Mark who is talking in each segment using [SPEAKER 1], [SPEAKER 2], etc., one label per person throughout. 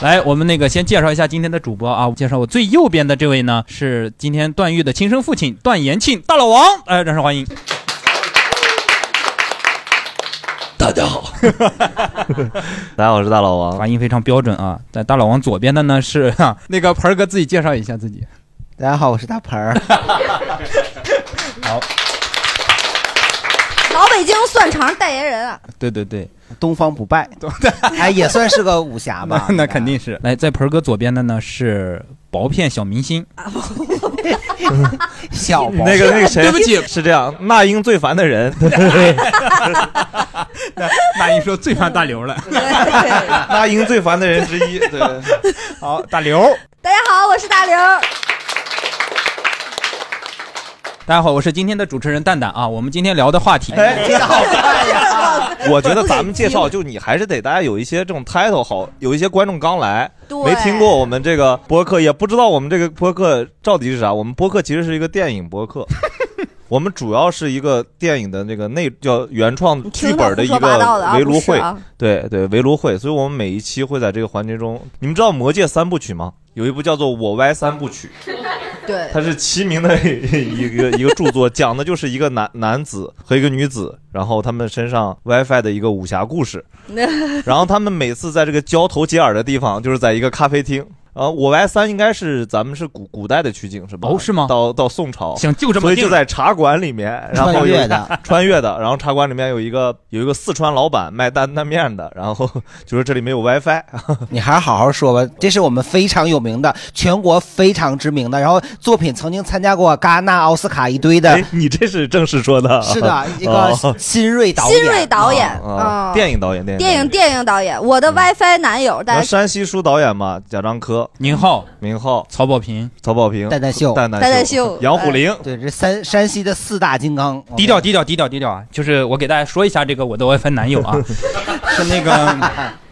[SPEAKER 1] 来，我们那个先介绍一下今天的主播啊，介绍我最右边的这位呢是今天段誉的亲生父亲段延庆大老王，哎，掌声欢迎。
[SPEAKER 2] 大家好，大家好，我是大老王，
[SPEAKER 1] 发音非常标准啊。在大老王左边的呢是、哈那个盆儿哥，自己介绍一下自己。
[SPEAKER 3] 大家好，
[SPEAKER 2] 哦
[SPEAKER 3] 我是大盆儿。
[SPEAKER 4] 老北京蒜肠代言人啊！
[SPEAKER 1] 对对对，。
[SPEAKER 3] 东方不败，哎，也算是个武侠吧
[SPEAKER 1] 那肯定 是。来，在盆儿哥左边的呢是薄片小明星，
[SPEAKER 3] 小毛
[SPEAKER 2] 那个那个谁，
[SPEAKER 1] 对不起
[SPEAKER 2] 是这样，那英最烦的人，
[SPEAKER 1] 那一说最怕大刘了。
[SPEAKER 2] 那英最烦的人之一，对，
[SPEAKER 1] 好，大刘，
[SPEAKER 4] 大家好，我是大刘。
[SPEAKER 1] 大家好，我是今天的主持人蛋蛋啊。我们今天聊的话题，
[SPEAKER 2] 哎，这好看
[SPEAKER 4] 呀！
[SPEAKER 2] 我觉得咱们介绍，就你还是得大家有一些这种 title 好，有一些观众刚来，
[SPEAKER 4] 对
[SPEAKER 2] 没听过我们这个播客，也不知道我们这个播客到底是啥。我们播客其实是一个电影播 客，我们主要是一个电影的那个内叫原创剧本的一
[SPEAKER 4] 听着胡说八道的
[SPEAKER 2] 个
[SPEAKER 4] 啊
[SPEAKER 2] 围炉
[SPEAKER 4] 不
[SPEAKER 2] 会
[SPEAKER 4] 是啊，
[SPEAKER 2] 对对围炉会，所以我们每一期会在这个环节中，你们知道《魔戒》三部曲吗？有一部叫做《我歪三部曲》，
[SPEAKER 4] 对，
[SPEAKER 2] 它是齐名的一个一个著作，讲的就是一个男男子和一个女子，然后他们身上 WiFi 的一个武侠故事。 然后他们每次在这个交头接耳的地方，就是在一个咖啡厅。呃，我 Y 三应该是咱们是古古代的取景是吧？
[SPEAKER 1] 哦是吗
[SPEAKER 2] 到到宋朝，
[SPEAKER 1] 行，就这么
[SPEAKER 2] 所以
[SPEAKER 1] 定
[SPEAKER 2] 就
[SPEAKER 1] 了。
[SPEAKER 2] 在茶馆里面，然后
[SPEAKER 3] 穿
[SPEAKER 2] 有
[SPEAKER 3] 越的，
[SPEAKER 2] 穿越的，然后茶馆里面有一个有一个四川老板卖担担面的，然后 就是这里没有 WiFi，
[SPEAKER 3] 你还是好好说吧。这是我们非常有名的，全国非常知名的，然后作品曾经参加过戛纳、奥斯卡一堆的
[SPEAKER 2] 哎。，你这是正式说的啊，
[SPEAKER 3] 是 的，一个
[SPEAKER 2] 哦
[SPEAKER 3] 新锐导演，
[SPEAKER 4] 新锐导演
[SPEAKER 2] 啊，
[SPEAKER 4] 嗯
[SPEAKER 2] 电影导演，电影
[SPEAKER 4] 电
[SPEAKER 2] 导
[SPEAKER 4] 影
[SPEAKER 2] 演
[SPEAKER 4] 电影导演，
[SPEAKER 3] 嗯
[SPEAKER 4] 我的 WiFi 男友，大
[SPEAKER 2] 那
[SPEAKER 4] 家
[SPEAKER 2] 山西书导演嘛，贾樟柯、
[SPEAKER 1] 宁浩、
[SPEAKER 2] 明浩、
[SPEAKER 1] 曹保平，
[SPEAKER 2] 曹保平、
[SPEAKER 3] 蛋蛋秀
[SPEAKER 2] 蛋蛋
[SPEAKER 4] 蛋蛋秀
[SPEAKER 2] 杨虎林。
[SPEAKER 3] 对，这 山山西的四大金刚，
[SPEAKER 1] 低调低调低调低调啊！就是我给大家说一下这个我的 WiFi 男友 啊，是那个，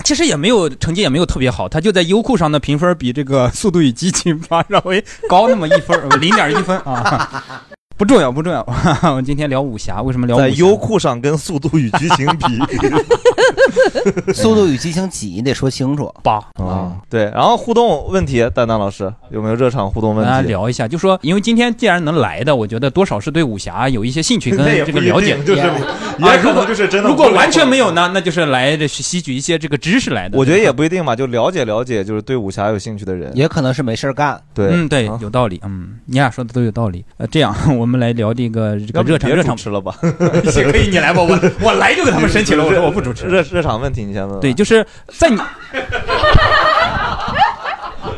[SPEAKER 1] 其实也没有成绩也没有特别好，他就在优酷上的评分比这个《速度与激情八》稍微高那么一 分，零点一分啊。不重要，不重要。我们今天聊武侠，为什么聊武侠
[SPEAKER 2] 在优酷上跟《速度与激情》比
[SPEAKER 3] 《 速度与激情》几你得说清楚。
[SPEAKER 1] 八？
[SPEAKER 2] 啊， 对，然后互动问题，蛋蛋老师有没有热场互动
[SPEAKER 1] 大家
[SPEAKER 2] 问题？
[SPEAKER 1] 聊一下，就说因为今天既然能来的，我觉得多少是对武侠有一些兴趣跟
[SPEAKER 2] 那也
[SPEAKER 1] 这
[SPEAKER 2] 不
[SPEAKER 1] 个
[SPEAKER 2] 一定
[SPEAKER 1] 了解。啊
[SPEAKER 2] 就是
[SPEAKER 3] 也
[SPEAKER 2] 也
[SPEAKER 1] 如
[SPEAKER 2] 可
[SPEAKER 1] 果
[SPEAKER 2] 能就是真的。
[SPEAKER 1] 如果完全没有，呢，那就是来这吸取一些这个知识来的。
[SPEAKER 2] 我觉得也不一定嘛，就了解了解，就是对武侠有兴趣的人。
[SPEAKER 3] 也可能是没事儿干，
[SPEAKER 2] 对，
[SPEAKER 1] 嗯，对，
[SPEAKER 2] 啊
[SPEAKER 1] 有道理。嗯， 你俩说的都有道理。呃，这样 我们来聊这个这个
[SPEAKER 2] 要不
[SPEAKER 1] 热场
[SPEAKER 2] 别
[SPEAKER 1] 热
[SPEAKER 2] 主
[SPEAKER 1] 场，
[SPEAKER 2] 持 了吧？
[SPEAKER 1] 可以你来 吧，我我来就给他们申请了，我说我不主持。
[SPEAKER 2] 热热场问题，你先问吧。
[SPEAKER 1] 对，就是在你，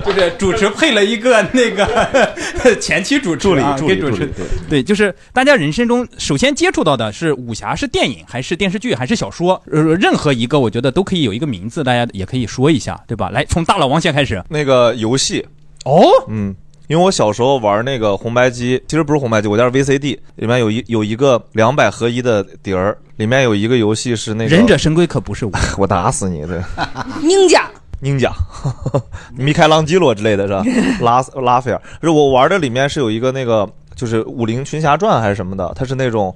[SPEAKER 1] 就是主持配了一个那个 前期主持
[SPEAKER 2] 助理
[SPEAKER 1] 啊
[SPEAKER 2] 助
[SPEAKER 1] 给
[SPEAKER 2] 理
[SPEAKER 1] 主
[SPEAKER 2] 助
[SPEAKER 1] 持
[SPEAKER 2] 理，。对
[SPEAKER 1] 对，就是大家人生中首先接触到的是武侠，是电影还是电视剧还是小说？呃，任何一个我觉得都可以有一个名字，大家也可以说一下，对吧？来，从大老王先开始。
[SPEAKER 2] 那个游戏，
[SPEAKER 1] 哦，
[SPEAKER 2] 嗯，因为我小时候玩那个红白机，其实不是红白机，我家是 VCD，里面有一有一个两百合一的碟儿，里面有一个游戏是那个
[SPEAKER 1] 忍者，神龟可不是武侠。
[SPEAKER 2] 我打死你，对，
[SPEAKER 4] 宁家
[SPEAKER 2] 宁甲、 米开朗基罗之类的是 吧？拉拉斐尔，就是我玩的里面是有一个那个就是《武林群侠传》还是什么的，它是那种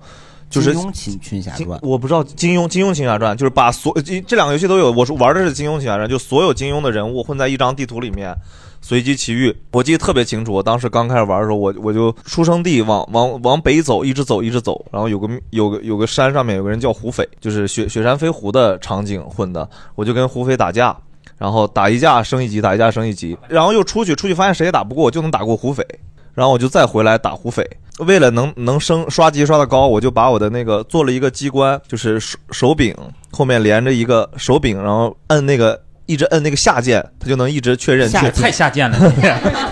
[SPEAKER 2] 就是
[SPEAKER 3] 金庸群群侠
[SPEAKER 2] 金
[SPEAKER 3] 传，
[SPEAKER 2] 我不知道金庸金庸群侠传就是把所这这两个游戏都有，我是玩的是金庸群侠传，就所有金庸的人物混在一张地图里面。随机奇遇，我记得特别清楚。我当时刚开始玩的时候，我我就出生地往往往北走，一直走一直走，然后有个有个有个山上面有个人叫胡斐，就是雪雪山飞狐的场景混的，我就跟胡斐打架，然后打一架升一级，打一架升一级，然后又出去，出去发现谁也打不过，我就能打过胡斐，然后我就再回来打胡斐。为了能 能升刷级刷的高，我就把我的那个做了一个机关，就是手手柄后面连着一个手柄，然后摁那个一直摁那个下键，他就能一直确认。
[SPEAKER 1] 下
[SPEAKER 2] 确
[SPEAKER 1] 太下贱 了，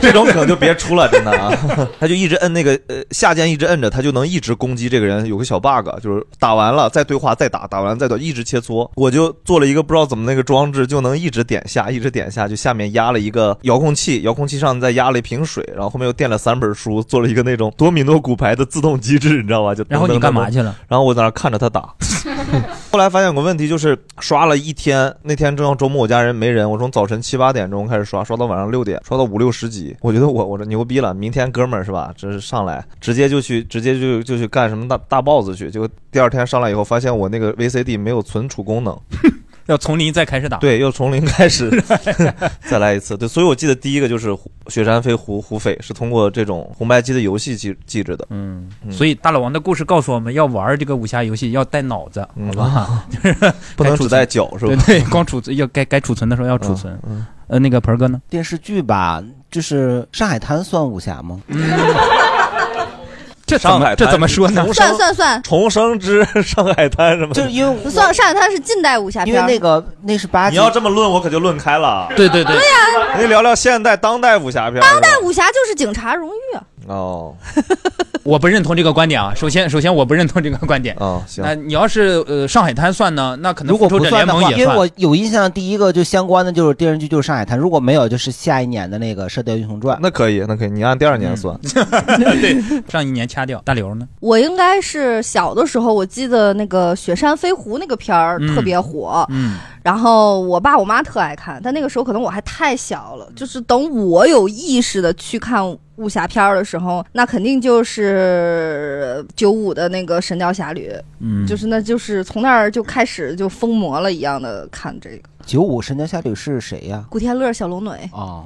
[SPEAKER 2] 这种可就别出了，真的啊！ 他就一直摁那个呃下键，一直摁着，他就能一直攻击这个人。有个小 bug，就是打完了再对话，再打，打完了再打，一直切磋。我就做了一个不知道怎么那个装置，就能一直点下，一直点下，就下面压了一个遥控器，遥控器上再压了一瓶水，然后后面又垫了三本书，做了一个那种多米诺骨牌的自动机制，你知道吧？就
[SPEAKER 1] 然后你干嘛去了？
[SPEAKER 2] 然后我在那儿看着他打。后来发现有个问题，就是刷了一天，那天正好周末我家人没人，我从早晨七八点钟开始刷，刷到晚上六点，刷到五六十集。我觉得我我这牛逼了，明天哥们儿是吧？这是上来直接就去直接就就去干什么大大 boss 去，结果第二天上来以后，发现我那个 VCD 没有存储功能，
[SPEAKER 1] 要从零再开始打。
[SPEAKER 2] 对，又从零开 始 再来一次。对，所以我记得第一个就是胡雪山飞胡胡斐是通过这种红白机的游戏记记着的。
[SPEAKER 1] 嗯，
[SPEAKER 2] 嗯
[SPEAKER 1] 所以大老王的故事告诉我们要玩这个武侠游戏要带脑子，
[SPEAKER 2] 嗯
[SPEAKER 1] 好 吧？
[SPEAKER 2] 不能只带脚是吧
[SPEAKER 1] 对？对，光储存要该该储存的时候要储存。
[SPEAKER 2] 嗯，
[SPEAKER 1] 呃，那个盆儿哥呢？
[SPEAKER 3] 电视剧吧，就是《上海滩》算武侠吗？
[SPEAKER 1] 这
[SPEAKER 2] 怎么上海滩
[SPEAKER 1] 嗯 这怎么说呢？
[SPEAKER 2] 重
[SPEAKER 4] 算
[SPEAKER 2] 生
[SPEAKER 4] 算算，
[SPEAKER 2] 重生之 上海滩什 么的？
[SPEAKER 3] 就是因为我
[SPEAKER 4] 算上海滩是近代武侠
[SPEAKER 3] 因
[SPEAKER 4] 片
[SPEAKER 3] 为
[SPEAKER 4] 儿，
[SPEAKER 3] 那个那是八
[SPEAKER 2] 你
[SPEAKER 3] 级，
[SPEAKER 2] 要这么论，我可就论开了。
[SPEAKER 1] 对对对，
[SPEAKER 2] 你聊聊现代当代武侠片儿是吧。当代
[SPEAKER 4] 武侠就是警察荣誉啊，
[SPEAKER 2] 哦
[SPEAKER 1] 我不认同这个观点啊。首先，首先我不认同这个观点。
[SPEAKER 2] 哦，行
[SPEAKER 1] 那，你要是呃上海滩算呢，那可能
[SPEAKER 3] 如果
[SPEAKER 1] 复仇
[SPEAKER 3] 不
[SPEAKER 1] 者
[SPEAKER 3] 算
[SPEAKER 1] 联
[SPEAKER 3] 的
[SPEAKER 1] 盟
[SPEAKER 3] 话，
[SPEAKER 1] 也
[SPEAKER 3] 因为
[SPEAKER 1] 算。
[SPEAKER 3] 我有印象，第一个就相关的就是电视剧就是《上海滩》，如果没有就是下一年的那个《射雕英雄传》。
[SPEAKER 2] 那可以，那可以，你按第二年算。
[SPEAKER 1] 嗯 上一年掐掉 大刘呢，
[SPEAKER 4] 我应该是小的时候，我记得那个《雪山飞狐》那个片儿
[SPEAKER 1] 嗯
[SPEAKER 4] 特别火，
[SPEAKER 1] 嗯，
[SPEAKER 4] 然后我爸我妈特爱看，但那个时候可能我还太小了，就是等我有意识的去看武侠片儿的时候，那肯定就是呃九五的那个《神雕侠侣》，
[SPEAKER 1] 嗯，
[SPEAKER 4] 就是那就是从那儿就开始就疯魔了一样的看这个
[SPEAKER 3] 九五《神雕侠侣》是谁呀？
[SPEAKER 4] 古天乐、小龙女。
[SPEAKER 3] 哦，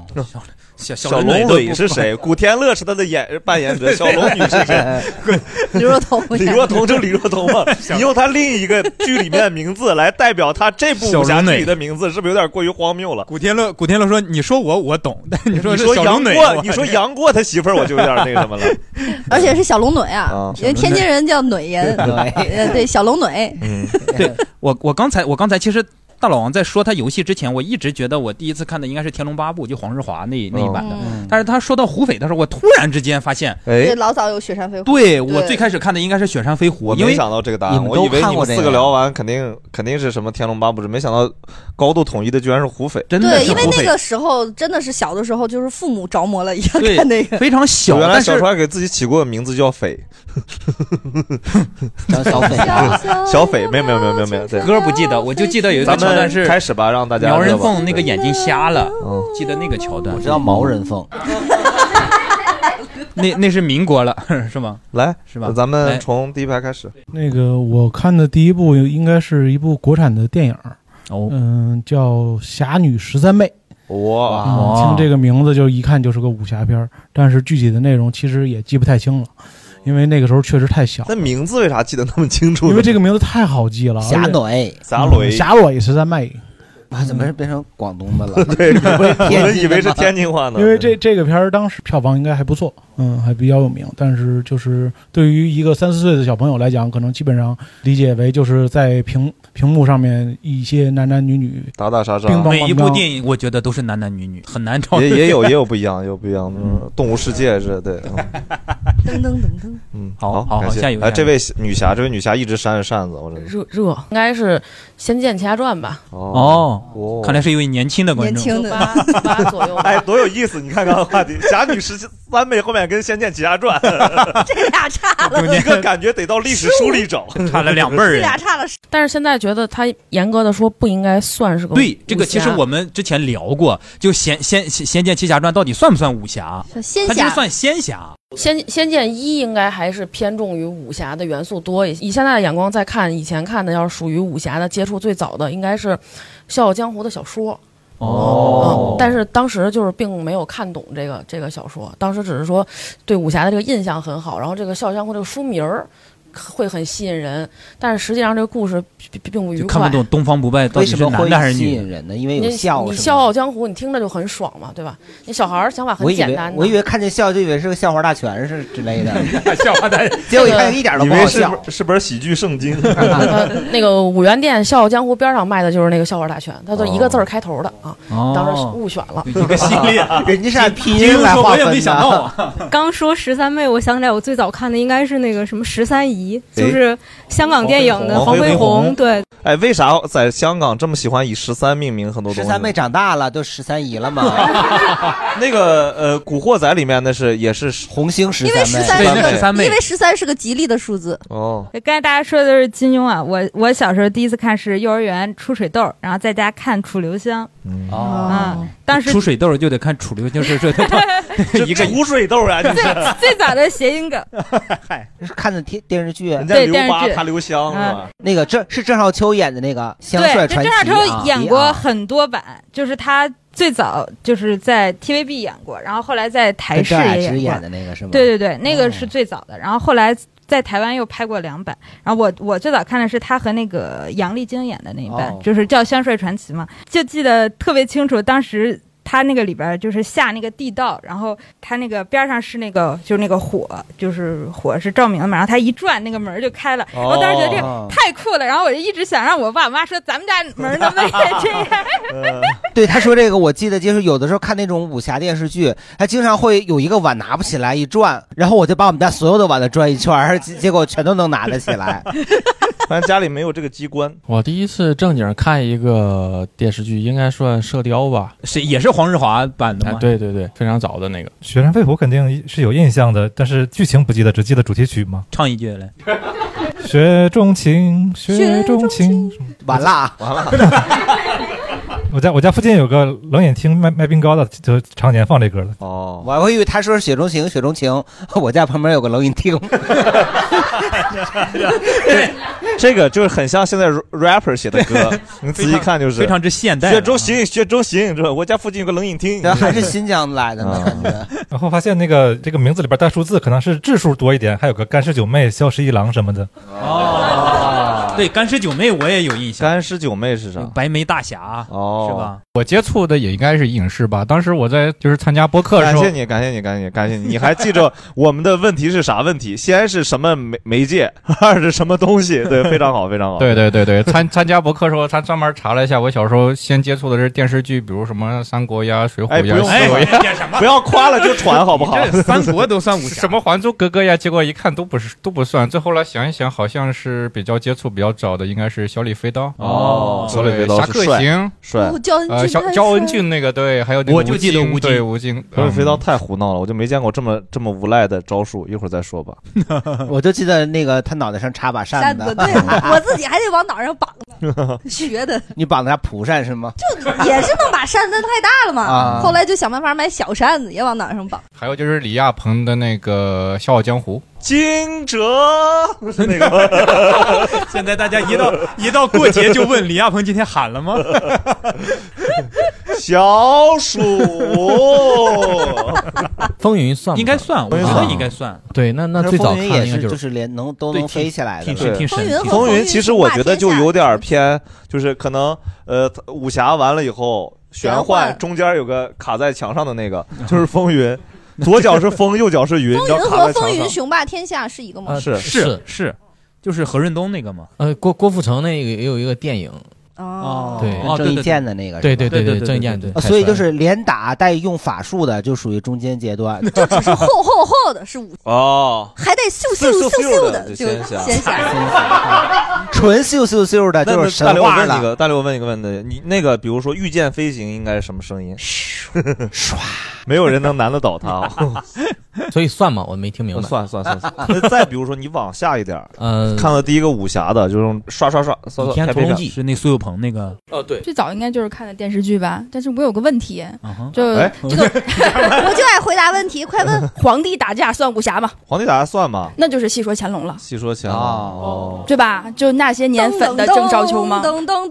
[SPEAKER 1] 小
[SPEAKER 2] 小
[SPEAKER 1] 龙
[SPEAKER 2] 龙
[SPEAKER 1] 女
[SPEAKER 2] 女是？谁？古天乐是他的演扮演者，小龙女是谁？
[SPEAKER 4] 李若彤，
[SPEAKER 2] 李若彤就李若彤 嘛，你用他另一个剧里面的名字来代表他这部武侠剧里的名字，是不是有点过于荒谬了？
[SPEAKER 1] 古天乐，古天乐说：“你说我，我懂，但你
[SPEAKER 2] 你
[SPEAKER 1] 是
[SPEAKER 2] 说
[SPEAKER 1] 小
[SPEAKER 2] 杨
[SPEAKER 1] 龙女，
[SPEAKER 2] 过，
[SPEAKER 1] 我
[SPEAKER 2] 你说杨过他媳妇儿，我就有点那个什么了。
[SPEAKER 4] 而且是小龙女
[SPEAKER 2] 啊
[SPEAKER 4] 啊，因为天津人叫女人，
[SPEAKER 3] 对
[SPEAKER 4] 呃，对，小龙女，
[SPEAKER 2] 嗯，
[SPEAKER 1] 我我刚才我刚才其实大老王在说他游戏之前，我一直觉得我第一次看的应该是《天龙八部》，就黄日华那
[SPEAKER 2] 哦
[SPEAKER 1] 那一版的。
[SPEAKER 4] 嗯
[SPEAKER 1] 但是他说到胡斐的时候，我突然之间发现，
[SPEAKER 4] 对，
[SPEAKER 2] 哎，
[SPEAKER 4] 老早有雪山飞狐，
[SPEAKER 1] 对我
[SPEAKER 4] 对
[SPEAKER 1] 最开始看的应该是《雪山飞狐
[SPEAKER 2] 我》，
[SPEAKER 1] 因
[SPEAKER 2] 没
[SPEAKER 1] 为
[SPEAKER 2] 想到这个答
[SPEAKER 3] 你
[SPEAKER 2] 案，
[SPEAKER 3] 们
[SPEAKER 2] 我
[SPEAKER 3] 都
[SPEAKER 2] 以为
[SPEAKER 3] 看
[SPEAKER 2] 你
[SPEAKER 3] 过
[SPEAKER 2] 们
[SPEAKER 3] 这
[SPEAKER 2] 四个
[SPEAKER 3] 个
[SPEAKER 2] 聊完肯定肯定是什么《天龙八部》，没想到高度统一的居然是胡斐。
[SPEAKER 1] 真的
[SPEAKER 4] 对，
[SPEAKER 1] 是
[SPEAKER 4] 因为
[SPEAKER 1] 胡
[SPEAKER 4] 那
[SPEAKER 1] 斐
[SPEAKER 4] 个时候真的是小的时候，就是父母着魔了一样
[SPEAKER 1] 对
[SPEAKER 4] 看那个。
[SPEAKER 1] 非常小，
[SPEAKER 2] 原来
[SPEAKER 1] 但
[SPEAKER 2] 小
[SPEAKER 1] 是
[SPEAKER 2] 川给自己起过名字叫 斐，
[SPEAKER 3] 张小斐啊，
[SPEAKER 2] 小斐没有没有没有没有没有对
[SPEAKER 1] 歌不记得我就记得有一个
[SPEAKER 2] 咱
[SPEAKER 1] 桥段
[SPEAKER 2] 们
[SPEAKER 1] 是
[SPEAKER 2] 开始吧，让大家
[SPEAKER 1] 苗人
[SPEAKER 2] 热吧
[SPEAKER 1] 凤那个眼睛瞎了，
[SPEAKER 2] 嗯，
[SPEAKER 1] 记得那个桥段
[SPEAKER 3] 我，知道毛人凤，
[SPEAKER 1] 那那是民国了是吗？
[SPEAKER 2] 来
[SPEAKER 1] 是吧
[SPEAKER 2] 咱
[SPEAKER 1] 来
[SPEAKER 2] 们从第一排开始。
[SPEAKER 5] 那个我看的第一部应该是一部国产的电影儿，
[SPEAKER 1] 哦，
[SPEAKER 5] 嗯，叫《侠女十三妹》。
[SPEAKER 2] 哇，
[SPEAKER 5] 嗯，
[SPEAKER 1] 哦
[SPEAKER 5] 听这个名字就一看就是个武侠片儿，但是具体的内容其实也记不太清了，因为那个时候确实太小，
[SPEAKER 2] 那名字为啥记得那么清楚呢？
[SPEAKER 5] 因为这个名字太好记了。
[SPEAKER 3] 侠
[SPEAKER 5] 而且
[SPEAKER 3] 女，
[SPEAKER 2] 撒雷
[SPEAKER 5] 嗯，侠女十三妹。嗯
[SPEAKER 3] 啊，怎么是变成广东的了？
[SPEAKER 2] 对，
[SPEAKER 3] 我
[SPEAKER 2] 我们以为是天津话呢。
[SPEAKER 5] 因为这这个片儿当时票房应该还不错，嗯，还比较有名。但是就是对于一个三四岁的小朋友来讲，可能基本上理解为就是在屏屏幕上面一些男男女女
[SPEAKER 2] 打打杀杀
[SPEAKER 5] 乒，乓
[SPEAKER 1] 每一部
[SPEAKER 5] 棒
[SPEAKER 1] 电影我觉得都是男男女女，很难找
[SPEAKER 2] 也也 有也有不一样，也有不一样的。嗯动物世界是对，嗯
[SPEAKER 4] 噔噔噔噔，
[SPEAKER 2] 嗯，
[SPEAKER 1] 好好
[SPEAKER 2] 好，感谢
[SPEAKER 1] 下一位
[SPEAKER 2] 哎，
[SPEAKER 1] 下一
[SPEAKER 2] 这
[SPEAKER 1] 位
[SPEAKER 2] 位女侠，这位女侠一直扇着扇子，我真的。
[SPEAKER 6] 热热，应该是《仙剑奇侠传》吧，
[SPEAKER 1] 哦。
[SPEAKER 2] 哦
[SPEAKER 1] 看来是一位年轻的观
[SPEAKER 4] 年
[SPEAKER 1] 众，
[SPEAKER 4] 轻
[SPEAKER 6] 九
[SPEAKER 4] 的，
[SPEAKER 6] 八九八左右吧。
[SPEAKER 2] 哎，多有意思！你看看话题，《侠女十三妹》后面跟《仙剑奇侠传》，
[SPEAKER 4] 这 俩差了，
[SPEAKER 2] 一个感觉得到历史书里找。
[SPEAKER 1] 差了两辈儿
[SPEAKER 4] 这
[SPEAKER 1] 人。
[SPEAKER 4] 俩差了十，
[SPEAKER 6] 但是现在觉得他严格的说不应该算是个
[SPEAKER 1] 对
[SPEAKER 6] 武，
[SPEAKER 1] 这个
[SPEAKER 6] 侠
[SPEAKER 1] 其实我们之前聊过，就仙仙仙仙剑奇侠传到底算不算武侠？
[SPEAKER 4] 仙
[SPEAKER 1] 它其实
[SPEAKER 4] 侠
[SPEAKER 1] 算仙侠，
[SPEAKER 6] 仙仙剑一应该还是偏重于武侠的元素多一些。以现在的眼光再看，以前看的要是属于武侠的接触最早的应该是《笑傲江湖》的小说，
[SPEAKER 2] 哦
[SPEAKER 6] 嗯，但是当时就是并没有看懂这个这个小说，当时只是说对武侠的这个印象很好，然后这个《笑傲江湖》这个书名儿。会很吸引人，但是实际上这个故事并并不愉
[SPEAKER 1] 就
[SPEAKER 6] 快。
[SPEAKER 1] 看不懂东方不败到
[SPEAKER 3] 为
[SPEAKER 1] 底
[SPEAKER 3] 什
[SPEAKER 1] 是
[SPEAKER 3] 么
[SPEAKER 1] 男的还
[SPEAKER 3] 会
[SPEAKER 1] 是
[SPEAKER 3] 吸
[SPEAKER 1] 女
[SPEAKER 3] 引
[SPEAKER 1] 的。
[SPEAKER 3] 人呢？因为
[SPEAKER 6] 你
[SPEAKER 3] 有
[SPEAKER 6] 你
[SPEAKER 3] 笑，
[SPEAKER 6] 《
[SPEAKER 3] 是
[SPEAKER 6] 笑
[SPEAKER 3] 吗
[SPEAKER 6] 傲江湖》，你听着就很爽嘛，对吧？你小孩儿想法很
[SPEAKER 3] 我以
[SPEAKER 6] 简
[SPEAKER 3] 为
[SPEAKER 6] 单的。
[SPEAKER 3] 我以为看见笑就以为是个笑话大全是之类 的，
[SPEAKER 1] 笑话大
[SPEAKER 3] 结果一看一点都
[SPEAKER 2] 以
[SPEAKER 3] 不
[SPEAKER 2] 为
[SPEAKER 3] 好
[SPEAKER 2] 是
[SPEAKER 3] 笑。嗯
[SPEAKER 2] 本是本喜剧圣经，
[SPEAKER 6] 呃，那个五元店《笑傲江湖》边上卖的就是那个笑话大全，它都一个字儿开头的啊，当时
[SPEAKER 1] 哦，
[SPEAKER 6] 误选了。
[SPEAKER 1] 一个系 列。
[SPEAKER 3] 人家是按拼
[SPEAKER 1] 金
[SPEAKER 3] 音
[SPEAKER 1] 庸
[SPEAKER 3] 来
[SPEAKER 1] 说
[SPEAKER 3] 划
[SPEAKER 1] 我
[SPEAKER 3] 分
[SPEAKER 1] 也
[SPEAKER 3] 的。
[SPEAKER 1] 没想到啊，
[SPEAKER 7] 刚说十三妹，我想起来我最早看的应该是那个什么十三姨，
[SPEAKER 2] 哎
[SPEAKER 7] 就是香港电
[SPEAKER 4] 嗯
[SPEAKER 7] 影
[SPEAKER 3] 哦
[SPEAKER 7] 的
[SPEAKER 2] 黄
[SPEAKER 7] 黄
[SPEAKER 2] 飞
[SPEAKER 7] 飞
[SPEAKER 2] 鸿
[SPEAKER 7] 鸿，对，
[SPEAKER 2] 哎，为啥在香港这么喜欢以十三命名很多东西
[SPEAKER 3] 十
[SPEAKER 2] 呢？
[SPEAKER 3] 三妹长大了，都十三姨了 嘛？
[SPEAKER 2] 那个呃，《古惑仔》里面的是也是
[SPEAKER 3] 红星十
[SPEAKER 4] 因为十
[SPEAKER 3] 三
[SPEAKER 4] 三
[SPEAKER 2] 对
[SPEAKER 4] 是
[SPEAKER 2] 那
[SPEAKER 4] 个
[SPEAKER 2] 是
[SPEAKER 1] 三妹
[SPEAKER 4] 因为十三是个吉利的数字，
[SPEAKER 2] 哦，
[SPEAKER 8] 刚才大家说的都是金庸啊，我我小时候第一次看是幼儿园出水痘，然后在家看楚留香，
[SPEAKER 2] 嗯，
[SPEAKER 3] 哦，
[SPEAKER 8] 啊，当时
[SPEAKER 1] 出水痘就得看楚留香是是 一个
[SPEAKER 2] 污水豆啊，你
[SPEAKER 8] 最最早的谐音 梗，
[SPEAKER 3] 是看的电电视剧，
[SPEAKER 2] 人家
[SPEAKER 8] 对
[SPEAKER 2] 刘
[SPEAKER 8] 电视
[SPEAKER 2] 疤
[SPEAKER 8] 剧啊
[SPEAKER 2] 他留香是吧？
[SPEAKER 3] 那个郑是郑少秋演的那个《香帅
[SPEAKER 8] 对，
[SPEAKER 3] 传
[SPEAKER 8] 这
[SPEAKER 3] 奇
[SPEAKER 8] 郑》
[SPEAKER 3] 啊，
[SPEAKER 8] 少
[SPEAKER 4] 哎
[SPEAKER 8] 秋演过
[SPEAKER 3] 啊
[SPEAKER 8] 很多版，就是他最早就是在 TVB 演过，然后后来在台
[SPEAKER 3] 跟
[SPEAKER 8] 视
[SPEAKER 3] 郑哦雅
[SPEAKER 8] 也
[SPEAKER 3] 芝
[SPEAKER 8] 过
[SPEAKER 3] 演，的那个是吗？
[SPEAKER 8] 对对对，那
[SPEAKER 3] 哦
[SPEAKER 8] 个是最早的，然后后来。在台湾又拍过两版，然后我我最早看的是他和那个杨丽菁演的那一版，
[SPEAKER 3] 哦
[SPEAKER 8] 就是叫《香帅传奇》嘛，就记得特别清楚。当时他那个里边就是下那个地道，然后他那个边上是那
[SPEAKER 7] 哦
[SPEAKER 8] 个就是那个火，就是火是照明的嘛，然后 他一转那个门就开了，然后当时觉得这
[SPEAKER 3] 哦
[SPEAKER 8] 太酷了，然后我就一直想让我爸我妈说咱们家门儿能不能也这样？
[SPEAKER 3] 对他说这个，我记得就是有的时候看那种武侠电视剧，还经常会有一个碗拿不起来，一转，然后我就把我们家所有的碗都转一圈儿，结结果全都能拿得起来。
[SPEAKER 2] 反正家里没有这个机关，
[SPEAKER 9] 我第一次正经看一个电视剧，应该算《射雕》吧？
[SPEAKER 1] 谁也是黄日华版的
[SPEAKER 9] 哎，
[SPEAKER 1] 吗？
[SPEAKER 9] 对对对，非常早的那个。
[SPEAKER 10] 血战肺腑肯定是有印象的，但是剧情不记得，只记得主题曲 嘛。
[SPEAKER 1] 唱一句来，
[SPEAKER 10] 雪中情，雪
[SPEAKER 4] 雪中
[SPEAKER 10] 中情。
[SPEAKER 1] 哎
[SPEAKER 3] 完了啊，
[SPEAKER 10] 我家我家附近有个冷饮厅卖卖冰糕的，就常年放这歌的。
[SPEAKER 2] 哦，
[SPEAKER 3] 我还以为他说是雪中情，雪中情。 我家旁边有个冷饮厅，
[SPEAKER 2] 这个就是很像现在 rapper 写的歌，你仔细看就是
[SPEAKER 1] 非常之现代。
[SPEAKER 2] 雪中，行，雪中行，是吧？我家附近有个冷饮厅，
[SPEAKER 3] 啊
[SPEAKER 2] 啊
[SPEAKER 3] 还是新疆来的呢，感觉。
[SPEAKER 10] 然后发现那个这个名字里边带啊数字，可能是字数多一点，还有个干尸九妹、萧十一郎什么的。
[SPEAKER 2] 啊
[SPEAKER 1] 对干尸九妹我也有印象，
[SPEAKER 2] 干尸九妹是啥？
[SPEAKER 1] 白眉大侠
[SPEAKER 2] 哦，
[SPEAKER 1] 是？吧？
[SPEAKER 11] 我接触的也应该是影视吧。当时我在就是参加播客的时
[SPEAKER 2] 感
[SPEAKER 11] 候
[SPEAKER 2] 谢，你，感谢你，感谢你，感谢你！你还 记着我们的问题是啥问题？先是什么媒媒介， 二是什么东西？对，非常好，非常好。
[SPEAKER 11] 对对对对，参参加博客的时候，他专门查了一下，我小时候先接触的是电视剧，比如什么《三国》呀、《水浒
[SPEAKER 2] 哎》不
[SPEAKER 11] 呀、
[SPEAKER 2] 用
[SPEAKER 11] 西游》呀，
[SPEAKER 1] 点什么？
[SPEAKER 2] 不要夸了就传，好不好？
[SPEAKER 1] 这三国都算武 侠，
[SPEAKER 11] 什么《还珠格格》呀，结果一看都不是都不算。最后来想一想，好像是比较接触比较早的，应该是《小李飞刀》
[SPEAKER 2] 哦小李飞
[SPEAKER 11] 对
[SPEAKER 2] 刀
[SPEAKER 11] 侠
[SPEAKER 2] 是
[SPEAKER 11] 客
[SPEAKER 2] 帅
[SPEAKER 11] 行，
[SPEAKER 2] 帅
[SPEAKER 4] 哦，，焦恩
[SPEAKER 11] 呃，
[SPEAKER 4] 俊
[SPEAKER 11] 小
[SPEAKER 4] 太
[SPEAKER 11] 焦恩
[SPEAKER 4] 帅了
[SPEAKER 11] 俊那个对，还有那个
[SPEAKER 1] 我就记得
[SPEAKER 11] 吴
[SPEAKER 1] 吴京
[SPEAKER 11] 对吴京，
[SPEAKER 2] 小李飞刀
[SPEAKER 11] 嗯
[SPEAKER 2] 太胡闹了，我就没见过这么这么无赖的招数。一会儿再说吧。
[SPEAKER 3] 我就记得那个他脑袋上插把扇
[SPEAKER 4] 扇
[SPEAKER 3] 子
[SPEAKER 4] 子，，对我自己还得往脑上绑呢，学的，
[SPEAKER 3] 你绑的啥蒲扇是吗？
[SPEAKER 4] 就也是那把扇子太大了
[SPEAKER 3] 啊
[SPEAKER 4] 嘛。后来就想办法买小扇子，也往脑上绑。
[SPEAKER 11] 还有就是李亚鹏的那个《笑傲江湖》，
[SPEAKER 2] 惊 蛰是那个
[SPEAKER 1] 现在大家一到一到过节就问李亚鹏今天喊 了吗？
[SPEAKER 2] 小暑，
[SPEAKER 9] 风云算吗
[SPEAKER 1] 应该算，我觉得应该算，
[SPEAKER 9] 对，那那
[SPEAKER 3] 但是
[SPEAKER 9] 最早
[SPEAKER 3] 风
[SPEAKER 9] 看
[SPEAKER 3] 云也
[SPEAKER 9] 的应该
[SPEAKER 3] 是，
[SPEAKER 9] 就
[SPEAKER 3] 就是是连能都
[SPEAKER 1] 对
[SPEAKER 3] 能
[SPEAKER 1] 挺
[SPEAKER 3] 飞起来的
[SPEAKER 1] 挺
[SPEAKER 3] 了。
[SPEAKER 1] 神挺神
[SPEAKER 4] 风云
[SPEAKER 1] 奇
[SPEAKER 4] 和。
[SPEAKER 2] 风云其实我觉得就有点
[SPEAKER 4] 嗯
[SPEAKER 2] 儿偏，就是可能呃武侠完了以后，玄
[SPEAKER 4] 玄
[SPEAKER 2] 幻
[SPEAKER 4] 幻
[SPEAKER 2] 中间有个卡在墙上的那个，
[SPEAKER 11] 嗯
[SPEAKER 2] 就是风云，左脚是风，右脚是云，你
[SPEAKER 4] 风
[SPEAKER 2] 知道
[SPEAKER 4] 云
[SPEAKER 2] 卡
[SPEAKER 4] 和
[SPEAKER 2] 在墙
[SPEAKER 4] 风云
[SPEAKER 2] 上。
[SPEAKER 4] 雄霸天下是一个
[SPEAKER 7] 啊
[SPEAKER 4] 吗？
[SPEAKER 9] 呃
[SPEAKER 2] 是
[SPEAKER 1] 啊是是，就是何润东那个嘛。
[SPEAKER 9] 呃，郭郭富城那个也有一个电影，
[SPEAKER 4] 哦
[SPEAKER 9] 对
[SPEAKER 1] 哦
[SPEAKER 3] 跟郑伊健的那个是吧，
[SPEAKER 9] 对对
[SPEAKER 1] 对
[SPEAKER 9] 对，
[SPEAKER 1] 对
[SPEAKER 9] 郑伊
[SPEAKER 1] 对
[SPEAKER 9] 健
[SPEAKER 1] 对
[SPEAKER 9] 对
[SPEAKER 3] 啊，，所以就是连打带用法术的，就属于中间阶段。
[SPEAKER 4] 就只是厚厚厚的，是武，
[SPEAKER 2] 哦，
[SPEAKER 4] 还得咻
[SPEAKER 2] 咻
[SPEAKER 4] 咻
[SPEAKER 2] 咻
[SPEAKER 4] 咻
[SPEAKER 2] 咻
[SPEAKER 4] 咻
[SPEAKER 2] 的
[SPEAKER 4] 的
[SPEAKER 2] 就
[SPEAKER 4] 就
[SPEAKER 2] 仙侠
[SPEAKER 4] 仙侠。
[SPEAKER 3] 纯咻咻咻的，
[SPEAKER 2] 那
[SPEAKER 3] 就是
[SPEAKER 2] 那大
[SPEAKER 3] 神
[SPEAKER 2] 刘我
[SPEAKER 3] 话
[SPEAKER 2] 问你
[SPEAKER 3] 了。
[SPEAKER 2] 个，大刘我问你个问题，你那个比如说御剑飞行应该是什么声音？ 没有人能难得倒他。哦
[SPEAKER 9] 所以算吗？我没听明白。
[SPEAKER 2] 算算算算。那再比如说你往下一点儿，
[SPEAKER 9] 呃，
[SPEAKER 2] 看到第一个武侠的，就是刷刷刷，刷
[SPEAKER 9] 倚
[SPEAKER 2] 刷
[SPEAKER 9] 天
[SPEAKER 2] 开
[SPEAKER 9] 屠
[SPEAKER 2] 篇
[SPEAKER 9] 龙
[SPEAKER 2] 章。
[SPEAKER 9] 记，
[SPEAKER 1] 是那苏有朋那个，
[SPEAKER 9] 哦对，
[SPEAKER 12] 最早应该就是看的电视剧吧，但是我有个问题，
[SPEAKER 1] 嗯哼，
[SPEAKER 12] 就
[SPEAKER 2] 哎
[SPEAKER 12] 这 个
[SPEAKER 4] 我就爱回答问题，快问！
[SPEAKER 12] 皇帝打架算武侠吗？
[SPEAKER 2] 皇帝打架算吗？
[SPEAKER 12] 那就是戏说乾隆了，
[SPEAKER 2] 细说前
[SPEAKER 3] 哦，
[SPEAKER 12] 对吧？就那些年粉的郑少秋吗？
[SPEAKER 4] 噔噔噔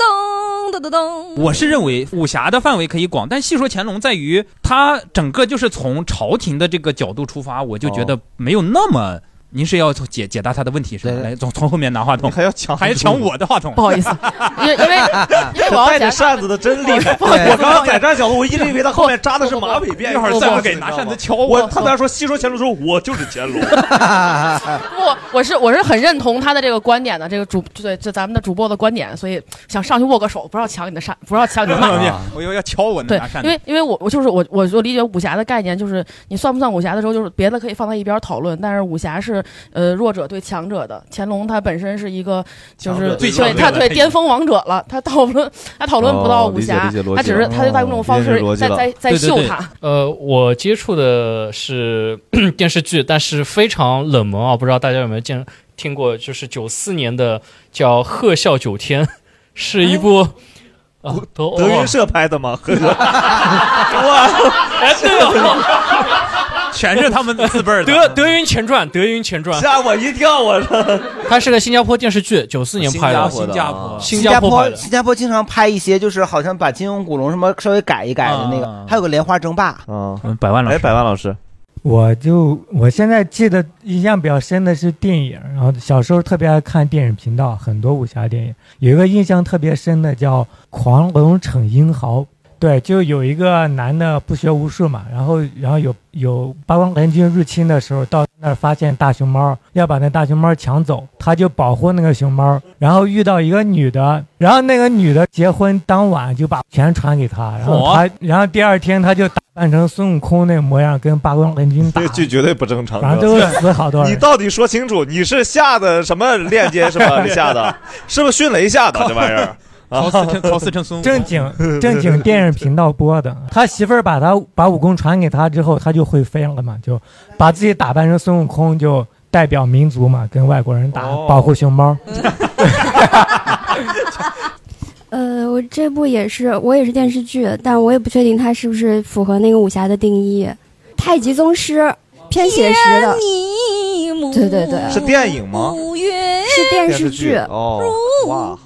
[SPEAKER 4] 噔噔噔。
[SPEAKER 1] 我是认为武侠的范围可以广，但细说乾隆在
[SPEAKER 2] 哦
[SPEAKER 1] 于他整个就是从朝廷的这个角度出发，我就觉得没有那么您是要解解答他的问题是吧？来，从从后面拿话筒，
[SPEAKER 2] 还要抢，
[SPEAKER 1] 还要抢我的话筒，
[SPEAKER 6] 不好意思，因为因为因为我要
[SPEAKER 2] 带
[SPEAKER 6] 讲
[SPEAKER 2] 着扇子的真厉害！
[SPEAKER 6] 不好意思
[SPEAKER 2] 我刚刚在这儿角度，我一直以为他后面扎的是马尾辫，
[SPEAKER 1] 一会儿再
[SPEAKER 2] 再
[SPEAKER 1] 给拿扇子敲
[SPEAKER 2] 我。
[SPEAKER 1] 我
[SPEAKER 2] 他在那说戏说乾隆，说我就是乾隆。
[SPEAKER 6] 不，我是我是很认同他的这个观点的，这个主对这咱们的主播的观点，所以想上去握个手，不要抢你的扇，不要抢你的啊马。
[SPEAKER 13] 啊
[SPEAKER 1] 我又要敲我那
[SPEAKER 6] 对
[SPEAKER 1] 拿，扇
[SPEAKER 6] 因
[SPEAKER 1] 子
[SPEAKER 6] 为。因为我我就是我我就理解武侠的概念，就是你算不算武侠的时候，就是别的可以放在一边儿讨论，但是武侠是呃弱者对强者的。乾隆他本身是一个就
[SPEAKER 1] 强者
[SPEAKER 6] 是
[SPEAKER 1] 对
[SPEAKER 6] 对
[SPEAKER 1] 强者
[SPEAKER 6] 他
[SPEAKER 1] 的
[SPEAKER 6] 对
[SPEAKER 1] 那
[SPEAKER 6] 巅峰王者了，他讨论他讨论不到
[SPEAKER 13] 哦
[SPEAKER 6] 武
[SPEAKER 13] 理解
[SPEAKER 6] 侠
[SPEAKER 13] 理解逻，
[SPEAKER 6] 他
[SPEAKER 13] 辑
[SPEAKER 6] 只是
[SPEAKER 13] 了哦
[SPEAKER 6] 他就在用这种方
[SPEAKER 13] 理解
[SPEAKER 6] 式
[SPEAKER 13] 逻辑
[SPEAKER 6] 在
[SPEAKER 13] 了
[SPEAKER 6] 在在
[SPEAKER 13] 对对
[SPEAKER 6] 秀
[SPEAKER 13] 对
[SPEAKER 6] 他。
[SPEAKER 13] 呃，我接触的是 电视剧，但是非常冷门啊，不知道大家有没有见听过？就是九四年的叫《鹤啸九天》，是一部。啊，德
[SPEAKER 2] 德云社拍的吗？
[SPEAKER 13] 哎，对哦，
[SPEAKER 1] 全是他们自辈儿
[SPEAKER 13] 的。德德云前传，德云前传，
[SPEAKER 2] 吓我一跳！我操，
[SPEAKER 13] 它是个新加坡电视剧，九四年拍的，
[SPEAKER 2] 新加坡的哦
[SPEAKER 13] 哦新
[SPEAKER 3] 加
[SPEAKER 13] 加坡拍的。
[SPEAKER 3] 新加坡经常拍一些，就是好像把金庸、古龙什么稍微改一改的那个，还有个《莲花争霸》。
[SPEAKER 2] 嗯，
[SPEAKER 1] 百万
[SPEAKER 2] 老师，哎，百万老师，
[SPEAKER 14] 我就我现在记得印象比较深的是电影，然后小时候特别爱看电影频道，很多武侠电影。有一个印象特别深的叫《狂龙逞英豪》，对，就有一个男的不学无术嘛，然后然后有有八方联军入侵的时候，到那儿发现大熊猫，要把那大熊猫抢走，他就保护那个熊猫，然后遇到一个女的，然后那个女的结婚当晚就把钱传给他，然后他
[SPEAKER 2] 嚯
[SPEAKER 14] 然后第二天他就打扮成孙悟空那个模样，跟八方联军打
[SPEAKER 2] 这。剧绝对不正常。
[SPEAKER 14] 反正都是死好多人
[SPEAKER 2] 你到底说清楚，你是下的什么链接是吧？你下的，是不是迅雷下的这玩意儿？
[SPEAKER 1] 曹四成曹四成孙悟空
[SPEAKER 14] 正经正经电影频道播的，他媳妇儿把他把武功传给他之后，他就会飞了嘛，就把自己打扮成孙悟空，就代表民族嘛，跟外国人打，保护熊猫。
[SPEAKER 15] 呃，我这部也是，我也是电视剧，但我也不确定它是不是符合那个武侠的定义。太极宗师偏写实的，对对对，
[SPEAKER 2] 是电影吗？
[SPEAKER 15] 是电视剧
[SPEAKER 2] 哦，哇，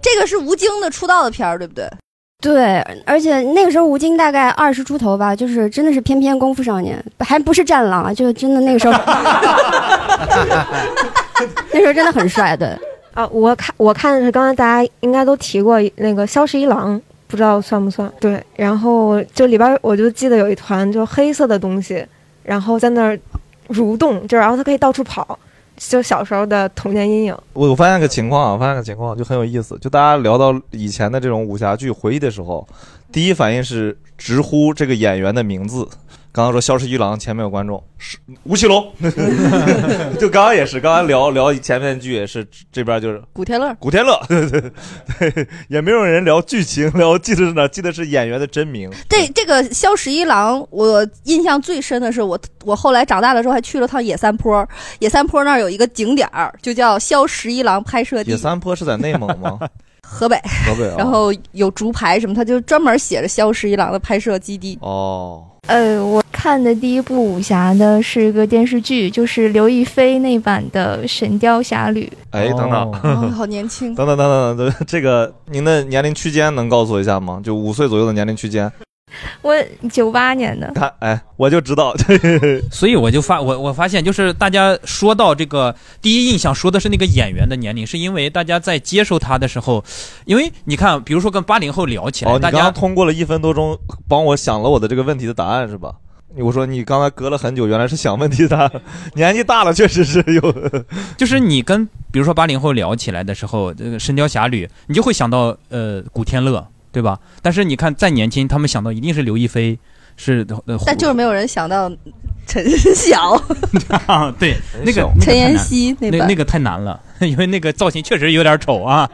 [SPEAKER 4] 这个是吴京的出道的片儿，对不对？
[SPEAKER 15] 对，而且那个时候吴京大概二十出头吧，就是真的是翩翩功夫少年，还不是战狼啊，就真的那个时候， 那时候真的很帅，对。
[SPEAKER 16] 啊，我看我看的是刚才大家应该都提过那个《消十一郎》，不知道算不算？对，然后就里边儿我就记得有一团就黑色的东西，然后在那儿蠕动，就然后它可以到处跑，就小时候的童年阴影。
[SPEAKER 2] 我我发现个情况啊，我发现个情况就很有意思，就大家聊到以前的这种武侠剧回忆的时候，第一反应是直呼这个演员的名字。刚刚说萧十一郎，前面有观众是吴奇隆， 就刚刚也是，刚刚聊聊前面剧也是这边就是
[SPEAKER 4] 古天乐，
[SPEAKER 2] 古天乐， 对对对，也没有人聊剧情，聊记得是哪，记得是演员的真名。
[SPEAKER 4] 这这个萧十一郎，我印象最深的是我我后来长大了之后还去了趟野三坡，野三坡那儿有一个景点儿，就叫萧十一郎拍摄
[SPEAKER 2] 野
[SPEAKER 4] 地，
[SPEAKER 2] 三坡是在内蒙 吗？
[SPEAKER 4] 河北。
[SPEAKER 2] 河北啊。
[SPEAKER 4] 呃然后有竹排什么，他就专门写着萧十一郎的拍摄基地。
[SPEAKER 2] 哦，
[SPEAKER 17] 呃，我看的第一部武侠呢是一个电视剧，就是刘亦菲那版的《神雕侠侣》。
[SPEAKER 2] 哎，等
[SPEAKER 18] 哦
[SPEAKER 2] 等，
[SPEAKER 4] 哦好年轻。
[SPEAKER 2] 等等等等等等，这个您的年龄区间能告诉我一下吗？就五岁左右的年龄区间。
[SPEAKER 17] 我九八年的，
[SPEAKER 2] 看，哎，我就知道，
[SPEAKER 1] 所以我就发我我发现，就是大家说到这个第一印象，说的是那个演员的年龄，是因为大家在接受他的时候，因为你看，比如说跟八零后聊起来，
[SPEAKER 2] 哦，你
[SPEAKER 1] 大
[SPEAKER 2] 刚
[SPEAKER 1] 家
[SPEAKER 2] 刚通过了一分多钟，帮我想了我的这个问题的答案是吧？我说你刚才隔了很久，原来是想问题的答案。 年纪大了，确实是有。
[SPEAKER 1] 就是你跟比如说八零后聊起来的时候，这个《神雕侠侣》，你就会想到呃古天乐，对吧？但是你看再年轻，他们想到一定是刘亦菲，是 呃胡
[SPEAKER 4] 但就是没有人想到陈晓，
[SPEAKER 1] 啊，对，那个
[SPEAKER 4] 小陈妍希
[SPEAKER 1] 那
[SPEAKER 4] 那
[SPEAKER 1] 个太难那那
[SPEAKER 4] 版
[SPEAKER 1] 个太难了，因为那个造型确实有点 丑啊。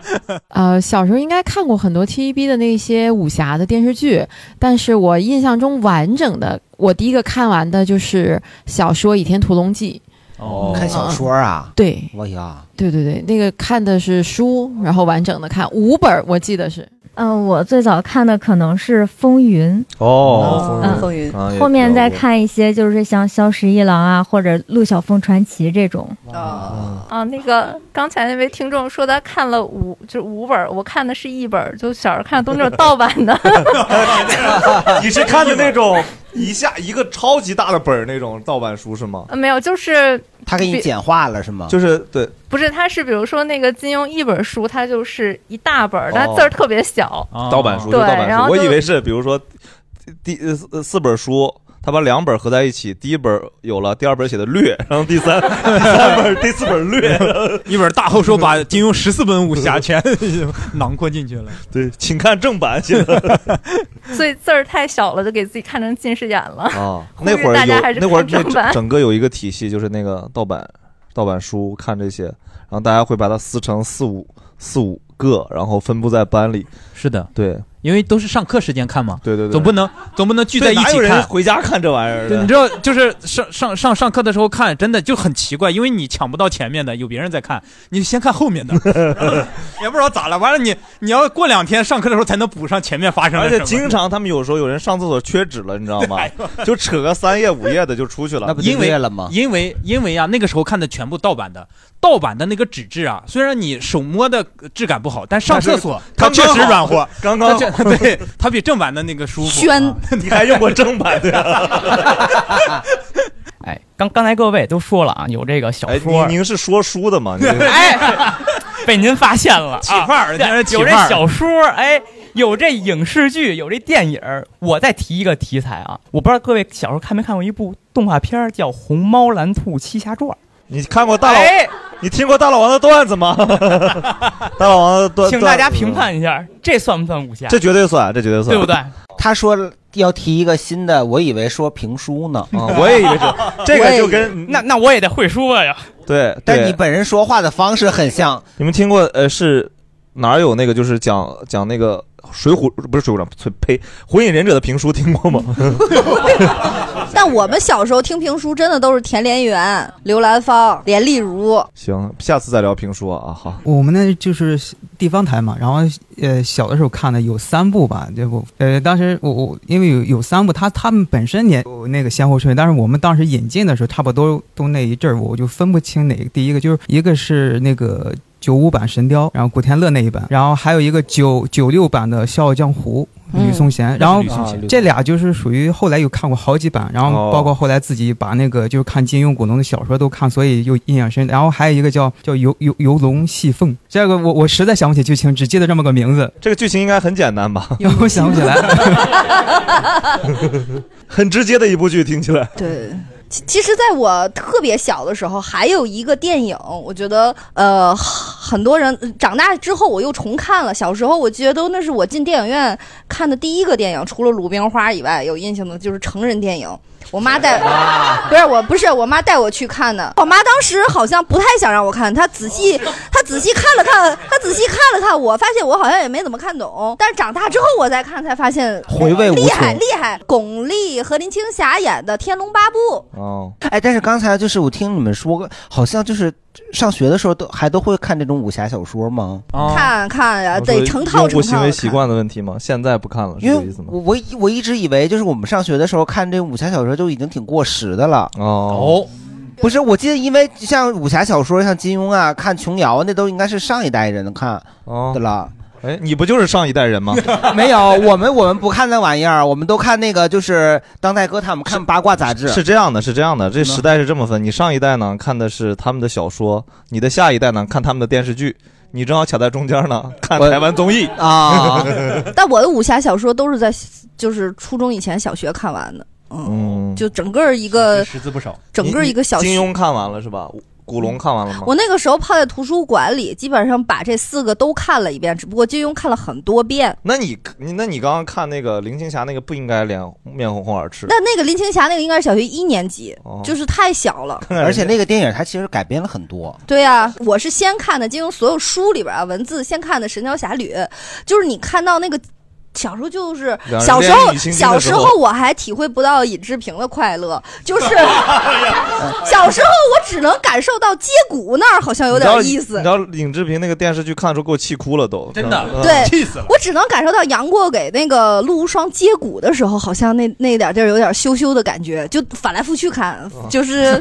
[SPEAKER 19] 呃，小时候应该看过很多 TVB 的那些武侠的电视剧，但是我印象中完整的，我第一个看完的就是小说《倚天屠龙记》。
[SPEAKER 3] 哦看小说啊？
[SPEAKER 19] 对，
[SPEAKER 3] 我呀，
[SPEAKER 19] 对对对，那个看的是书，然后完整的看五本儿，我记得是。
[SPEAKER 18] 嗯、我最早看的可能是《风云》，
[SPEAKER 2] 哦
[SPEAKER 18] 嗯，
[SPEAKER 4] 风云
[SPEAKER 2] 啊也
[SPEAKER 18] 后面再看一些就是像《萧十一郎》啊，或者《陆小凤传奇》这种。
[SPEAKER 4] 哦
[SPEAKER 20] 啊，那个刚才那位听众说他看了五，就是五本儿，我 看的是一本儿，就小时候看的都那种盗版的。
[SPEAKER 2] 你是看的那种一下一个超级大的本儿那种盗版书是吗？
[SPEAKER 20] 呃没有，就是
[SPEAKER 3] 他给你
[SPEAKER 20] 比
[SPEAKER 3] 简化了是吗？
[SPEAKER 2] 就是对，
[SPEAKER 20] 不是，它是比如说那个金庸一本书，它就是一大本儿，它
[SPEAKER 2] 哦
[SPEAKER 20] 字儿特别小。
[SPEAKER 2] 盗版书就
[SPEAKER 20] 对
[SPEAKER 2] 是盗版
[SPEAKER 20] 然后
[SPEAKER 2] 书，我
[SPEAKER 20] 就
[SPEAKER 2] 以为是比如说第第呃四四本书，他把两本合在一起，第一本有了，第二本写的略，然后第三第三本第四本 略，
[SPEAKER 1] 一本大厚说把金庸十四本武侠 全囊括进去了。
[SPEAKER 2] 对，请看正版写的。
[SPEAKER 20] 所以字儿太小了，就给自己看成近视眼了。
[SPEAKER 2] 啊，
[SPEAKER 20] 呼吁
[SPEAKER 2] 那会儿
[SPEAKER 20] 大家还
[SPEAKER 2] 有
[SPEAKER 20] 是
[SPEAKER 2] 那会儿
[SPEAKER 20] 看
[SPEAKER 2] 那
[SPEAKER 20] 正版
[SPEAKER 2] 整整个有一个体系，就是那个盗版盗版书看这些，然后大家会把它撕成四五四五个，然后分布在班里。
[SPEAKER 1] 是的，
[SPEAKER 2] 对，
[SPEAKER 1] 因为都是上课时间看嘛，
[SPEAKER 2] 对对对，
[SPEAKER 1] 总不能总不能聚在一
[SPEAKER 2] 对哪
[SPEAKER 1] 起
[SPEAKER 2] 有人
[SPEAKER 1] 看。
[SPEAKER 2] 回家看这玩意儿的
[SPEAKER 1] 对，你知道，就是上上上上课的时候看，真的就很奇怪，因为你抢不到前面的，有别人在看，你先看后 面的，然后也不知道咋了。完了你，你要过两天上课的时候才能补上前面发生的
[SPEAKER 2] 而
[SPEAKER 1] 什么。
[SPEAKER 2] 且经常他们有时候有人上厕所缺纸了，你知道吗？就扯个三页五页的就出去了，
[SPEAKER 1] 因为因为因为啊，那个时候看的全部盗版的，盗版的那个纸质啊，虽然你手摸的呃质感不好，但上
[SPEAKER 2] 但是
[SPEAKER 1] 厕所它
[SPEAKER 2] 刚
[SPEAKER 1] 确
[SPEAKER 2] 刚
[SPEAKER 1] 实
[SPEAKER 2] 好
[SPEAKER 1] 软和，
[SPEAKER 2] 刚刚
[SPEAKER 1] 它确
[SPEAKER 2] 好
[SPEAKER 1] 对它比正版的那个舒服。
[SPEAKER 4] 宣，
[SPEAKER 2] 你还用过正版的呀？
[SPEAKER 21] 哎，刚刚才各位都说了啊，有这个小说，
[SPEAKER 2] 哎您您是说书 的吗？您
[SPEAKER 21] 哎，被您发现了，
[SPEAKER 2] 起范儿
[SPEAKER 21] 啊
[SPEAKER 2] 竟然
[SPEAKER 21] 对
[SPEAKER 2] 起
[SPEAKER 21] 有这
[SPEAKER 2] 范儿
[SPEAKER 21] 小说，哎，有这影视剧，有这电影儿。我再提一个题材啊，我不知道各位小时候看没看过一部动画片儿叫《红猫蓝兔七侠传》。
[SPEAKER 2] 你看过大佬
[SPEAKER 21] 哎、
[SPEAKER 2] 你听过大老王的段子吗？ 大老王的段，
[SPEAKER 21] 请大家
[SPEAKER 2] 段子
[SPEAKER 21] 评判一下，这算不算武侠？
[SPEAKER 2] 这绝对算，这绝对算，
[SPEAKER 21] 对不对？
[SPEAKER 3] 他说要提一个新的，我以为说评书呢，哦
[SPEAKER 2] 啊 我也以为是这个就跟
[SPEAKER 21] 那那我也得会说呀。
[SPEAKER 2] 对，
[SPEAKER 3] 但
[SPEAKER 2] 对
[SPEAKER 3] 你本人说话的方式很像，
[SPEAKER 2] 你们听过呃是哪儿有那个就是讲讲那个水浒不是水浒传，呸呸，火影忍者的评书 听过吗？
[SPEAKER 4] 但我们小时候听评书，真的都是田连元、刘兰芳、连丽如。
[SPEAKER 2] 行，下次再聊评书啊，好。
[SPEAKER 22] 我们呢就是地方台嘛，然后呃小的时候看的有三部吧，这部呃当时我我因为有有三部，他他们本身也有那个先后顺序，但是我们当时引进的时候差不多都那一阵儿，我就分不清哪个第一个就是一个是那个。九五版《神雕》，然后古天乐那一版，然后还有一个九九六版的《笑傲江湖》，
[SPEAKER 23] 嗯
[SPEAKER 22] 吕颂贤，
[SPEAKER 23] 那
[SPEAKER 22] 然
[SPEAKER 23] 是
[SPEAKER 22] 后
[SPEAKER 23] 吕颂贤
[SPEAKER 22] 这俩就是属于后来有看过好几版，然后包括后来自己把那个就是看金庸、古龙的小说都看，所以又印象深。然后还有一个叫叫游游游龙戏凤，这个我我实在想不起剧情，只记得这么个名字。
[SPEAKER 2] 这个剧情应该很简单吧？
[SPEAKER 22] 我想不起来。
[SPEAKER 2] 很直接的一部剧，听起来。
[SPEAKER 4] 对，其其实，在我特别小的时候，还有一个电影，我觉得呃，很多人长大之后我又重看了。小时候我觉得那是我进电影院看的第一个电影，除了《鲁冰花》以外，有印象的就是成人电影。我妈带，不是我，不是我妈带我去看的。我妈当时好像不太想让我看，她仔细，她仔细看了看，她仔细看了看我，发现我好像也没怎么看懂。但是长大之后我再看，才发现
[SPEAKER 3] 回味无穷
[SPEAKER 4] 厉害厉害。巩俐和林青霞演的《天龙八部》，
[SPEAKER 2] 哦，
[SPEAKER 3] 哎，但是刚才就是我听你们说过，好像就是上学的时候都还都会看这种武侠小说吗？
[SPEAKER 4] 看看呀，
[SPEAKER 2] 哦我说
[SPEAKER 4] 得啊成套
[SPEAKER 2] 用
[SPEAKER 4] 成
[SPEAKER 2] 户行
[SPEAKER 4] 套
[SPEAKER 2] 为
[SPEAKER 4] 的。
[SPEAKER 2] 习惯的问题吗？现在不看了，是
[SPEAKER 3] 因
[SPEAKER 2] 这
[SPEAKER 3] 为
[SPEAKER 2] 意思吗？
[SPEAKER 3] 我我一我一直以为就是我们上学的时候看这种武侠小说就已经挺过时的了。
[SPEAKER 2] 哦，
[SPEAKER 3] 不是，我记得因为像武侠小说，像金庸啊、看琼瑶啊那都应该是上一代人的看的了。
[SPEAKER 2] 哎，你不就是上一 代人吗？
[SPEAKER 3] 没有，我们我们不看那玩意儿，我们都看那个就是当代歌坛，我们看八卦杂志。
[SPEAKER 2] 是这样的，是这样的，这时代是这么分。你上一代呢看的是他们的小说，你的下一代呢看他们的电视剧，你正好卡在中间 呢，看台湾综艺
[SPEAKER 3] 啊
[SPEAKER 2] 嗯
[SPEAKER 4] 但我的武侠小说都是在就是初中以前、小学看完的，
[SPEAKER 2] 嗯，
[SPEAKER 4] 就整个一个
[SPEAKER 1] 字不少
[SPEAKER 4] 整个一个小
[SPEAKER 2] 金庸看完了是吧？古龙看完了吗？
[SPEAKER 4] 我那个时候泡在图书馆里，基本上把这四个都看了一遍，只不过金庸看了很多遍。
[SPEAKER 2] 那你你那你刚刚看那个林青霞那个不应该脸面红红耳赤，
[SPEAKER 4] 那那个林青霞那个应该是小学一年级，
[SPEAKER 2] 哦
[SPEAKER 4] 就是太小了。
[SPEAKER 3] 而且那个电影它其实改编了很多。
[SPEAKER 4] 对呀、我是先看的金庸所有书里边啊文字，先看的《神雕侠侣》，就是你看到那个。小时候就是
[SPEAKER 3] 两人
[SPEAKER 4] 小时
[SPEAKER 3] 恋
[SPEAKER 4] 候，
[SPEAKER 3] 与星星
[SPEAKER 4] 小
[SPEAKER 3] 的
[SPEAKER 4] 时
[SPEAKER 3] 时
[SPEAKER 4] 候
[SPEAKER 3] 候
[SPEAKER 4] 我还体会不到尹志平的快乐，就是
[SPEAKER 3] 哎
[SPEAKER 4] 小时候我只能感受到接骨那儿好像有
[SPEAKER 2] 你知道
[SPEAKER 4] 点意思
[SPEAKER 3] 嗯
[SPEAKER 2] 你知，道尹志平那个电视剧看的时候给我气哭了都，嗯真的
[SPEAKER 4] 对， 我只能感受到杨过给那个陆无双接骨的时候，好像那那点地儿有点羞羞的感觉，就反来覆去看，
[SPEAKER 3] 嗯
[SPEAKER 4] 就是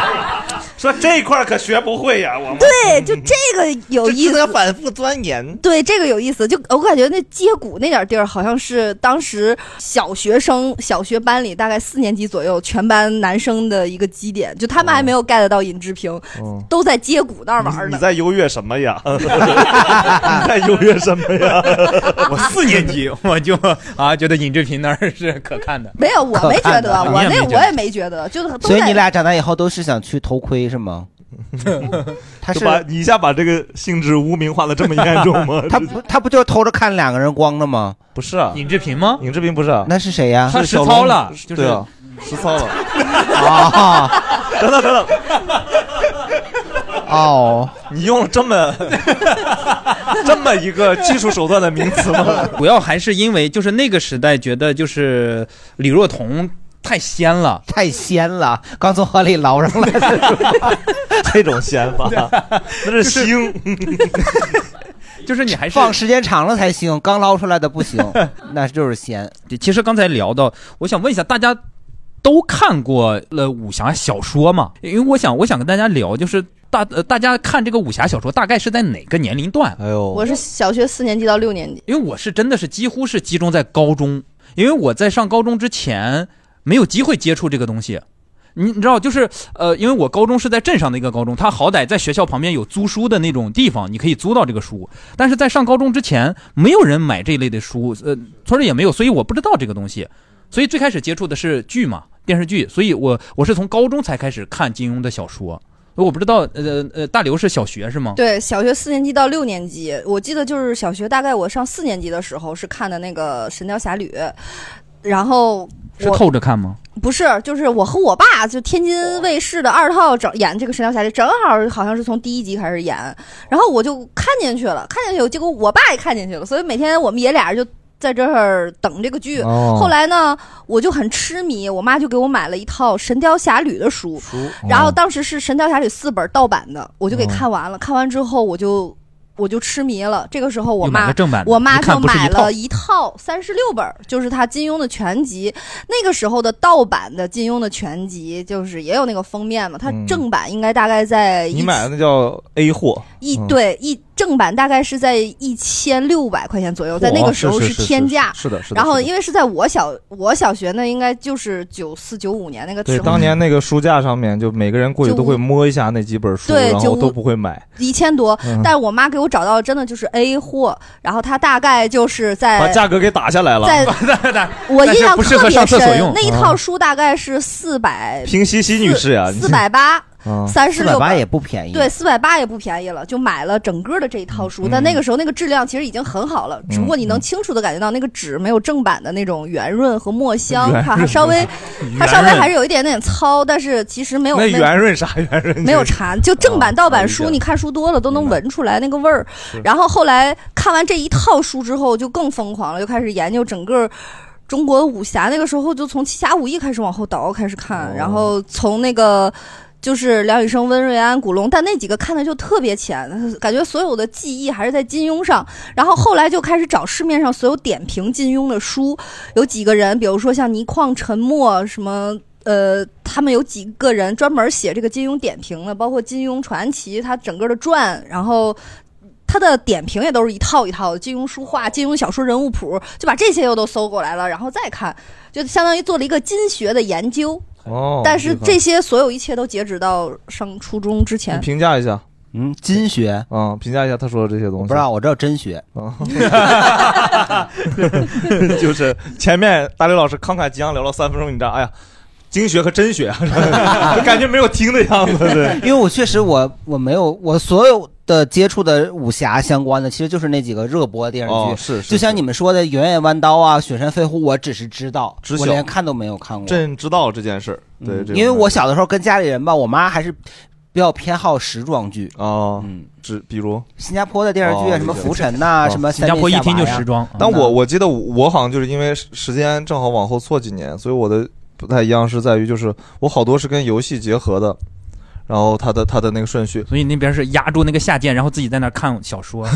[SPEAKER 2] 说这块儿可学不会呀，我
[SPEAKER 4] 对，就这个有意思，
[SPEAKER 2] 反复钻研。
[SPEAKER 4] 对，这个有意思，就我感觉那接骨那那点地儿好像是当时小学生小学班里大概四年级左右全班男生的一个基点，就他们还没有 get 到尹志平，
[SPEAKER 2] 嗯
[SPEAKER 4] 都在街谷那儿玩儿
[SPEAKER 2] 你
[SPEAKER 4] 呢。
[SPEAKER 2] 在优越什么 呀？你在优越什么呀？
[SPEAKER 1] 我四年级我 就 啊觉得尹志平那儿是可看的，
[SPEAKER 4] 没有，我没觉得，我那我也没觉得，就是都
[SPEAKER 3] 所以你
[SPEAKER 4] 在
[SPEAKER 3] 俩长大以后都是想去头盔是吗？他
[SPEAKER 2] 就是把你一下把这个性质污名化的这么严重吗
[SPEAKER 3] ？他不，他不就是偷着看两个人光着吗？
[SPEAKER 2] 不是啊，
[SPEAKER 1] 尹志平吗？
[SPEAKER 2] 尹志平不是啊，
[SPEAKER 3] 那是谁呀？
[SPEAKER 2] 他实操了，就是对啊，实操 了。
[SPEAKER 3] 啊，
[SPEAKER 2] 等等等等，
[SPEAKER 3] 哦，
[SPEAKER 2] 你用了这 么这么一个技术手段的名词 吗？
[SPEAKER 1] 主要还是因为就是那个时代觉得就是李若彤太仙了，
[SPEAKER 3] 太仙了，刚从河里捞上来的，
[SPEAKER 2] 这种仙法，啊那是 星。
[SPEAKER 1] 就是你还是
[SPEAKER 3] 放时间长了才行，刚捞出来的不 行，那就是仙。
[SPEAKER 1] 对，其实刚才聊到，我想问一下大家。都看过了武侠小说嘛？因为我想，我想跟大家聊，就是大、呃、大家看这个武侠小说大概是在哪个年龄段？
[SPEAKER 2] 哎呦
[SPEAKER 4] 我是小学四年级到六年级，
[SPEAKER 1] 因为我是真的是几乎是集中在高中，因为我在上高中之前没有机会接触这个东西。你你知道，就是呃，因为我高中是在镇上的一个高中，它好歹在学校旁边有租书的那种地方，你可以租到这个书。但是在上高中之前，没有人买这一类的书，呃，村里也没有，所以我不知道这个东西。所以最开始接触的是剧嘛，电视剧。所以我我是从高中才开始看金庸的小说。我不知道，呃呃，大刘是小学是吗？
[SPEAKER 4] 对，小学四年级到六年级，我记得就是小学大概我上四年级的时候是看的那个《神雕侠侣》，然后
[SPEAKER 1] 是
[SPEAKER 4] 我
[SPEAKER 1] 透着看吗？
[SPEAKER 4] 不是，就是我和我爸就天津卫视的二套整演这个《神雕侠侣》，正好好像是从第一集开始演，然后我就看进去了，看进去，结果我爸也看进去了，所以每天我们爷俩就。在这儿等这个剧，
[SPEAKER 5] 哦
[SPEAKER 4] 后来呢，我就很痴迷，我妈就给我买了一套《神雕侠侣》的书，
[SPEAKER 13] 嗯
[SPEAKER 2] 哦
[SPEAKER 4] 然后当时是《神雕侠侣》四本盗版的，我就给看完了。看完之后，我就我就痴迷了。这个时候，我
[SPEAKER 5] 又买
[SPEAKER 4] 妈
[SPEAKER 5] 了正版的
[SPEAKER 4] 我妈
[SPEAKER 5] 一看
[SPEAKER 4] 就
[SPEAKER 5] 不是一
[SPEAKER 4] 买
[SPEAKER 5] 套
[SPEAKER 4] 了一套三十六本儿，就是她金庸的全集。那个时候的盗版的金庸的全集，就是也有那个封面嘛。它
[SPEAKER 2] 嗯
[SPEAKER 4] 正版应该大概在一
[SPEAKER 2] 你买的那叫 A 货，
[SPEAKER 4] 一
[SPEAKER 2] 嗯，
[SPEAKER 4] 对一正版大概是在一千六百块钱左右，在那
[SPEAKER 2] 嚯
[SPEAKER 4] 个时候
[SPEAKER 2] 是是是
[SPEAKER 4] 天价。
[SPEAKER 2] 是的是的
[SPEAKER 4] 然
[SPEAKER 2] 是
[SPEAKER 4] 后
[SPEAKER 2] 的
[SPEAKER 4] 因为是在我小我小学那应该就是九四九五年那个
[SPEAKER 2] 对，
[SPEAKER 4] 时候，
[SPEAKER 2] 当年那个书架上面，就每个人过去都会摸一下那几本书，
[SPEAKER 4] 对
[SPEAKER 2] 然
[SPEAKER 4] 就
[SPEAKER 2] 后都不会买，
[SPEAKER 4] 一千多，
[SPEAKER 2] 嗯
[SPEAKER 4] 但是我妈给我找到的真的就是 A 货，然后它大概就是在
[SPEAKER 2] 把价格给打下来了。
[SPEAKER 4] 呃 在我印象
[SPEAKER 2] 但是不适
[SPEAKER 4] 特
[SPEAKER 2] 合
[SPEAKER 4] 别
[SPEAKER 2] 上厕
[SPEAKER 4] 深
[SPEAKER 2] 所用，嗯
[SPEAKER 4] 那一套书大概是四百
[SPEAKER 2] 平西西女士呀，你
[SPEAKER 4] 四百八。
[SPEAKER 3] 嗯
[SPEAKER 4] 三十六
[SPEAKER 3] 480也不便宜
[SPEAKER 4] 对，四百八也不便宜了，就买了整个的这一
[SPEAKER 2] 嗯
[SPEAKER 4] 套书。但那个时候那个质量其实已经很好了，只不过你能清楚的感觉到那个纸没有正版的那种圆润和墨香，
[SPEAKER 2] 圆
[SPEAKER 4] 它还
[SPEAKER 2] 润
[SPEAKER 4] 稍微它
[SPEAKER 2] 圆
[SPEAKER 4] 稍微
[SPEAKER 2] 润
[SPEAKER 4] 还是有一点点糙，但是其实没有
[SPEAKER 2] 那
[SPEAKER 4] 那
[SPEAKER 2] 圆润啥 圆润？
[SPEAKER 4] 没有馋，就正版盗版
[SPEAKER 2] 理
[SPEAKER 4] 书，
[SPEAKER 2] 解
[SPEAKER 4] 你看书多了都能闻出来那个味儿
[SPEAKER 2] 是。
[SPEAKER 4] 然后后来看完这一套书之后，就更疯狂了，就开始研究整个。中国武侠那个时候就从《七侠五义》开始往后倒开始看，然后从那个就是梁羽生、温瑞安、古龙，但那几个看的就特别浅，感觉所有的记忆还是在金庸上。然后后来就开始找市面上所有点评金庸的书，有几个人，比如说像倪匡、陈默什么。呃，他们有几个人专门写这个金庸点评的，包括《金庸传奇》他整个的传，然后他的点评也都是一套一套的，金庸书画、金庸小说人物谱，就把这些又都搜过来了，然后再看，就相当于做了一个金学的研究。
[SPEAKER 2] 哦
[SPEAKER 4] 但是这些所有一切都截止到上初中之前
[SPEAKER 2] 你。评价一下，
[SPEAKER 3] 嗯，金学，
[SPEAKER 2] 嗯，评价一下他说的这些东西。不知哦
[SPEAKER 3] 道，我知道真学，
[SPEAKER 2] 就是前面大刘老师慷慨激昂聊了三分钟，你知道，哎呀，经学和真学，就 感觉没有听的样 子，对。
[SPEAKER 3] 因为我确实我我没有我所有的接触的武侠相关的，其实就是那几个热播的电视剧，
[SPEAKER 2] 哦是是
[SPEAKER 3] 就像你们说的《圆月弯刀》啊，《雪山飞狐》，我只是知道
[SPEAKER 2] 知，晓
[SPEAKER 3] 我连看都没有看过。嗯
[SPEAKER 2] 朕知道这件事儿，对，这种
[SPEAKER 3] 因为我小的时候跟家里人吧，我妈还是比较偏好时装剧，
[SPEAKER 2] 哦，只比如
[SPEAKER 3] 新加坡的电视剧啊
[SPEAKER 2] 哦
[SPEAKER 3] 什么
[SPEAKER 2] 理解
[SPEAKER 3] 浮尘呐、
[SPEAKER 2] 哦
[SPEAKER 3] 什么三面下马啊呀嗯
[SPEAKER 2] 但我我记得我我好像就是因为时时间正好往后错几年，所以我的不太一样是在于就是我好多是跟游戏结合的，然后它的它的那个顺 序。
[SPEAKER 1] 所以那边是压住那个下贱，然后自己在那儿看小说，然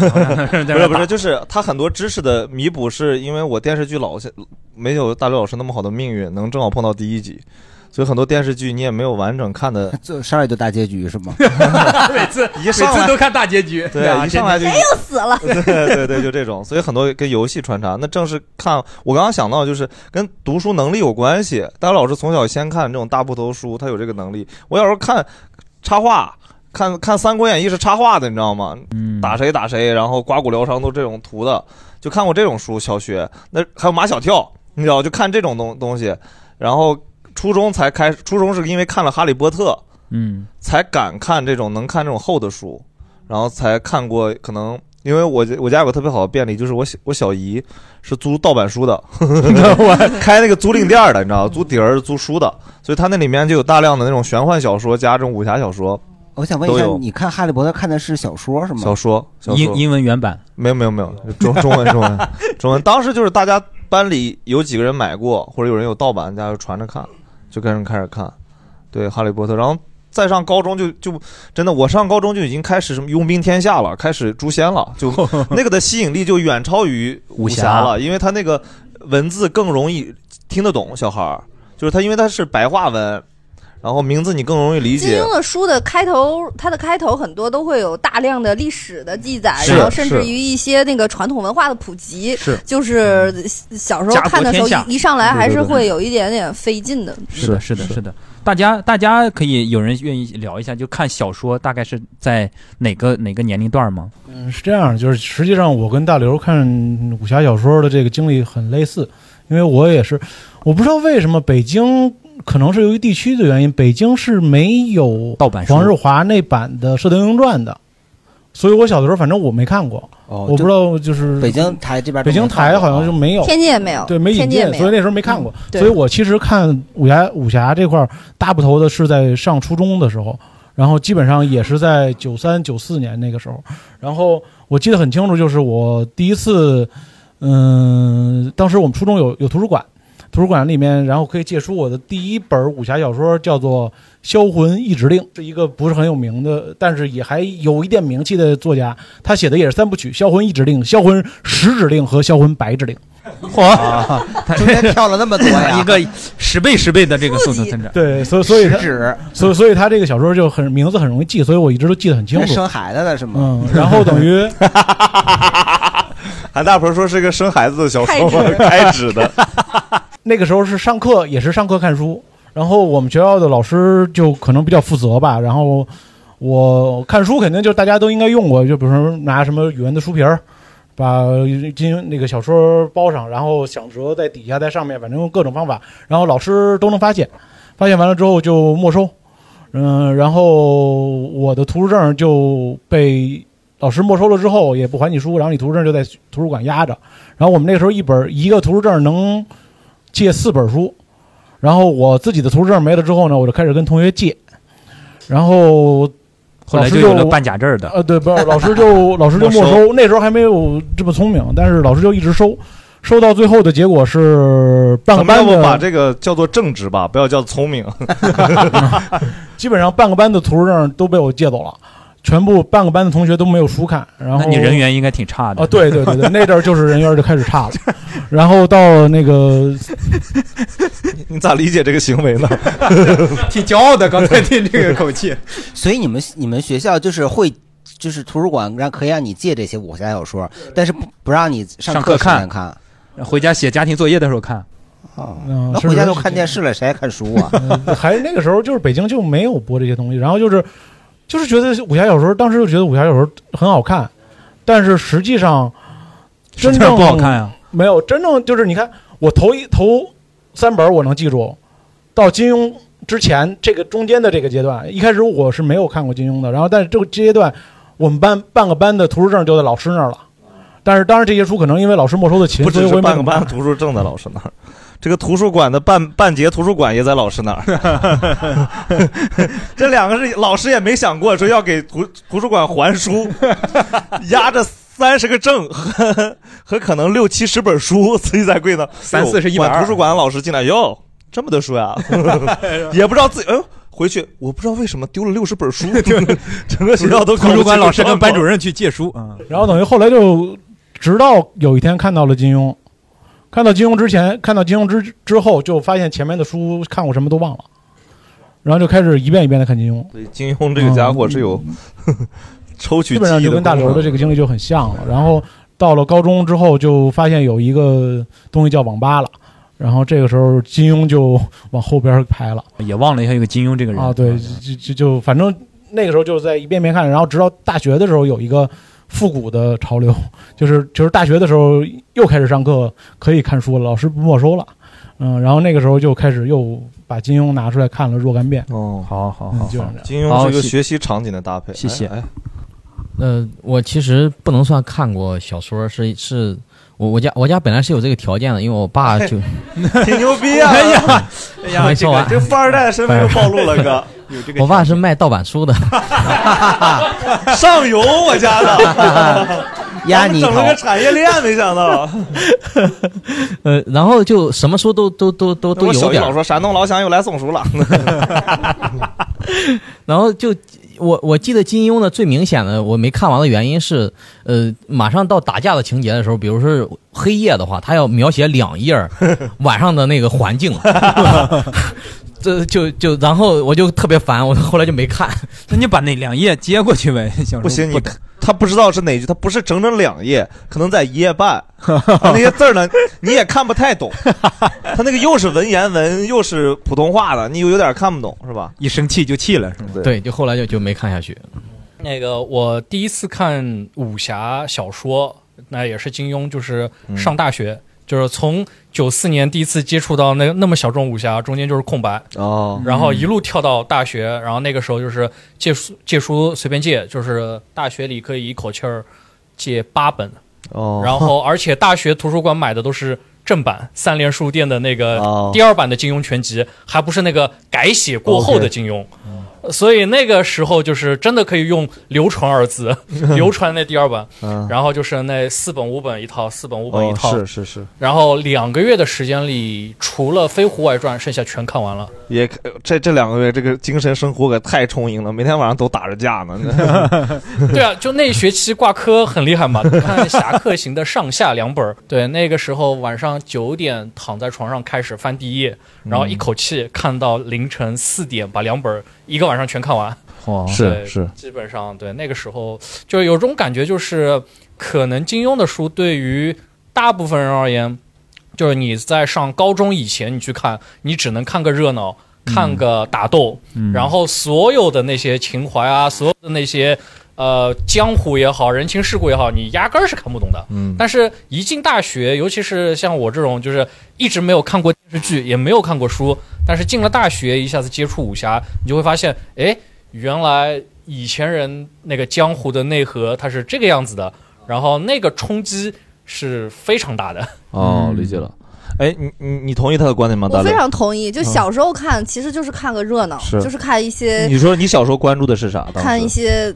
[SPEAKER 2] 不是
[SPEAKER 1] 后在那儿打
[SPEAKER 2] 不是，就是它很多知识的弥补，是因为我电视剧老没有大刘老师那么好的命运，能正好碰到第一集，所以很多电视剧你也没有完 整看的，
[SPEAKER 3] 就上来就大结局是吗？
[SPEAKER 1] 每次
[SPEAKER 2] 一上来
[SPEAKER 1] 每次都看大结局，啊
[SPEAKER 2] 对，一上来就
[SPEAKER 4] 谁又死 了？
[SPEAKER 2] 对对对，就这种，所以很多跟游戏穿插。那正是看我刚刚想到，就是跟读书能力有关系。大家老师从小先看这种大部头书，他有这个能力。我有时候看插画，看 看《三国演义》是插画的，你知道吗？
[SPEAKER 1] 嗯
[SPEAKER 2] 打谁打谁，然后刮骨疗伤都这种图的，就看过这种书。小学那还有马小跳，你知道，就看这种东东西。然后初中才开始，初中是因为看了《哈利波特》。
[SPEAKER 1] 嗯，
[SPEAKER 2] 才敢看这种能看这种厚的书，然后才看过可能。因为我我家有个特别好的便利，就是我小我小姨是租盗版书的， 我开那个租赁店儿的，你知道，租底儿租书的，所以它那里面就有大量的那种玄幻小说加这种武侠小说。
[SPEAKER 3] 我想问一
[SPEAKER 2] 都
[SPEAKER 3] 下
[SPEAKER 2] 有，
[SPEAKER 3] 你看《哈利波特》看的是小说是吗？
[SPEAKER 2] 小说，小说
[SPEAKER 1] 英英文原版
[SPEAKER 2] 没有没有没有中中文中文 中文，当时就是大家班里有几个人买过，或者有人有盗版，大家就传着看，就跟人开始看，对《哈利波特》，然后再上高中就就真的，我上高中就已经开始什么佣兵天下了，开始诛仙了， 就那个的吸引力就远超于武侠
[SPEAKER 1] 武侠
[SPEAKER 2] 了，因为它那个文字更容易听得懂小孩儿，就是它因为它是白话文，然后名字你更容易理
[SPEAKER 4] 金
[SPEAKER 2] 解。
[SPEAKER 4] 庸的书的开头，它的开头很多都会有大量的历史的记载，
[SPEAKER 2] 是
[SPEAKER 4] 然后甚至
[SPEAKER 2] 是
[SPEAKER 4] 于一些那个传统文化的普及。
[SPEAKER 2] 是
[SPEAKER 4] 就是小时候
[SPEAKER 1] 家国
[SPEAKER 4] 看的时候，
[SPEAKER 1] 天下
[SPEAKER 4] 一一上来还
[SPEAKER 1] 对
[SPEAKER 4] 是
[SPEAKER 1] 对对
[SPEAKER 4] 会有一点点费劲的。
[SPEAKER 1] 是的，是的，是的。大家，大家可以有人愿意聊一下，就看小说大概是在哪个哪个年龄段吗？
[SPEAKER 5] 嗯，是这样，就是实际上我跟大刘看武侠小说的这个经历很类似，因为我也是，我不知道为什么北京可能是由于地区的原因，北京是没有
[SPEAKER 1] 盗版
[SPEAKER 5] 黄日华那版的《射雕英雄传》的，所以我小的时候反正我没看过，
[SPEAKER 3] 哦
[SPEAKER 5] 我不知道就是
[SPEAKER 3] 北京台这边
[SPEAKER 5] 北京台好
[SPEAKER 3] 哦
[SPEAKER 5] 像就没有，
[SPEAKER 4] 天津也没有，
[SPEAKER 5] 对，没
[SPEAKER 4] 天
[SPEAKER 5] 引
[SPEAKER 4] 津也
[SPEAKER 5] 进，
[SPEAKER 4] 没有，
[SPEAKER 5] 所以那时候没看过。
[SPEAKER 4] 嗯对
[SPEAKER 5] 所以我其实看武侠武侠这块儿大部头的是在上初中的时候，然后基本上也是在九三九四年那个时候。然后我记得很清楚，就是我第一次，嗯、当时我们初中有有图书馆，图书馆里面，然后可以借出我的第一本武侠小说，叫做《销魂一指令》，是一个不是很有名的，但是也还有一点名气的作家，他写的也是三部曲，《销魂一指令》、《销魂十指令》和《销魂百指令》。
[SPEAKER 1] 哇，
[SPEAKER 3] 中间跳了那么多呀
[SPEAKER 1] 啊 一个十倍十倍的这个速度 增长。
[SPEAKER 5] 对，所以所以他
[SPEAKER 3] 食指，
[SPEAKER 5] 所以所以他这个小说就很名字很容易记，所以我一直都记得很清
[SPEAKER 3] 还
[SPEAKER 5] 楚。
[SPEAKER 3] 生孩子了是吗？
[SPEAKER 5] 嗯， 然后等于
[SPEAKER 2] 韩大鹏说是一个生孩子的小说吗？
[SPEAKER 5] 开
[SPEAKER 2] 开指的，
[SPEAKER 5] 那个时候是上课，也是上课看书。然后我们学校的老师就可能比较负责吧。然后我看书肯定就大家都应该用过，就比如说拿什么语文的书皮儿，把金那个小说包上，然后想折在底下，在上面，反正用各种方法，然后老师都能发现。发现完了之后就没收，嗯，然后我的图书证就被老师没收了之后也不还你书，然后你图书证就在图书馆压着。然后我们那时候一本一个图书证能借四本书，然后我自己的图书证没了之后呢，我就开始跟同学借，然后
[SPEAKER 1] 后来
[SPEAKER 5] 老师
[SPEAKER 1] 有了办假证的，
[SPEAKER 5] 呃，对，不是老师就老师就没
[SPEAKER 1] 没
[SPEAKER 5] 收，那时候还没有这么聪明，但是老师就一直收，收到最后的结果是半个
[SPEAKER 2] 咱们要
[SPEAKER 5] 班
[SPEAKER 2] 不
[SPEAKER 5] 的
[SPEAKER 2] 把这个叫做正直吧，不要叫聪明。
[SPEAKER 5] 基本上半个班的图书证都被我借走了，全部半个班的同学都没有书看。 然后
[SPEAKER 1] 那你人缘应该挺差的
[SPEAKER 5] 啊，对对对 对，那阵儿就是人缘就开始差了。然后到那个，
[SPEAKER 2] 你咋理解这个行 为呢？
[SPEAKER 1] 挺骄傲的，刚才听这个口气。
[SPEAKER 3] 所以你们你们学校就是会。就是图书馆让可以让你借这些武侠小说，但是不不让你上
[SPEAKER 1] 上课
[SPEAKER 3] 时间
[SPEAKER 1] 看
[SPEAKER 3] 看。
[SPEAKER 5] 呃
[SPEAKER 1] 回家写家庭作业的时候看。
[SPEAKER 5] 嗯
[SPEAKER 3] 那
[SPEAKER 5] 是
[SPEAKER 3] 回家
[SPEAKER 5] 是
[SPEAKER 3] 都
[SPEAKER 5] 是
[SPEAKER 3] 看电视了，谁还看书啊？
[SPEAKER 5] 还是那个时候，就是北京就没有播这些东西，然后就是就是觉得武侠小说，当时就觉得武侠小说很好看，但是实际上真
[SPEAKER 1] 实际
[SPEAKER 5] 正
[SPEAKER 1] 上不好看呀
[SPEAKER 5] 没有真正就是你看我头一头三本我能记住，到金庸之前这个中间的这个阶段，一开始我是没有看过金庸的，然后但是这个阶段我们班半个班的图书证就在老师那儿了。但是当然，这些书可能因为老师没收的勤，
[SPEAKER 2] 不
[SPEAKER 5] 所以
[SPEAKER 2] 只是
[SPEAKER 5] 我也没
[SPEAKER 2] 半
[SPEAKER 5] 怎
[SPEAKER 2] 个
[SPEAKER 5] 么
[SPEAKER 2] 班
[SPEAKER 5] 看
[SPEAKER 2] 图书证在老师那儿，这个图书馆的半半截图书馆也在老师那 儿。 这两个是老师也没想过说要给图图书馆还书， 压着三十个证和和可能六七十本书堆在柜子，
[SPEAKER 1] 三四是
[SPEAKER 2] 哎呦管
[SPEAKER 1] 120
[SPEAKER 2] 图书馆老师进来哟，这么多书 呀，也不知道自己哎呦。回去我不知道为什么丢了六十本 书，整个学校都搞不
[SPEAKER 1] 图书
[SPEAKER 2] 清
[SPEAKER 1] 馆
[SPEAKER 2] 楚
[SPEAKER 1] 老师跟
[SPEAKER 2] 状
[SPEAKER 1] 班
[SPEAKER 2] 况
[SPEAKER 1] 主任去借书啊。
[SPEAKER 5] 然后等于后来就，直到有一天看到了金庸，看到金庸之前，看到金庸之之后，就发现前面的书看过什么都忘了，然后就开始一遍一遍的看金庸，
[SPEAKER 2] 对金庸这个家伙是有、
[SPEAKER 7] 嗯
[SPEAKER 2] 抽取
[SPEAKER 5] 基本上
[SPEAKER 2] 记忆
[SPEAKER 5] 就
[SPEAKER 2] 的
[SPEAKER 5] 跟大
[SPEAKER 2] 功
[SPEAKER 5] 刘的
[SPEAKER 2] 能
[SPEAKER 5] 这个经历就很像了。然后到了高中之后，就发现有一个东西叫网吧了，然后这个时候金庸就往后边排了。
[SPEAKER 1] 也忘了一下有个金庸这个人
[SPEAKER 5] 啊，对，就就就反正那个时候就是在一遍遍看，然后直到大学的时候有一个复古的潮流，就是就是大学的时候又开始上课可以看书了，老师不没收了，嗯，然后那个时候就开始又把金庸拿出来看了若干遍。
[SPEAKER 2] 哦，
[SPEAKER 1] 好好
[SPEAKER 5] 嗯
[SPEAKER 1] 好
[SPEAKER 5] 就是
[SPEAKER 1] 好
[SPEAKER 5] 这样
[SPEAKER 2] 金庸
[SPEAKER 7] 好
[SPEAKER 2] 是一个
[SPEAKER 7] 谢
[SPEAKER 2] 学习场景的搭配。
[SPEAKER 7] 谢谢
[SPEAKER 2] 哎哎
[SPEAKER 7] 呃，我其实不能算看过小说，是是我我家我家本来是有这个条件的，因为我爸啊 就
[SPEAKER 2] 挺牛逼啊！ 哎呀，哎呀，
[SPEAKER 7] 没
[SPEAKER 2] 这
[SPEAKER 7] 说
[SPEAKER 2] 个
[SPEAKER 7] 完哎
[SPEAKER 2] 这富二代的身份又暴露了，哥， 有这个
[SPEAKER 7] 我爸是卖盗版书的，
[SPEAKER 2] 上游我家的，
[SPEAKER 7] 压
[SPEAKER 2] 我们
[SPEAKER 7] 你一
[SPEAKER 2] 整了个
[SPEAKER 7] 头
[SPEAKER 2] 产业链，没想到。
[SPEAKER 7] 呃，然后就什么书都都都都都
[SPEAKER 2] 我
[SPEAKER 7] 有
[SPEAKER 2] 手一
[SPEAKER 7] 点
[SPEAKER 2] 老
[SPEAKER 7] 儿，
[SPEAKER 2] 说山东老乡又来送书了，
[SPEAKER 7] 然后就我我记得金庸的最明显的我没看完的原因是，呃，马上到打架的情节的时候，比如说黑夜的话，他要描写两页儿晚上的那个环境， 这就就然后我就特别烦，我后来就没看。
[SPEAKER 1] 那你把那两页接 过去呗，
[SPEAKER 2] 不行，你他不知道是哪句，他不是整整两页，可能在一页 半，他那些字儿呢你也看不太懂，他那个又是文言文又是普通话的，你又有点看不懂是吧？
[SPEAKER 1] 一生气就气了，是吗？
[SPEAKER 7] 对，就后来就就没看下去。
[SPEAKER 13] 那个我第一次看武侠小说，那也是金庸，就是上大学，
[SPEAKER 2] 嗯
[SPEAKER 13] 就是从九四年第一次接触到那那么小众武侠，中间就是空白
[SPEAKER 2] 哦
[SPEAKER 13] 然后一路跳到大学，然后那个时候就是借书借书随便借，就是大学里可以一口气儿借八本，
[SPEAKER 2] 哦
[SPEAKER 13] 然后而且大学图书馆买的都是。正版三联书店的那
[SPEAKER 2] 哦，
[SPEAKER 13] 个第二版的金庸全集，还不是那个改写过后的金庸，所以那个时候就是真的可以用“流传”二字 流传那第二版
[SPEAKER 2] 嗯，
[SPEAKER 13] 然后就是那四本五本一套，四本五本一
[SPEAKER 2] 哦，
[SPEAKER 13] 套，
[SPEAKER 2] 是是是，
[SPEAKER 13] 然后两个月的时间里，除了《飞狐外传》，剩下全看完了。
[SPEAKER 2] 也这这两个月这个精神生活可太充盈了，每天晚上都打着架呢。
[SPEAKER 13] 对啊，就那一学期挂科很厉害嘛， 你看《侠客行》的上下两本儿，对，那个时候晚上九点躺在床上开始翻第一页，然后一口气看到凌晨四点，把两本儿一个晚上全看完。
[SPEAKER 7] 哦
[SPEAKER 2] 是
[SPEAKER 13] 对
[SPEAKER 2] 是
[SPEAKER 13] 基本上对那个时候就有种感觉，就是可能金庸的书对于大部分人而言，就是你在上高中以前你去看，你只能看个热闹。看个打斗，
[SPEAKER 7] 嗯
[SPEAKER 13] 然后所有的那些情怀啊，所有的那些呃江湖也好，人情世故也好，你压根儿是看不懂的。
[SPEAKER 7] 嗯
[SPEAKER 21] 哎
[SPEAKER 13] 但是，一进大学，尤其是像我这种，就是一直没有看过电视剧，也没有看过书，但是进了大学，一下子接触武侠，你就会发现，哎，原来以前人那个江湖的内核它是这个样子的，然后那个冲击是非常大的。嗯
[SPEAKER 2] 哦，理解了。哎，你你你同意他的观点吗？
[SPEAKER 4] 我
[SPEAKER 2] 大嗯
[SPEAKER 4] 非
[SPEAKER 2] 刘
[SPEAKER 4] 常同意，就小时候看，其实就是看个热闹，
[SPEAKER 2] 是
[SPEAKER 4] 就是看一些
[SPEAKER 2] 你说你小时候关注的是啥？当时
[SPEAKER 4] 看一些。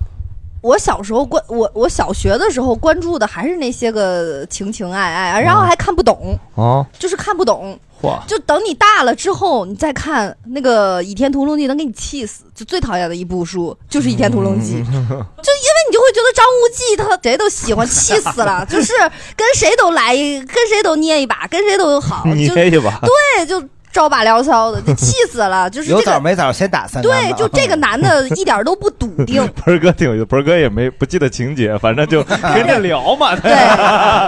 [SPEAKER 4] 我小时候关我我小学的时候关注的还是那些个情情爱爱，然后还看不懂，
[SPEAKER 2] 啊，
[SPEAKER 4] 就是看不懂。
[SPEAKER 2] 嚯，
[SPEAKER 4] 就等你大了之后，你再看那个《倚天屠龙记》，能给你气死。就最讨厌的一部书就是《倚天屠龙记》，就因为你就会觉得张无忌他谁都喜欢，气 死了。就是跟谁都来一，跟谁都捏一把，跟谁 都好，
[SPEAKER 2] 嗯
[SPEAKER 4] 啊就
[SPEAKER 3] 捏一把
[SPEAKER 4] 对，就招把撩骚的，就气死了。就是
[SPEAKER 3] 有
[SPEAKER 4] 这
[SPEAKER 3] 枣
[SPEAKER 4] 个，
[SPEAKER 3] 没枣先打三竿
[SPEAKER 4] 对，
[SPEAKER 3] 子
[SPEAKER 4] 就这个男的一点都不笃定，
[SPEAKER 2] 盆儿哥挺有意思，盆儿哥也没不记得情节，反正就跟着聊嘛。 对，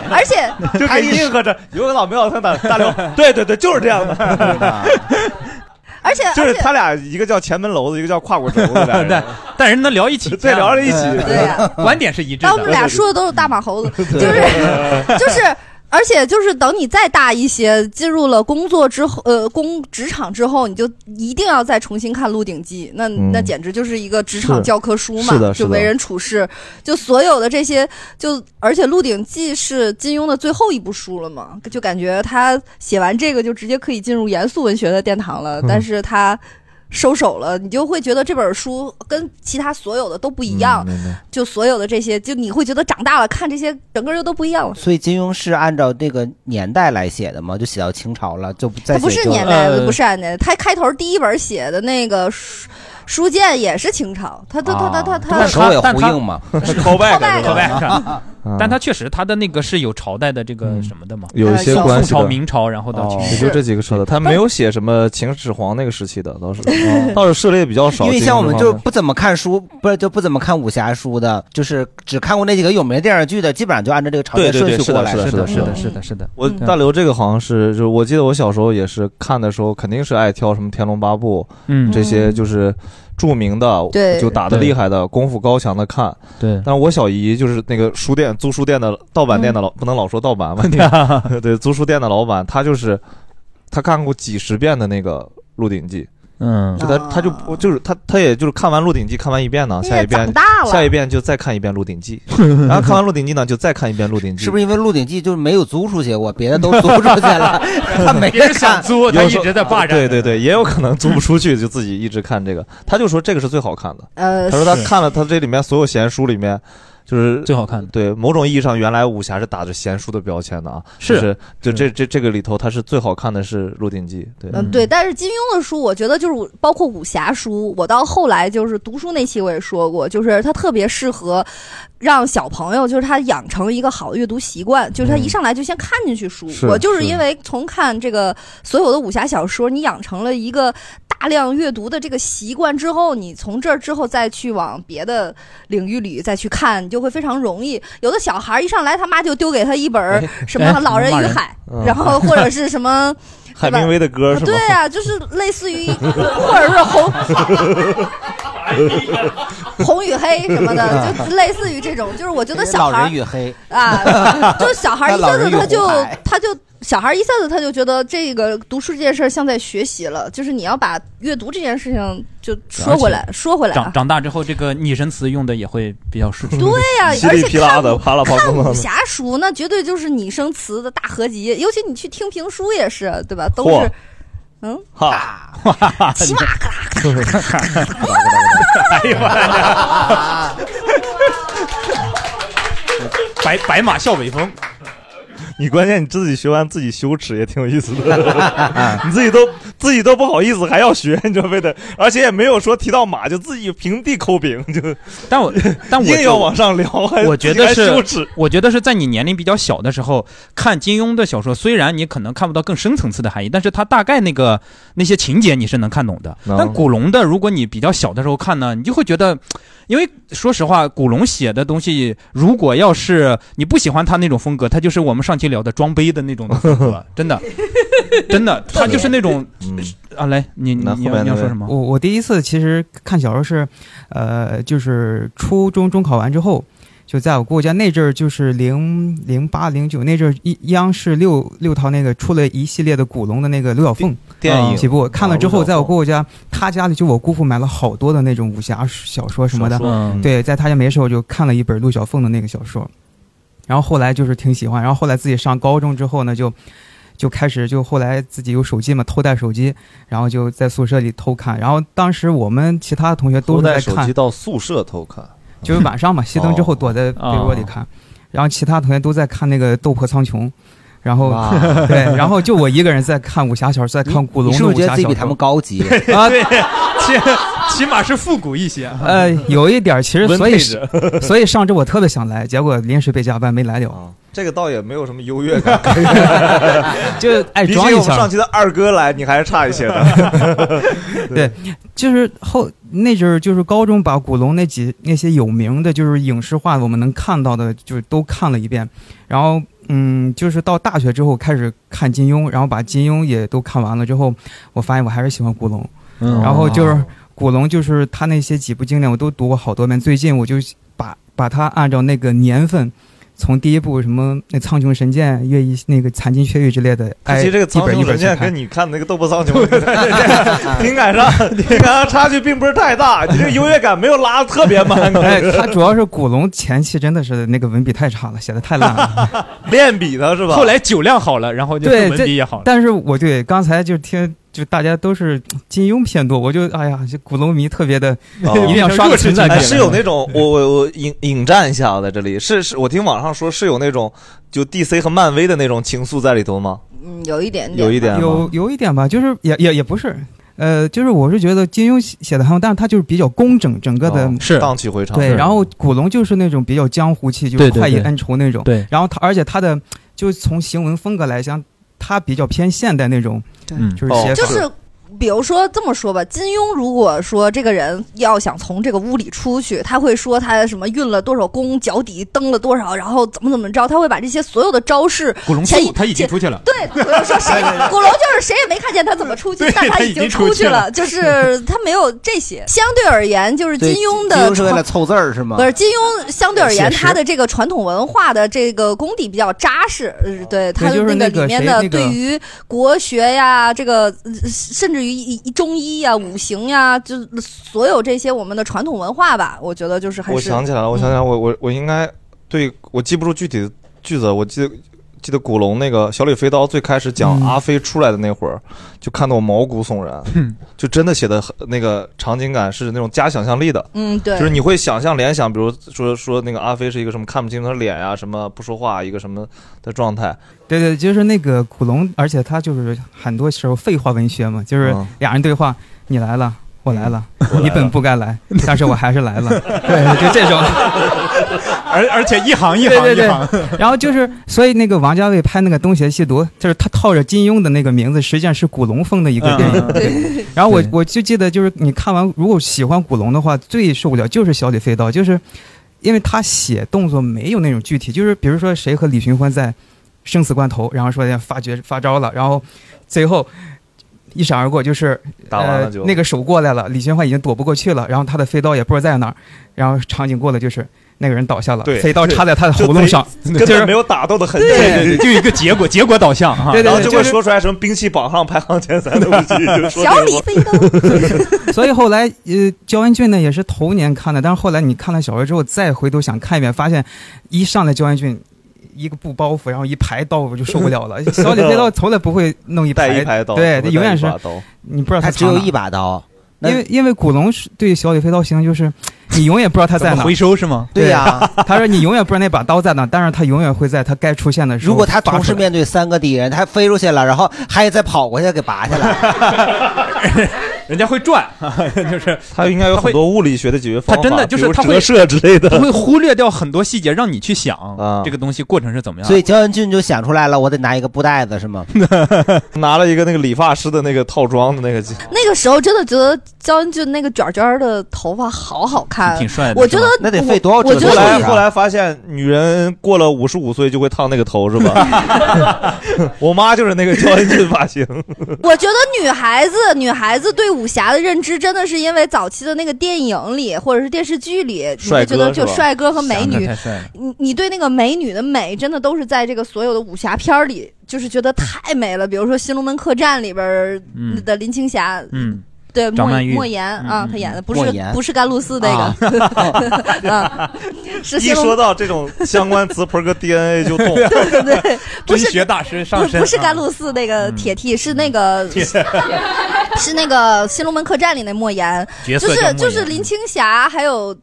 [SPEAKER 4] 而且
[SPEAKER 2] 就给应和着，有个老没有他大大 刘，对对对，就是这样的。
[SPEAKER 4] 而且
[SPEAKER 2] 就是他俩一个叫前门楼子，一个叫胯骨轴子， 俩人
[SPEAKER 1] 但人能聊一起，
[SPEAKER 2] 对，聊了一起，
[SPEAKER 4] 对呀
[SPEAKER 1] 观点是一致的。
[SPEAKER 4] 当我们俩说的都是大马猴子，
[SPEAKER 2] 对
[SPEAKER 4] 就 是就是，而且就是等你再大一些，进入了工作之后，呃，工职场之后，你就一定要再重新看《鹿鼎记》，那、
[SPEAKER 8] 嗯
[SPEAKER 4] 那简直就是一个职场
[SPEAKER 8] 是
[SPEAKER 4] 教科书
[SPEAKER 8] 是
[SPEAKER 4] 嘛，
[SPEAKER 8] 的是
[SPEAKER 4] 就
[SPEAKER 8] 的
[SPEAKER 4] 为人处事，就所有的这些，就而且《鹿鼎记》是金庸的最后一部书了嘛，就感觉他写完这个就直接可以进入严肃文学的殿堂了，
[SPEAKER 8] 嗯
[SPEAKER 4] 但是他。收手了，你就会觉得这本书跟其他所有的都不
[SPEAKER 8] 嗯
[SPEAKER 4] 一样，就所有的这些，就你会觉得长大了看这些，整个人都不一样 了。
[SPEAKER 3] 所以金庸是按照这个年代来写的吗？就写到清朝了，就不再
[SPEAKER 4] 它不是
[SPEAKER 3] 写就
[SPEAKER 4] 年代，不是按年代，他开头第一本写的那个书书剑也是清朝，他他他他他他
[SPEAKER 1] 但
[SPEAKER 3] 啊首尾
[SPEAKER 1] 但
[SPEAKER 3] 呼
[SPEAKER 1] 它
[SPEAKER 3] 应 嘛
[SPEAKER 1] 是
[SPEAKER 3] callback 是吧
[SPEAKER 1] 的 callback
[SPEAKER 3] 啊
[SPEAKER 1] 是但它确实它的那个是有朝代的这个什么的嘛，
[SPEAKER 2] 嗯有一
[SPEAKER 4] 呃
[SPEAKER 2] 些
[SPEAKER 1] 呃宋
[SPEAKER 2] 关系
[SPEAKER 1] 宋
[SPEAKER 2] 的
[SPEAKER 1] 朝、明朝，然后到
[SPEAKER 2] 哦
[SPEAKER 1] 清朝
[SPEAKER 2] 也就这几个车的，他没有写什么秦始皇那个时期的，倒是倒是涉猎比较少。
[SPEAKER 3] 因为像我们
[SPEAKER 2] 秦始
[SPEAKER 3] 就
[SPEAKER 2] 皇
[SPEAKER 3] 是不怎么看书，不是就不怎么看武侠书的，就是只看过那几个有名的电视剧的，基本上就按照这个朝代
[SPEAKER 2] 对对对
[SPEAKER 3] 顺序
[SPEAKER 2] 是
[SPEAKER 3] 过
[SPEAKER 2] 的
[SPEAKER 3] 来。
[SPEAKER 2] 是的是的是的
[SPEAKER 3] 嗯
[SPEAKER 2] 是
[SPEAKER 1] 的是的
[SPEAKER 2] 我大刘这个好像是，就是我记得我小时候也是看的时候，肯定是爱挑什么《天龙八部》
[SPEAKER 1] 嗯
[SPEAKER 2] 这些就是著名的，
[SPEAKER 1] 对
[SPEAKER 2] 就打的厉害的、功夫高强的看。
[SPEAKER 1] 对
[SPEAKER 2] 但是我小姨就是那个书店租书店的盗版店的
[SPEAKER 3] 嗯
[SPEAKER 2] 老，不能老说盗版吧， 对租书店的老板，他就是他看过几十遍的那个《鹿鼎记》。
[SPEAKER 1] 嗯
[SPEAKER 2] 就他，他就不就是他，他也就是看完《鹿鼎记》，看完一遍呢，
[SPEAKER 3] 你
[SPEAKER 2] 下
[SPEAKER 3] 也
[SPEAKER 2] 一遍
[SPEAKER 3] 长大了
[SPEAKER 2] 下一遍就再看一遍《鹿鼎记》， 然后看完《鹿鼎记》呢，就再看一遍《鹿鼎记》。
[SPEAKER 3] 是不是因为《鹿鼎记》就是没有租出去过，别的都租出去 了，他没人看。
[SPEAKER 2] 有时候对对对，也有可能租不出去，就自己一直看这个。他就说这个是最好看的。
[SPEAKER 4] 呃，
[SPEAKER 2] 他说他
[SPEAKER 4] 是
[SPEAKER 2] 看了他这里面所有闲书里面，就是
[SPEAKER 1] 最好看的。
[SPEAKER 2] 对，某种意义上，原来武侠是打着闲书的标签的啊。
[SPEAKER 1] 是嗯
[SPEAKER 2] 就是就这这这个里头，他是最好看的是《鹿鼎记》。对，
[SPEAKER 4] 嗯，对，但是金庸的书，我觉得就是我包括武侠书，我到后来就是读书那期我也说过，就是它特别适合让小朋友，就是他养成一个好的阅读习惯，就是
[SPEAKER 2] 嗯
[SPEAKER 4] 他一上来就先看进去书。
[SPEAKER 8] 是
[SPEAKER 4] 我就是
[SPEAKER 8] 是
[SPEAKER 4] 因为从看这个所有的武侠小说，你养成了一个大量阅读的这个习惯之后，你从这儿之后再去往别的领域里再去看，你就会非常容易。有的小孩儿一上来他妈就丢给他一本儿什么
[SPEAKER 2] 哎
[SPEAKER 4] 《老人
[SPEAKER 2] 骂
[SPEAKER 4] 与
[SPEAKER 2] 人
[SPEAKER 4] 海
[SPEAKER 2] 嗯》，
[SPEAKER 4] 然后或者是什么。
[SPEAKER 2] 海明威的歌是吗？
[SPEAKER 4] 对啊，就是类似于或者是红
[SPEAKER 1] 啊
[SPEAKER 4] 红与黑什 么的，就类似于这种。就是我觉得小
[SPEAKER 3] 老
[SPEAKER 4] 孩
[SPEAKER 3] 人与
[SPEAKER 4] 儿
[SPEAKER 3] 黑
[SPEAKER 18] 嗯
[SPEAKER 4] 啊，就是小 孩儿一下子他就
[SPEAKER 3] 老人与红海
[SPEAKER 4] 他就小孩儿一下子他就觉得这个读书这件事儿像在学习了，就是你要把阅读这件事情就说回来
[SPEAKER 1] 而且
[SPEAKER 4] 说回来
[SPEAKER 1] 长
[SPEAKER 4] 啊。
[SPEAKER 1] 长大之后，这个拟声词用的也会比较顺。
[SPEAKER 4] 对呀、而且看武
[SPEAKER 2] 啪啦啪
[SPEAKER 4] 看
[SPEAKER 2] 啦
[SPEAKER 4] 武侠书那绝对就是拟声词的大合集，尤其你去听评书也是，对吧？都
[SPEAKER 2] 嚯
[SPEAKER 4] 是，嗯，
[SPEAKER 2] 哈，
[SPEAKER 4] 骑马克拉
[SPEAKER 1] 哎呦我 的天！白白马啸北风，
[SPEAKER 2] 你关键你自己学完自己羞耻也挺有意思 的，你自己都自己都不好意思还要学，你知道非得，而且也没有说提到马就自己平地抠饼，就
[SPEAKER 1] 但我但我
[SPEAKER 2] 硬要往上聊，还
[SPEAKER 1] 我
[SPEAKER 2] 自
[SPEAKER 1] 觉
[SPEAKER 2] 己
[SPEAKER 1] 得
[SPEAKER 2] 还羞
[SPEAKER 1] 是
[SPEAKER 2] 耻，，
[SPEAKER 1] 我觉得是在你年龄比较小的时候看金庸的小说，虽然你可能看不到更深层次的含义，但是它大概那个那些情节你是能看懂的。
[SPEAKER 22] 嗯
[SPEAKER 2] 能
[SPEAKER 1] 但古龙的，如果你比较小的时候看呢，你就会觉得，因为说实话，古龙写的东西，如果要是你不喜欢他那种风格，他就是我们上期聊的装杯的那种风格，真 的，真的，他就是那种啊，来，你你
[SPEAKER 22] 嗯那
[SPEAKER 1] 你要你要说什么？
[SPEAKER 22] 我我第一次其实看小说是，呃，就是初中中考完之后，就在我姑姑家那阵儿，就是零零八零九那阵儿，一央视六六套那个出了一系列的古龙的那个刘小凤
[SPEAKER 2] 电电影
[SPEAKER 22] 几部，看了之
[SPEAKER 2] 啊陆
[SPEAKER 22] 后，
[SPEAKER 2] 小
[SPEAKER 22] 在我姑姑家，她家里就我姑父买了好多的那种武侠小说什么的
[SPEAKER 2] 小说嗯，
[SPEAKER 22] 对，在她家没事儿我就看了一本陆小凤的那个小说，然后后来就是挺喜欢，然后后来自己上高中之后呢，就就开始就后来自己有手机嘛，偷带手机，然后就在宿舍里偷看，然后当时我们其他同学都
[SPEAKER 2] 偷
[SPEAKER 22] 是
[SPEAKER 2] 带
[SPEAKER 22] 在
[SPEAKER 2] 手
[SPEAKER 22] 看
[SPEAKER 2] 机，到宿舍偷看，
[SPEAKER 22] 就是晚上嘛，熄灯之
[SPEAKER 2] 哦
[SPEAKER 22] 后躲在被窝里看，然后其他同学都在看那个《斗破苍穹》。然后
[SPEAKER 3] 哇，
[SPEAKER 22] 对，然后就我一个人在看武侠小说，在看古龙
[SPEAKER 3] 你
[SPEAKER 22] 的
[SPEAKER 3] 是不
[SPEAKER 22] 武
[SPEAKER 3] 是觉
[SPEAKER 22] 侠
[SPEAKER 3] 得自己
[SPEAKER 22] 小说。
[SPEAKER 3] 比他们高级？
[SPEAKER 22] 啊，
[SPEAKER 1] 对，起 起码是复古一些。啊
[SPEAKER 22] 呃，有一点儿，其实
[SPEAKER 2] 文
[SPEAKER 22] 所以
[SPEAKER 2] 配
[SPEAKER 22] 是
[SPEAKER 2] 置
[SPEAKER 22] 所以上周我特别想来，结果临时被加班没来
[SPEAKER 3] 哦
[SPEAKER 22] 了。
[SPEAKER 2] 这个倒也没有什么优越感，
[SPEAKER 22] 就 爱
[SPEAKER 2] 比起
[SPEAKER 22] 装一
[SPEAKER 2] 我们
[SPEAKER 22] 下
[SPEAKER 2] 上期的二哥来，你还是差一些的。
[SPEAKER 22] 对，就是后那阵儿就是高中把古龙那几那些有名的，就是影视化的我们能看到的，就是都看了一遍。然后嗯，就是到大学之后开始看金庸，然后把金庸也都看完了之后，我发现我还是喜欢古龙。
[SPEAKER 1] 嗯
[SPEAKER 22] 然
[SPEAKER 2] 哦
[SPEAKER 22] 后就是古龙，就是他那些几部经典我都读过好多遍。最近我就把把它按照那个年份。从第一部什么那《苍穹神剑》《乐毅》那个《残金雀玉》之类的，
[SPEAKER 2] 可
[SPEAKER 22] 哎，
[SPEAKER 2] 惜这个《
[SPEAKER 22] 一
[SPEAKER 2] 苍
[SPEAKER 22] 本一
[SPEAKER 2] 穹
[SPEAKER 22] 本
[SPEAKER 2] 神
[SPEAKER 22] 去
[SPEAKER 2] 剑》
[SPEAKER 22] 看
[SPEAKER 2] 跟你看的那个《斗破 苍穹》情感上情感上差距并不是太大，你这个优越感没有拉得特别满。
[SPEAKER 22] 哎，他主要是古龙前期真的是那个文笔太差了，写的太 烂了。
[SPEAKER 2] 练笔的是吧？
[SPEAKER 1] 后来酒量好了，然后就
[SPEAKER 22] 对，
[SPEAKER 1] 文
[SPEAKER 22] 这
[SPEAKER 1] 笔也好了。
[SPEAKER 22] 但是我对刚才就听，就大家都是金庸偏多，我就哎呀，这古龙迷特别的， 一定要刷个存在
[SPEAKER 2] 哎
[SPEAKER 22] 感。
[SPEAKER 2] 是哦有那种我我我引引战一下啊，在这里是是我听网上说是有那种就 DC 和漫威的那种情愫在里头吗？
[SPEAKER 4] 嗯，有一点点吧，
[SPEAKER 2] 有一点吗
[SPEAKER 22] 有有一点吧，就是也也也不是。呃，就是我是觉得金庸写的很好，但是他就是比较工整，整个的
[SPEAKER 2] 是哦荡气回肠
[SPEAKER 22] 对，
[SPEAKER 2] 是
[SPEAKER 22] 然后古龙就是那种比较江湖气，就
[SPEAKER 2] 对
[SPEAKER 22] 是
[SPEAKER 2] 对
[SPEAKER 22] 快意
[SPEAKER 2] 对
[SPEAKER 22] 恩仇那种。
[SPEAKER 2] 对
[SPEAKER 22] 然后他而且他的就是从行文风格来讲，他比较偏现代那种，
[SPEAKER 2] 嗯
[SPEAKER 22] 就是写法。
[SPEAKER 4] 哦就是比如说这么说吧，金庸如果说这个人要想从这个屋里出去，他会说他什么运了多少功，脚底蹬了多少，然后怎么怎么着，他会把这些所有的招式
[SPEAKER 1] 古龙
[SPEAKER 4] 前一
[SPEAKER 1] 术他已经出去了，
[SPEAKER 4] 对，古龙说谁
[SPEAKER 1] 对？
[SPEAKER 4] 古龙就是谁也没看见他怎么出去
[SPEAKER 1] 对，
[SPEAKER 4] 但他
[SPEAKER 1] 他
[SPEAKER 4] 已
[SPEAKER 1] 已经
[SPEAKER 4] 出
[SPEAKER 1] 出去
[SPEAKER 4] 了。
[SPEAKER 1] 了
[SPEAKER 4] 就是他没有这些。相对而言，就是
[SPEAKER 3] 对
[SPEAKER 4] 金庸
[SPEAKER 3] 金
[SPEAKER 4] 的
[SPEAKER 3] 庸是为
[SPEAKER 4] 传
[SPEAKER 3] 了凑字儿是吗？
[SPEAKER 4] 不是金庸，相对而言，
[SPEAKER 3] 写实
[SPEAKER 4] 他的这个传统文化的这个功底比较扎实，呃对他
[SPEAKER 22] 就是
[SPEAKER 4] 那
[SPEAKER 22] 那个
[SPEAKER 4] 里面
[SPEAKER 22] 谁
[SPEAKER 4] 的
[SPEAKER 22] 那个
[SPEAKER 4] 对于国学呀，这个呃甚至于一一中医呀、五行呀，就是所有这些我们的传统文化吧，我觉得就是还是嗯
[SPEAKER 2] 我想起来了，我想起来，我我我应该对我记不住具体的句子，我记得记得古龙那个小李飞刀最开始讲
[SPEAKER 4] 嗯
[SPEAKER 2] 阿飞出来的那会儿，就看得我毛骨悚然，就真的写的那个场景感是那种加想象力的，
[SPEAKER 4] 嗯对
[SPEAKER 2] 就是你会想象联想，比如说说那个阿飞是一个什么看不清他脸呀、什么不说话，一个什么的状态，
[SPEAKER 22] 对对，就是那个古龙，而且他就是很多时候废话文学嘛，就是
[SPEAKER 2] 嗯
[SPEAKER 22] 俩人对话，你来了，我来了，
[SPEAKER 2] 来了
[SPEAKER 22] 你本不该来，但是我还 是来了， 对，就这种。
[SPEAKER 1] 而而且一行一
[SPEAKER 22] 对
[SPEAKER 1] 行
[SPEAKER 22] 对
[SPEAKER 1] 一
[SPEAKER 22] 对
[SPEAKER 1] 行，，
[SPEAKER 22] 然后就是，所以那个王家卫拍那个《东邪西毒》，就是他套着金庸的那个名字，实际上是古龙风的一个电影。对然后我我就记得，就是你看完，如果喜欢古龙的话，最受不了就是小李飞刀，就是因为他写动作没有那种具体，就是比如说谁和李寻欢在生死关头，然后说要发觉发招了，然后最后。一闪而过，就是
[SPEAKER 2] 打完了
[SPEAKER 22] 呃
[SPEAKER 2] 就
[SPEAKER 22] 那个手过来了，李寻欢已经躲不过去了，然后他的飞刀也不知道在哪儿，然后场景过了就是那个人倒下了，
[SPEAKER 2] 对
[SPEAKER 22] 飞刀插在他的喉咙上，
[SPEAKER 2] 就根
[SPEAKER 22] 是
[SPEAKER 2] 本没有打斗的痕迹，
[SPEAKER 22] 对对对就
[SPEAKER 1] 一个结果结果导向
[SPEAKER 22] 对对对
[SPEAKER 2] 然后就会
[SPEAKER 22] 就是
[SPEAKER 2] 说出来什么兵器榜上排行前三的武 器，就说这个
[SPEAKER 4] 小李飞刀，
[SPEAKER 22] 所以后来，呃，焦恩俊呢也是头年看的，但是后来你看了小说之后，再回头想看一遍，发现一上来焦恩俊一个布包袱，然后一排刀，我就受不 了了。小李飞刀从来不会弄一排
[SPEAKER 2] 带一排刀
[SPEAKER 22] 对
[SPEAKER 2] 只，会
[SPEAKER 22] 永远是
[SPEAKER 2] 带一把刀
[SPEAKER 22] 你不知道
[SPEAKER 2] 他只有一
[SPEAKER 22] 把
[SPEAKER 3] 刀。那
[SPEAKER 22] 因为因为古龙是对小李飞刀形容就是，你永远不知道他在
[SPEAKER 1] 怎
[SPEAKER 22] 哪
[SPEAKER 1] 么回收是吗
[SPEAKER 22] 对
[SPEAKER 1] 对呀
[SPEAKER 22] 他说 你永远不知道那把刀在哪，但是他永远会在他该出现的时候
[SPEAKER 3] 如
[SPEAKER 22] 拔出
[SPEAKER 3] 果
[SPEAKER 22] 来。
[SPEAKER 3] 他同时面对三个敌人，他飞出去了，然后还再跑过去给拔 下来，
[SPEAKER 1] 人家会转， 就是
[SPEAKER 2] 他应该有很多物理学的解决方
[SPEAKER 1] 他
[SPEAKER 2] 法，
[SPEAKER 1] 真的就是他
[SPEAKER 2] 比如折
[SPEAKER 1] 会
[SPEAKER 2] 射之类的，啊
[SPEAKER 1] 他会忽略掉很多细节，让你去想这个东西过程是怎么样的。
[SPEAKER 3] 所以焦恩俊就想出来了，我得拿一个布袋子 是吗？
[SPEAKER 2] 拿了一个那个理发师的那个套装的那个机，
[SPEAKER 4] 那个时候真的觉得焦恩俊那个卷卷儿的头发好好看，啊
[SPEAKER 2] 挺帅的
[SPEAKER 4] 我觉得
[SPEAKER 2] 那得
[SPEAKER 4] 我
[SPEAKER 2] 费多少
[SPEAKER 4] 我觉
[SPEAKER 2] 后来
[SPEAKER 4] 得
[SPEAKER 2] 后来发现，女人过了五十五岁就会烫那个头是吧？ 我妈就是那个焦恩俊发型，
[SPEAKER 4] 我觉得女孩子，女孩子对武侠的认知真的是因为早期的那个电影里或者是电视剧里，你
[SPEAKER 2] 帅
[SPEAKER 4] 会
[SPEAKER 2] 哥
[SPEAKER 4] 觉得就是
[SPEAKER 2] 吧
[SPEAKER 4] 帅哥和美女
[SPEAKER 2] 太，帅了
[SPEAKER 4] 你你对那个美女的美，真的都是在这个所有的武侠片儿里，就是觉得太美
[SPEAKER 2] 嗯
[SPEAKER 4] 了。比如说《新龙门客栈》里边儿
[SPEAKER 1] 嗯
[SPEAKER 4] 的林青霞，
[SPEAKER 1] 嗯，
[SPEAKER 4] 对
[SPEAKER 1] 张
[SPEAKER 4] 莫
[SPEAKER 1] 曼玉
[SPEAKER 4] 莫言啊，她演的
[SPEAKER 2] 嗯
[SPEAKER 4] 不
[SPEAKER 2] 莫
[SPEAKER 4] 是
[SPEAKER 2] 言啊
[SPEAKER 4] 不是甘露寺那个， 啊， 是
[SPEAKER 2] 一
[SPEAKER 4] 新
[SPEAKER 2] 说
[SPEAKER 4] 龙。
[SPEAKER 2] 到这种相关词，盆儿哥 DNA 就动，
[SPEAKER 4] 对对对，不
[SPEAKER 1] 真
[SPEAKER 4] 是
[SPEAKER 1] 学大师
[SPEAKER 4] 不
[SPEAKER 1] 上身，
[SPEAKER 4] 不是甘
[SPEAKER 1] 啊
[SPEAKER 4] 露寺那个铁剃，是那个
[SPEAKER 1] 铁
[SPEAKER 4] 是那个《新龙门客栈》里那莫言，
[SPEAKER 1] 角
[SPEAKER 4] 就
[SPEAKER 1] 色叫
[SPEAKER 4] 是
[SPEAKER 1] 莫
[SPEAKER 4] 就是
[SPEAKER 1] 言
[SPEAKER 4] 林青霞，还有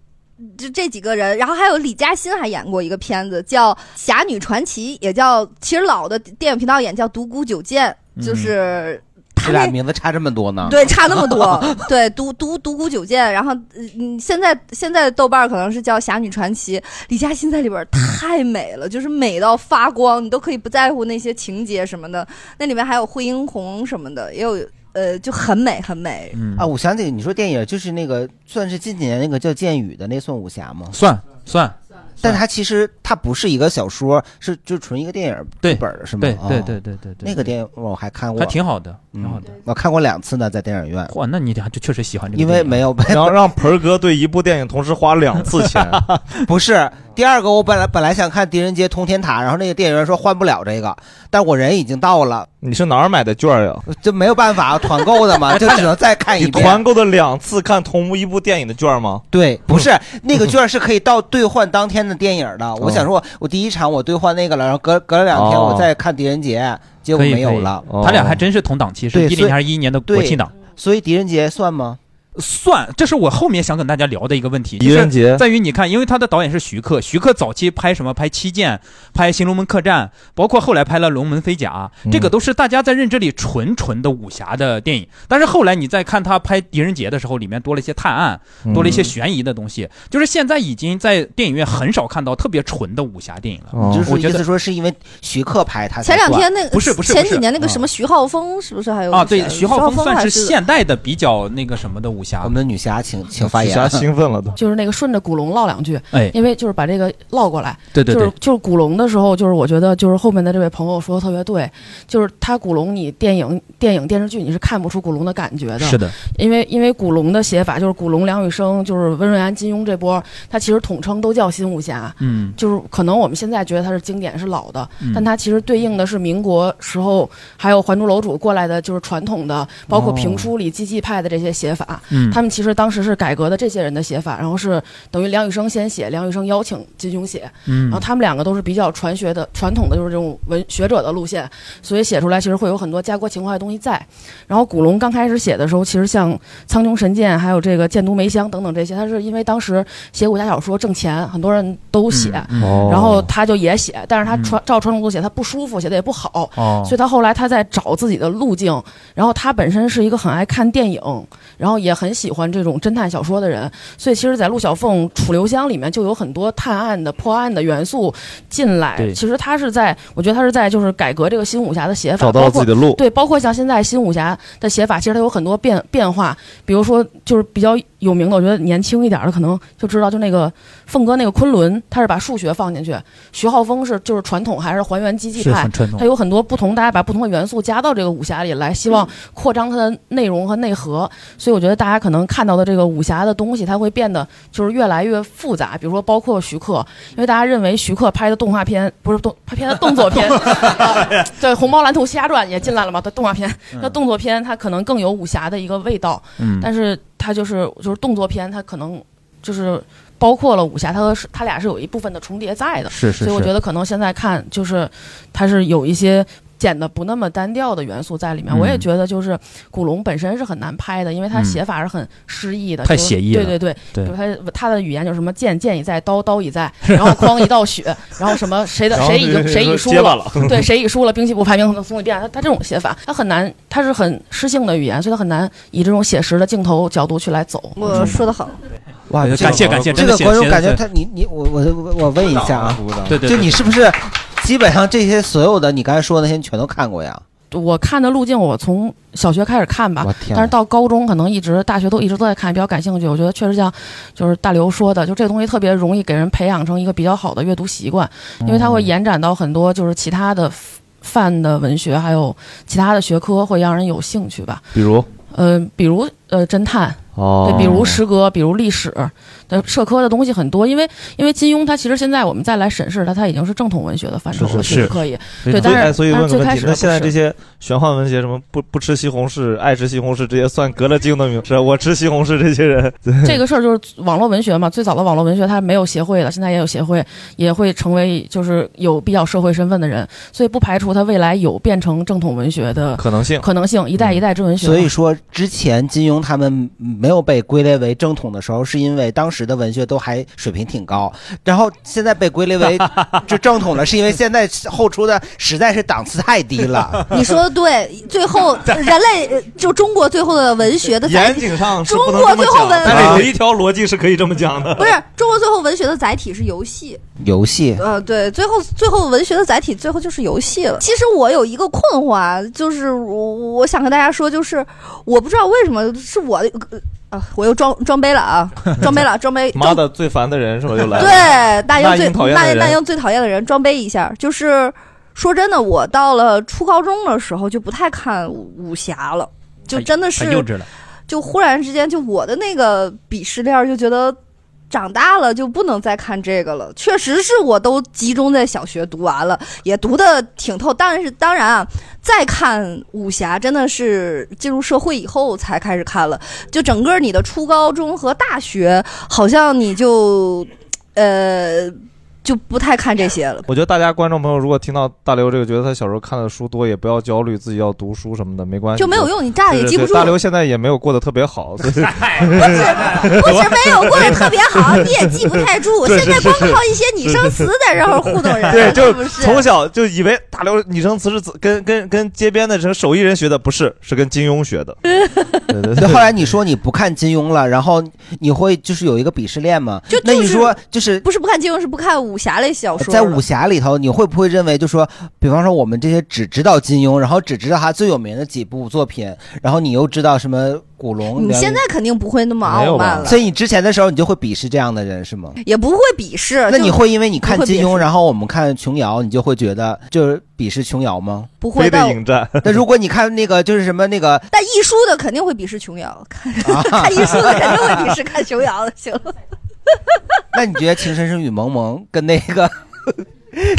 [SPEAKER 4] 就这几个人，然后还有李嘉欣还演过一个片子叫《侠女传奇》，也叫其实老的电影频道演叫《独孤九剑》，
[SPEAKER 1] 嗯
[SPEAKER 4] 就是。
[SPEAKER 3] 这俩名字差这么多呢？
[SPEAKER 4] 对，差那么多。对，独独独孤九剑，然后呃嗯，现在现在豆瓣儿可能是叫《侠女传奇》，李嘉欣在里边儿太美了，就是美到发光，你都可以不在乎那些情节什么的。那里面还有惠英红什么的，也有呃，就很美很美。
[SPEAKER 1] 嗯
[SPEAKER 3] 啊，我想起你说电影就是那个算是近几年那个叫《剑雨》的那算武侠吗？
[SPEAKER 1] 算算，
[SPEAKER 3] 但它其实它不是一个小说，是就纯一个电影剧本的是吗？
[SPEAKER 1] 对
[SPEAKER 3] 哦
[SPEAKER 1] 对对对对对对
[SPEAKER 3] 那个电影我还看过，
[SPEAKER 1] 还挺好的，
[SPEAKER 2] 嗯
[SPEAKER 1] 挺好的。
[SPEAKER 3] 我看过两次呢，在电影院。
[SPEAKER 1] 哇，那你俩就确实喜欢这个
[SPEAKER 3] 因
[SPEAKER 1] 电影，
[SPEAKER 3] 为没有 被，
[SPEAKER 2] 然后让盆儿哥对一部电影同时花两次 钱，
[SPEAKER 3] 不是第二个，我本来本来想看《狄仁杰通天塔》，然后那个店员说换不了这个，但我人已经到了，
[SPEAKER 2] 你是哪儿买的券儿呀？
[SPEAKER 3] 就没有办法 团购的
[SPEAKER 4] 啊
[SPEAKER 3] 嘛，就只能再看一
[SPEAKER 2] 你
[SPEAKER 3] 遍。
[SPEAKER 2] 团购的两次看同一部电影的券儿吗？
[SPEAKER 3] 对，不 是那个券是可以到兑换当天的电影
[SPEAKER 2] 哦
[SPEAKER 3] 的。我想说，我第一场我兑换那个了，然后隔隔了两天
[SPEAKER 1] 哦
[SPEAKER 3] 我再看《狄仁杰》，结果
[SPEAKER 1] 可以
[SPEAKER 3] 没
[SPEAKER 1] 可
[SPEAKER 3] 有
[SPEAKER 1] 以
[SPEAKER 2] 哦
[SPEAKER 3] 了。
[SPEAKER 1] 他俩还真是同档期，是
[SPEAKER 3] 对
[SPEAKER 1] 一
[SPEAKER 3] 所以
[SPEAKER 1] 零还是一一年的国庆档？
[SPEAKER 3] 所以狄仁杰算吗？
[SPEAKER 1] 算，这是我后面想跟大家聊的一个问题。
[SPEAKER 2] 愚人节
[SPEAKER 1] 就是在于你看，因为他的导演是徐克，徐克早期拍什么？拍《七剑》，拍《新龙门客栈》，包括后来拍了《龙门飞甲》，这个都是大家在认知里纯纯的武侠的电影。但是后来你再看他拍《狄仁杰》的时候，里面多了一些探案，多了一些悬疑的东西。就是现在已经在电影院很少看到特别纯的武侠电影了。
[SPEAKER 3] 哦就是
[SPEAKER 1] 我觉
[SPEAKER 3] 意
[SPEAKER 1] 得
[SPEAKER 3] 思说是因为徐克拍他才
[SPEAKER 4] 前
[SPEAKER 3] 算。
[SPEAKER 4] 两天那个
[SPEAKER 1] 不是不是
[SPEAKER 4] 前
[SPEAKER 1] 不
[SPEAKER 4] 几
[SPEAKER 1] 是
[SPEAKER 4] 年那个什么
[SPEAKER 1] 啊
[SPEAKER 4] 徐浩峰是不是还有
[SPEAKER 1] 啊，对，
[SPEAKER 4] 徐
[SPEAKER 1] 徐浩
[SPEAKER 4] 峰
[SPEAKER 1] 峰算
[SPEAKER 4] 还
[SPEAKER 1] 是现代的比较那个什么的武侠。我们
[SPEAKER 3] 的女侠，请请啊
[SPEAKER 2] 发言嗯女侠兴奋了
[SPEAKER 3] 哦
[SPEAKER 2] 都
[SPEAKER 6] 就是那个顺着古龙唠两句，
[SPEAKER 1] 哎
[SPEAKER 6] 因为就是把这个唠过来，
[SPEAKER 1] 对对
[SPEAKER 6] 就是
[SPEAKER 1] 对
[SPEAKER 6] 就是古龙的时候，就是我觉得就是后面的这位朋友说的特别对，就是他古龙你电影电影电视剧你是看不出古龙的感觉的，
[SPEAKER 1] 是的，
[SPEAKER 6] 因为因为古龙的写法就是古龙、梁羽生、就是温瑞安、金庸这波，他其实统称都叫新武侠，
[SPEAKER 1] 嗯
[SPEAKER 6] 就是可能我们现在觉得它是经典是老的，
[SPEAKER 1] 嗯
[SPEAKER 6] 但它其实对应的是民国时候还有《还珠楼主》过来的，就是传统的，包括
[SPEAKER 1] 哦
[SPEAKER 6] 评书里积极派的这些写法，
[SPEAKER 1] 嗯
[SPEAKER 6] 他们其实当时是改革的这些人的写法，然后是等于梁羽生先写，梁羽生邀请金庸写，
[SPEAKER 1] 嗯
[SPEAKER 6] 然后他们两个都是比较传学的传统的就是这种文学者的路线，所以写出来其实会有很多家国情怀的东西在。然后古龙刚开始写的时候，其实像《苍穹神剑》还有这个《剑都梅香》等等这些，他是因为当时写武侠小说挣钱，很多人都写，
[SPEAKER 1] 嗯哦嗯
[SPEAKER 6] 然后他就也写，但是他传、照传统路写，他不舒服，写的也不好，
[SPEAKER 1] 哦
[SPEAKER 6] 所以他后来他在找自己的路径。然后他本身是一个很爱看电影，然后也很喜欢这种侦探小说的人，所以其实，在陆小凤《楚留香》里面就有很多探案的破案的元素进来
[SPEAKER 2] 对。
[SPEAKER 6] 其实他是在，我觉得他是在就是改革这个新武侠的写法，
[SPEAKER 2] 找到了
[SPEAKER 6] 包括
[SPEAKER 2] 自己的路
[SPEAKER 6] 对，包括像现在新武侠的写法，其实它有很多变变化，比如说就是比较有名的，我觉得年轻一点的可能就知道，就那个凤哥那个昆仑，他是把数学放进去，徐浩峰是就是传统还是还原机器
[SPEAKER 1] 是
[SPEAKER 6] 派
[SPEAKER 1] 很传，统
[SPEAKER 6] 他有很多不同，大家把不同的元素加到这个武侠里来，希望扩张它的内容和内核。所以我觉得大家可能看到的这个武侠的东西，它会变得就是越来越复杂，比如说包括徐克，因为大家认为徐克拍的动画片不是动拍片的动作片。 对，《红猫蓝兔西侠传》也进来了嘛？对，动画片，
[SPEAKER 1] 嗯
[SPEAKER 6] 那动作片它可能更有武侠的一个味道，
[SPEAKER 1] 嗯
[SPEAKER 6] 但是它就是就是动作片，它可能就是包括了武侠，它和它俩是有一部分的重叠在的，
[SPEAKER 1] 是是
[SPEAKER 6] 所以我
[SPEAKER 1] 是
[SPEAKER 6] 觉得可能现在看就是它是有一些。剪的不那么单调的元素在里面，
[SPEAKER 1] 嗯
[SPEAKER 6] 我也觉得就是古龙本身是很难拍的，因为他
[SPEAKER 1] 嗯
[SPEAKER 6] 写法是很诗意的，
[SPEAKER 1] 太
[SPEAKER 6] 就是
[SPEAKER 1] 写意了
[SPEAKER 6] 对对
[SPEAKER 1] 对
[SPEAKER 6] 比如他他的语言就是什么剑剑已在，刀刀已 在，然后哐一道血，然后什么谁的
[SPEAKER 1] 然后
[SPEAKER 6] 谁已
[SPEAKER 1] 就
[SPEAKER 6] 经
[SPEAKER 1] 是
[SPEAKER 6] 谁
[SPEAKER 1] 说
[SPEAKER 6] 已输
[SPEAKER 1] 结巴
[SPEAKER 6] 了
[SPEAKER 1] 了，
[SPEAKER 6] 对谁已输了，兵器不排名从此变。他他这种写法，他很难，他是很诗性的语言，所以他很难以这种写实的镜头角度去来走。
[SPEAKER 4] 我说得好，
[SPEAKER 3] 哇，
[SPEAKER 1] 呃感
[SPEAKER 3] 这个
[SPEAKER 1] 谢感谢
[SPEAKER 3] 这
[SPEAKER 1] 真
[SPEAKER 3] 个
[SPEAKER 1] 的
[SPEAKER 3] 观众
[SPEAKER 1] 写
[SPEAKER 3] 感
[SPEAKER 1] 写
[SPEAKER 3] 觉
[SPEAKER 1] 得
[SPEAKER 3] 他你你我我我我问一下啊
[SPEAKER 1] 鼓掌，对对对
[SPEAKER 3] 就你是不是基本上这些所有的你刚才说的那些你全都看过呀？
[SPEAKER 6] 我看的路径，我从小学开始看吧，
[SPEAKER 3] 天
[SPEAKER 6] 但是到高中可能一直大学都一直都在看，比较感兴趣。我觉得确实像就是大刘说的，就这个东西特别容易给人培养成一个比较好的阅读习惯，因为它会延展到很多就是其他的泛的文学，还有其他的学科，会让人有兴趣吧。
[SPEAKER 2] 比如
[SPEAKER 6] 呃，比如呃，侦探，
[SPEAKER 2] 哦
[SPEAKER 6] 对，比如诗歌，比如历史的社科的东西很多，因为因为金庸他其实现在我们再来审视他，他已经是正统文学的范畴了，其实可以，对，但
[SPEAKER 2] 哎
[SPEAKER 6] 是
[SPEAKER 2] 所以
[SPEAKER 6] 但
[SPEAKER 2] 问
[SPEAKER 6] 是
[SPEAKER 2] 个
[SPEAKER 6] 最
[SPEAKER 2] 问
[SPEAKER 6] 开
[SPEAKER 2] 题，
[SPEAKER 6] 始
[SPEAKER 2] 那
[SPEAKER 6] 不
[SPEAKER 2] 现在
[SPEAKER 6] 是
[SPEAKER 2] 这些 玄幻文学什么不不吃西红柿，爱吃西红柿，这些算革了精的名，是我吃西红柿这些人，
[SPEAKER 6] 这个事儿就是网络文学嘛，最早的网络文学它没有协会的，现在也有协会，也会成为就是有比较社会身份的人，所以不排除它未来有变成正统文学的
[SPEAKER 2] 可能性
[SPEAKER 6] 可能性一
[SPEAKER 2] 嗯
[SPEAKER 6] 代一代之文学嘛。
[SPEAKER 3] 所以说，之前金庸他们没有被归类为正统的时候，是因为当时的文学都还水平挺高，然后现在被归类 为就正统了，是因为现在后出的实在是档次太低了。
[SPEAKER 4] 你说的对，最后人类呃就中国最后的文 学的载
[SPEAKER 2] 严
[SPEAKER 4] 体
[SPEAKER 2] 谨，上是
[SPEAKER 4] 中
[SPEAKER 2] 不能
[SPEAKER 4] 国
[SPEAKER 2] 这么
[SPEAKER 4] 最后
[SPEAKER 2] 讲
[SPEAKER 4] 文
[SPEAKER 2] 但是哎有一条逻辑是可以这么讲的，
[SPEAKER 4] 不是中国最后文学的载体是游戏。
[SPEAKER 3] 游戏
[SPEAKER 4] 呃，对，最后最后文学的载体最后就是游戏了。其实我有一个困惑啊，就是我我想跟大家说，就是我不知道为什么是我的呃啊，我又装装杯了啊，装杯了，装杯
[SPEAKER 2] 妈的最烦的人是吧？又来了，
[SPEAKER 4] 对，大英
[SPEAKER 2] 那
[SPEAKER 4] 最
[SPEAKER 2] 英讨厌
[SPEAKER 4] 那
[SPEAKER 2] 的人
[SPEAKER 4] 那英最讨厌的人装杯一下，就是说真的，我到了初高中的时候就不太看武武侠了，就真的是
[SPEAKER 1] 太幼稚了。
[SPEAKER 4] 就忽然之间，就我的那个鄙视链儿就觉得。长大了就不能再看这个了，确实是我都集中在小学读完了，也读的挺透。但是当然啊，再看武侠真的是进入社会以后才开始看了，就整个你的初高中和大学，好像你就呃就不太看这些了。
[SPEAKER 2] 我觉得大家观众朋友如果听到大刘这个，觉得他小时候看的书多，也不要焦虑，自己要读书什么的，没关系，
[SPEAKER 4] 就没有用你炸了也
[SPEAKER 2] 啊对
[SPEAKER 4] 记不
[SPEAKER 2] 对
[SPEAKER 4] 住
[SPEAKER 2] 大刘现在也没有过得特别好， 所以
[SPEAKER 4] 不止没有 过得特别好，你也记不 太住。
[SPEAKER 2] 对
[SPEAKER 4] 现在
[SPEAKER 2] 是
[SPEAKER 4] 光
[SPEAKER 2] 是
[SPEAKER 4] 靠一些拟声词在这儿互动人，
[SPEAKER 2] 对，就是
[SPEAKER 4] 不是
[SPEAKER 2] 从小就以为大刘拟声词是自跟跟跟街边的什么手艺人学的，不是，是跟金庸学的。对 对
[SPEAKER 3] 对，后来你说你不看金庸了，然后你会就是有一个鄙视链吗？
[SPEAKER 4] 就
[SPEAKER 3] 那你
[SPEAKER 4] 就是
[SPEAKER 3] 说就是
[SPEAKER 4] 不是不看金庸，是不看武侠类小说了。
[SPEAKER 3] 在武侠里头，你会不会认为就说，比方说我们这些只知道金庸，然后只知道他最有名的几部作品，然后你又知道什么古龙？
[SPEAKER 4] 你现在肯定不会那么傲慢了
[SPEAKER 3] 所，以你之前的时候你就会鄙视这样的人是吗？
[SPEAKER 4] 也不会鄙视。
[SPEAKER 3] 那
[SPEAKER 4] 呃就
[SPEAKER 3] 你会因为你看
[SPEAKER 4] 不会
[SPEAKER 3] 金
[SPEAKER 4] 鄙
[SPEAKER 3] 庸，
[SPEAKER 4] 视
[SPEAKER 3] 然后我们看琼瑶，你就会觉得就是鄙视琼瑶吗？
[SPEAKER 4] 不会非得但我迎
[SPEAKER 2] 战。
[SPEAKER 3] 那如果你看那个就是什么那 个啊
[SPEAKER 4] 但艺书的肯定会鄙视琼 瑶，看看艺书的肯定会鄙视看琼瑶的。行了，
[SPEAKER 3] 那你觉得《情深深雨蒙蒙》跟那个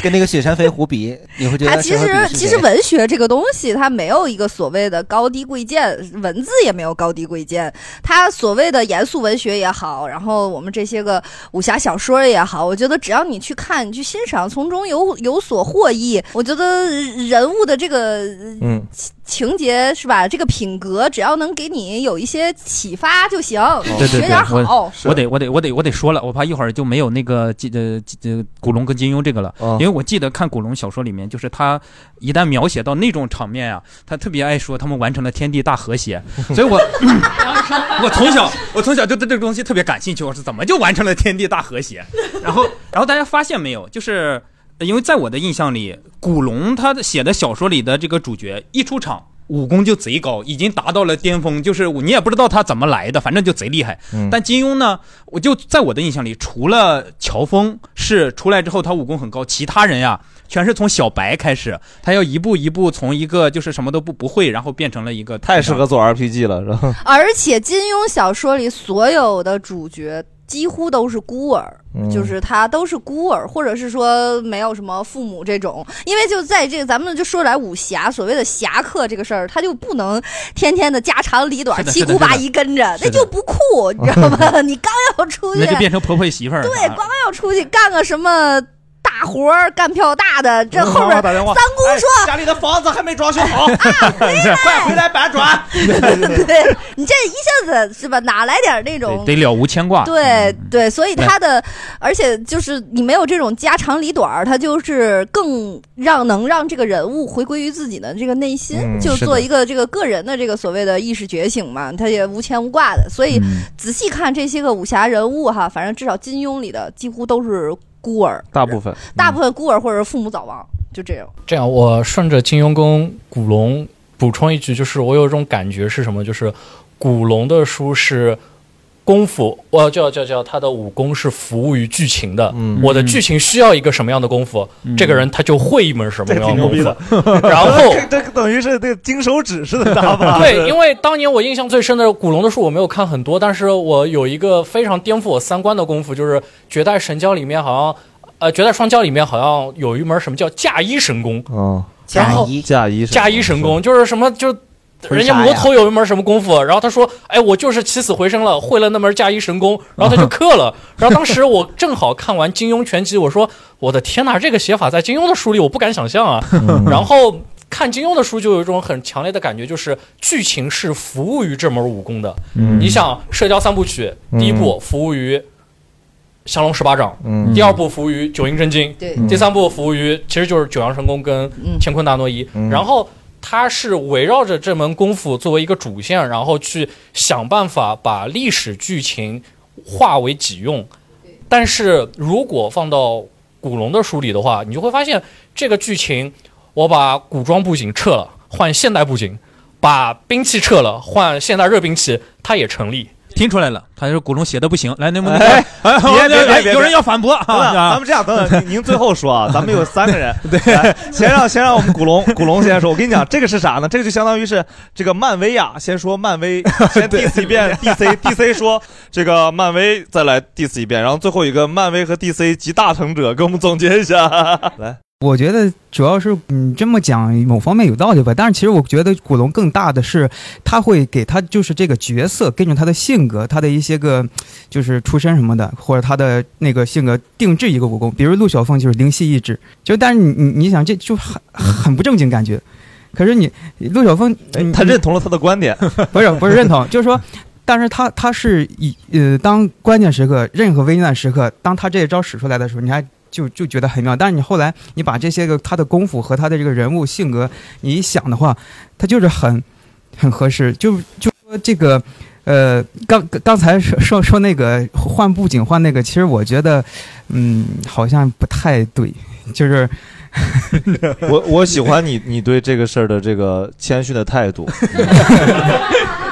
[SPEAKER 3] 跟那个《雪山飞狐》比，你会觉
[SPEAKER 4] 它
[SPEAKER 3] 得
[SPEAKER 4] 啊其
[SPEAKER 3] 谁会
[SPEAKER 4] 实
[SPEAKER 3] 鄙视
[SPEAKER 4] 其
[SPEAKER 3] 谁
[SPEAKER 4] 实文学这个东西，它没有一个所谓的高低贵贱，文字也没有高低贵贱。它所谓的严肃文学也好，然后我们这些个武侠小说也好，我觉得只要你去看，你去欣赏，从中有有所获益，我觉得人物的这个
[SPEAKER 2] 嗯，
[SPEAKER 4] 情节是吧？这个品格只要能给你有一些启发就行，
[SPEAKER 1] 对对
[SPEAKER 4] 学
[SPEAKER 1] 对
[SPEAKER 4] 点，好
[SPEAKER 1] 我。我得我得我得我得说了，我怕一会儿就没有那个记呃记呃古龙跟金庸这个了，
[SPEAKER 3] 哦
[SPEAKER 1] 因为我记得看古龙小说里面，就是他一旦描写到那种场面啊，他特别爱说他们完成了天地大和谐，所以我 我从小我从小就对这个东西特别感兴趣，我是怎么就完成了天地大和谐？ 然后然后大家发现没有，就是因为在我的印象里，古龙他写的小说里的这个主角一出场。武功就贼高，已经达到了巅峰，就是你也不知道他怎么来的，反正就贼厉害。
[SPEAKER 2] 嗯
[SPEAKER 1] 但金庸呢，我就在我的印象里，除了乔峰是出来之后他武功很高，其他人呀全是从小白开始，他要一步一步从一个就是什么都不不会，然后变成了一个
[SPEAKER 2] 太适合做 RPG 了，是吧？
[SPEAKER 4] 而且金庸小说里所有的主角几乎都是孤儿，
[SPEAKER 2] 嗯
[SPEAKER 4] 就是他都是孤儿，或者是说没有什么父母这种。因为就在这个咱们就说来武侠所谓的侠客这个事儿，他就不能天天的家长里短
[SPEAKER 1] 是、的
[SPEAKER 4] 七
[SPEAKER 1] 是的
[SPEAKER 4] 箍八
[SPEAKER 1] 是的
[SPEAKER 4] 一跟着，
[SPEAKER 1] 是的
[SPEAKER 4] 那就不酷，你知道 吗？你刚要出去，
[SPEAKER 1] 那就变成婆婆媳妇儿了。
[SPEAKER 4] 对，刚要出去干个什么大活儿、干票大的，这后边
[SPEAKER 2] 打
[SPEAKER 4] 三
[SPEAKER 2] 电
[SPEAKER 4] 姑
[SPEAKER 2] 话
[SPEAKER 4] 说、
[SPEAKER 2] 哎家里的房子还没装修好，快回来搬砖。
[SPEAKER 4] 对你这一下子是吧？哪来点那 种
[SPEAKER 1] 得了无牵挂。
[SPEAKER 4] 对对，所以他的，而且就是你没有这种家长里短儿，他就是更让能让这个人物回归于自己的这个内心，
[SPEAKER 8] 嗯
[SPEAKER 4] 就是做
[SPEAKER 8] 的
[SPEAKER 4] 一个这个个人的这个所谓的意识觉醒嘛，他也无牵无挂的。所以仔细看这些个武侠人物哈，反正至少金庸里的几乎都是孤儿，
[SPEAKER 2] 大部分
[SPEAKER 4] 大部分孤儿或者是父母早亡，就这样。
[SPEAKER 13] 这样，我顺着金庸跟古龙补充一句，就是我有一种感觉是什么？就是古龙的书是功夫，我叫叫叫他的武功是服务于剧情的。我的剧情需要一个什么样的功夫，
[SPEAKER 2] 嗯
[SPEAKER 13] 这个人他就会一门什 么样功 夫。
[SPEAKER 2] 然
[SPEAKER 13] 后
[SPEAKER 2] 这这等于是那个金手指似的打法。
[SPEAKER 13] 对，因为当年我印象最深的古龙的书我没有看很多，但是我有一个非常颠覆我三观的功夫，就是《绝代神教》里面好像，呃，《绝代双骄》里面好像有一门什么叫嫁衣神功。
[SPEAKER 2] 嗯，
[SPEAKER 13] 嫁衣
[SPEAKER 2] 嫁衣
[SPEAKER 13] 嫁衣神功，就是什么就。
[SPEAKER 2] 婚
[SPEAKER 13] 人家
[SPEAKER 2] 纱
[SPEAKER 13] 魔
[SPEAKER 2] 呀
[SPEAKER 13] 头有一门什么功夫，然后他说：“哎，我就是起死回生了，会了那门嫁衣神功。”然后他就刻了。然后当时我正好看完金庸全集，我说：“我的天呐，这个写法在金庸的书里我不敢想象啊！”然后看金庸的书就有一种很强烈的感觉，就是剧情是服务于这门武功的。
[SPEAKER 2] 嗯
[SPEAKER 13] 你想，《射雕三部曲》第一部服务于降龙十八掌，
[SPEAKER 2] 嗯
[SPEAKER 13] 第二部服务于九阴真经，
[SPEAKER 4] 对
[SPEAKER 2] 嗯
[SPEAKER 13] 第三部服务于其实就是九阳神功跟乾坤大挪移，
[SPEAKER 2] 嗯
[SPEAKER 13] 然后。它是围绕着这门功夫作为一个主线，然后去想办法把历史剧情化为己用。但是如果放到古龙的书里的话，你就会发现这个剧情，我把古装布景撤了，换现代布景；把兵器撤了，换现代热兵器，它也成立。
[SPEAKER 1] 听出来了，他说古龙写的不行。来，那么
[SPEAKER 2] 哎
[SPEAKER 1] 哎
[SPEAKER 2] 别别别
[SPEAKER 1] 哎
[SPEAKER 2] 别，
[SPEAKER 1] 有人要反驳 啊！
[SPEAKER 2] 等等
[SPEAKER 1] 啊
[SPEAKER 2] 咱们这样，等 等，您您最后说 啊，咱们有三个人，对， 先让先让我们古龙 古龙先说。我跟你讲，这个是啥呢？这个就相当于是这个漫威呀，先说漫 威，先 diss 一 遍 DC DC 说这个漫威， 再来 diss 一遍，然后最后一个漫威和 DC 集大成者，给我们总结一下。来，
[SPEAKER 22] 我觉得主要是你这么讲某方面有道理吧，但是其实我觉得古龙更大的是他会给他就是这个角色根据他的性格，他的一些个就是出身什么的，或者他的那个性格定制一个武功。比如陆小凤就是灵犀一指，就但是你你你想这就很很不正经感觉，可是你陆小凤
[SPEAKER 2] 他认同了他的观点，
[SPEAKER 22] 不是不是认同，就是说。但是他他是以呃，当关键时刻、任何危难时刻，当他这一招使出来的时候，你还就就觉得很妙。但是你后来你把这些个他的功夫和他的这个人物性格，你一想的话，他就是很很合适。就就说这个呃，刚刚才说说说那个换布景换那个，其实我觉得嗯，好像不太对，就是。
[SPEAKER 2] 我我喜欢你，你对这个事儿的这个谦逊的态 度，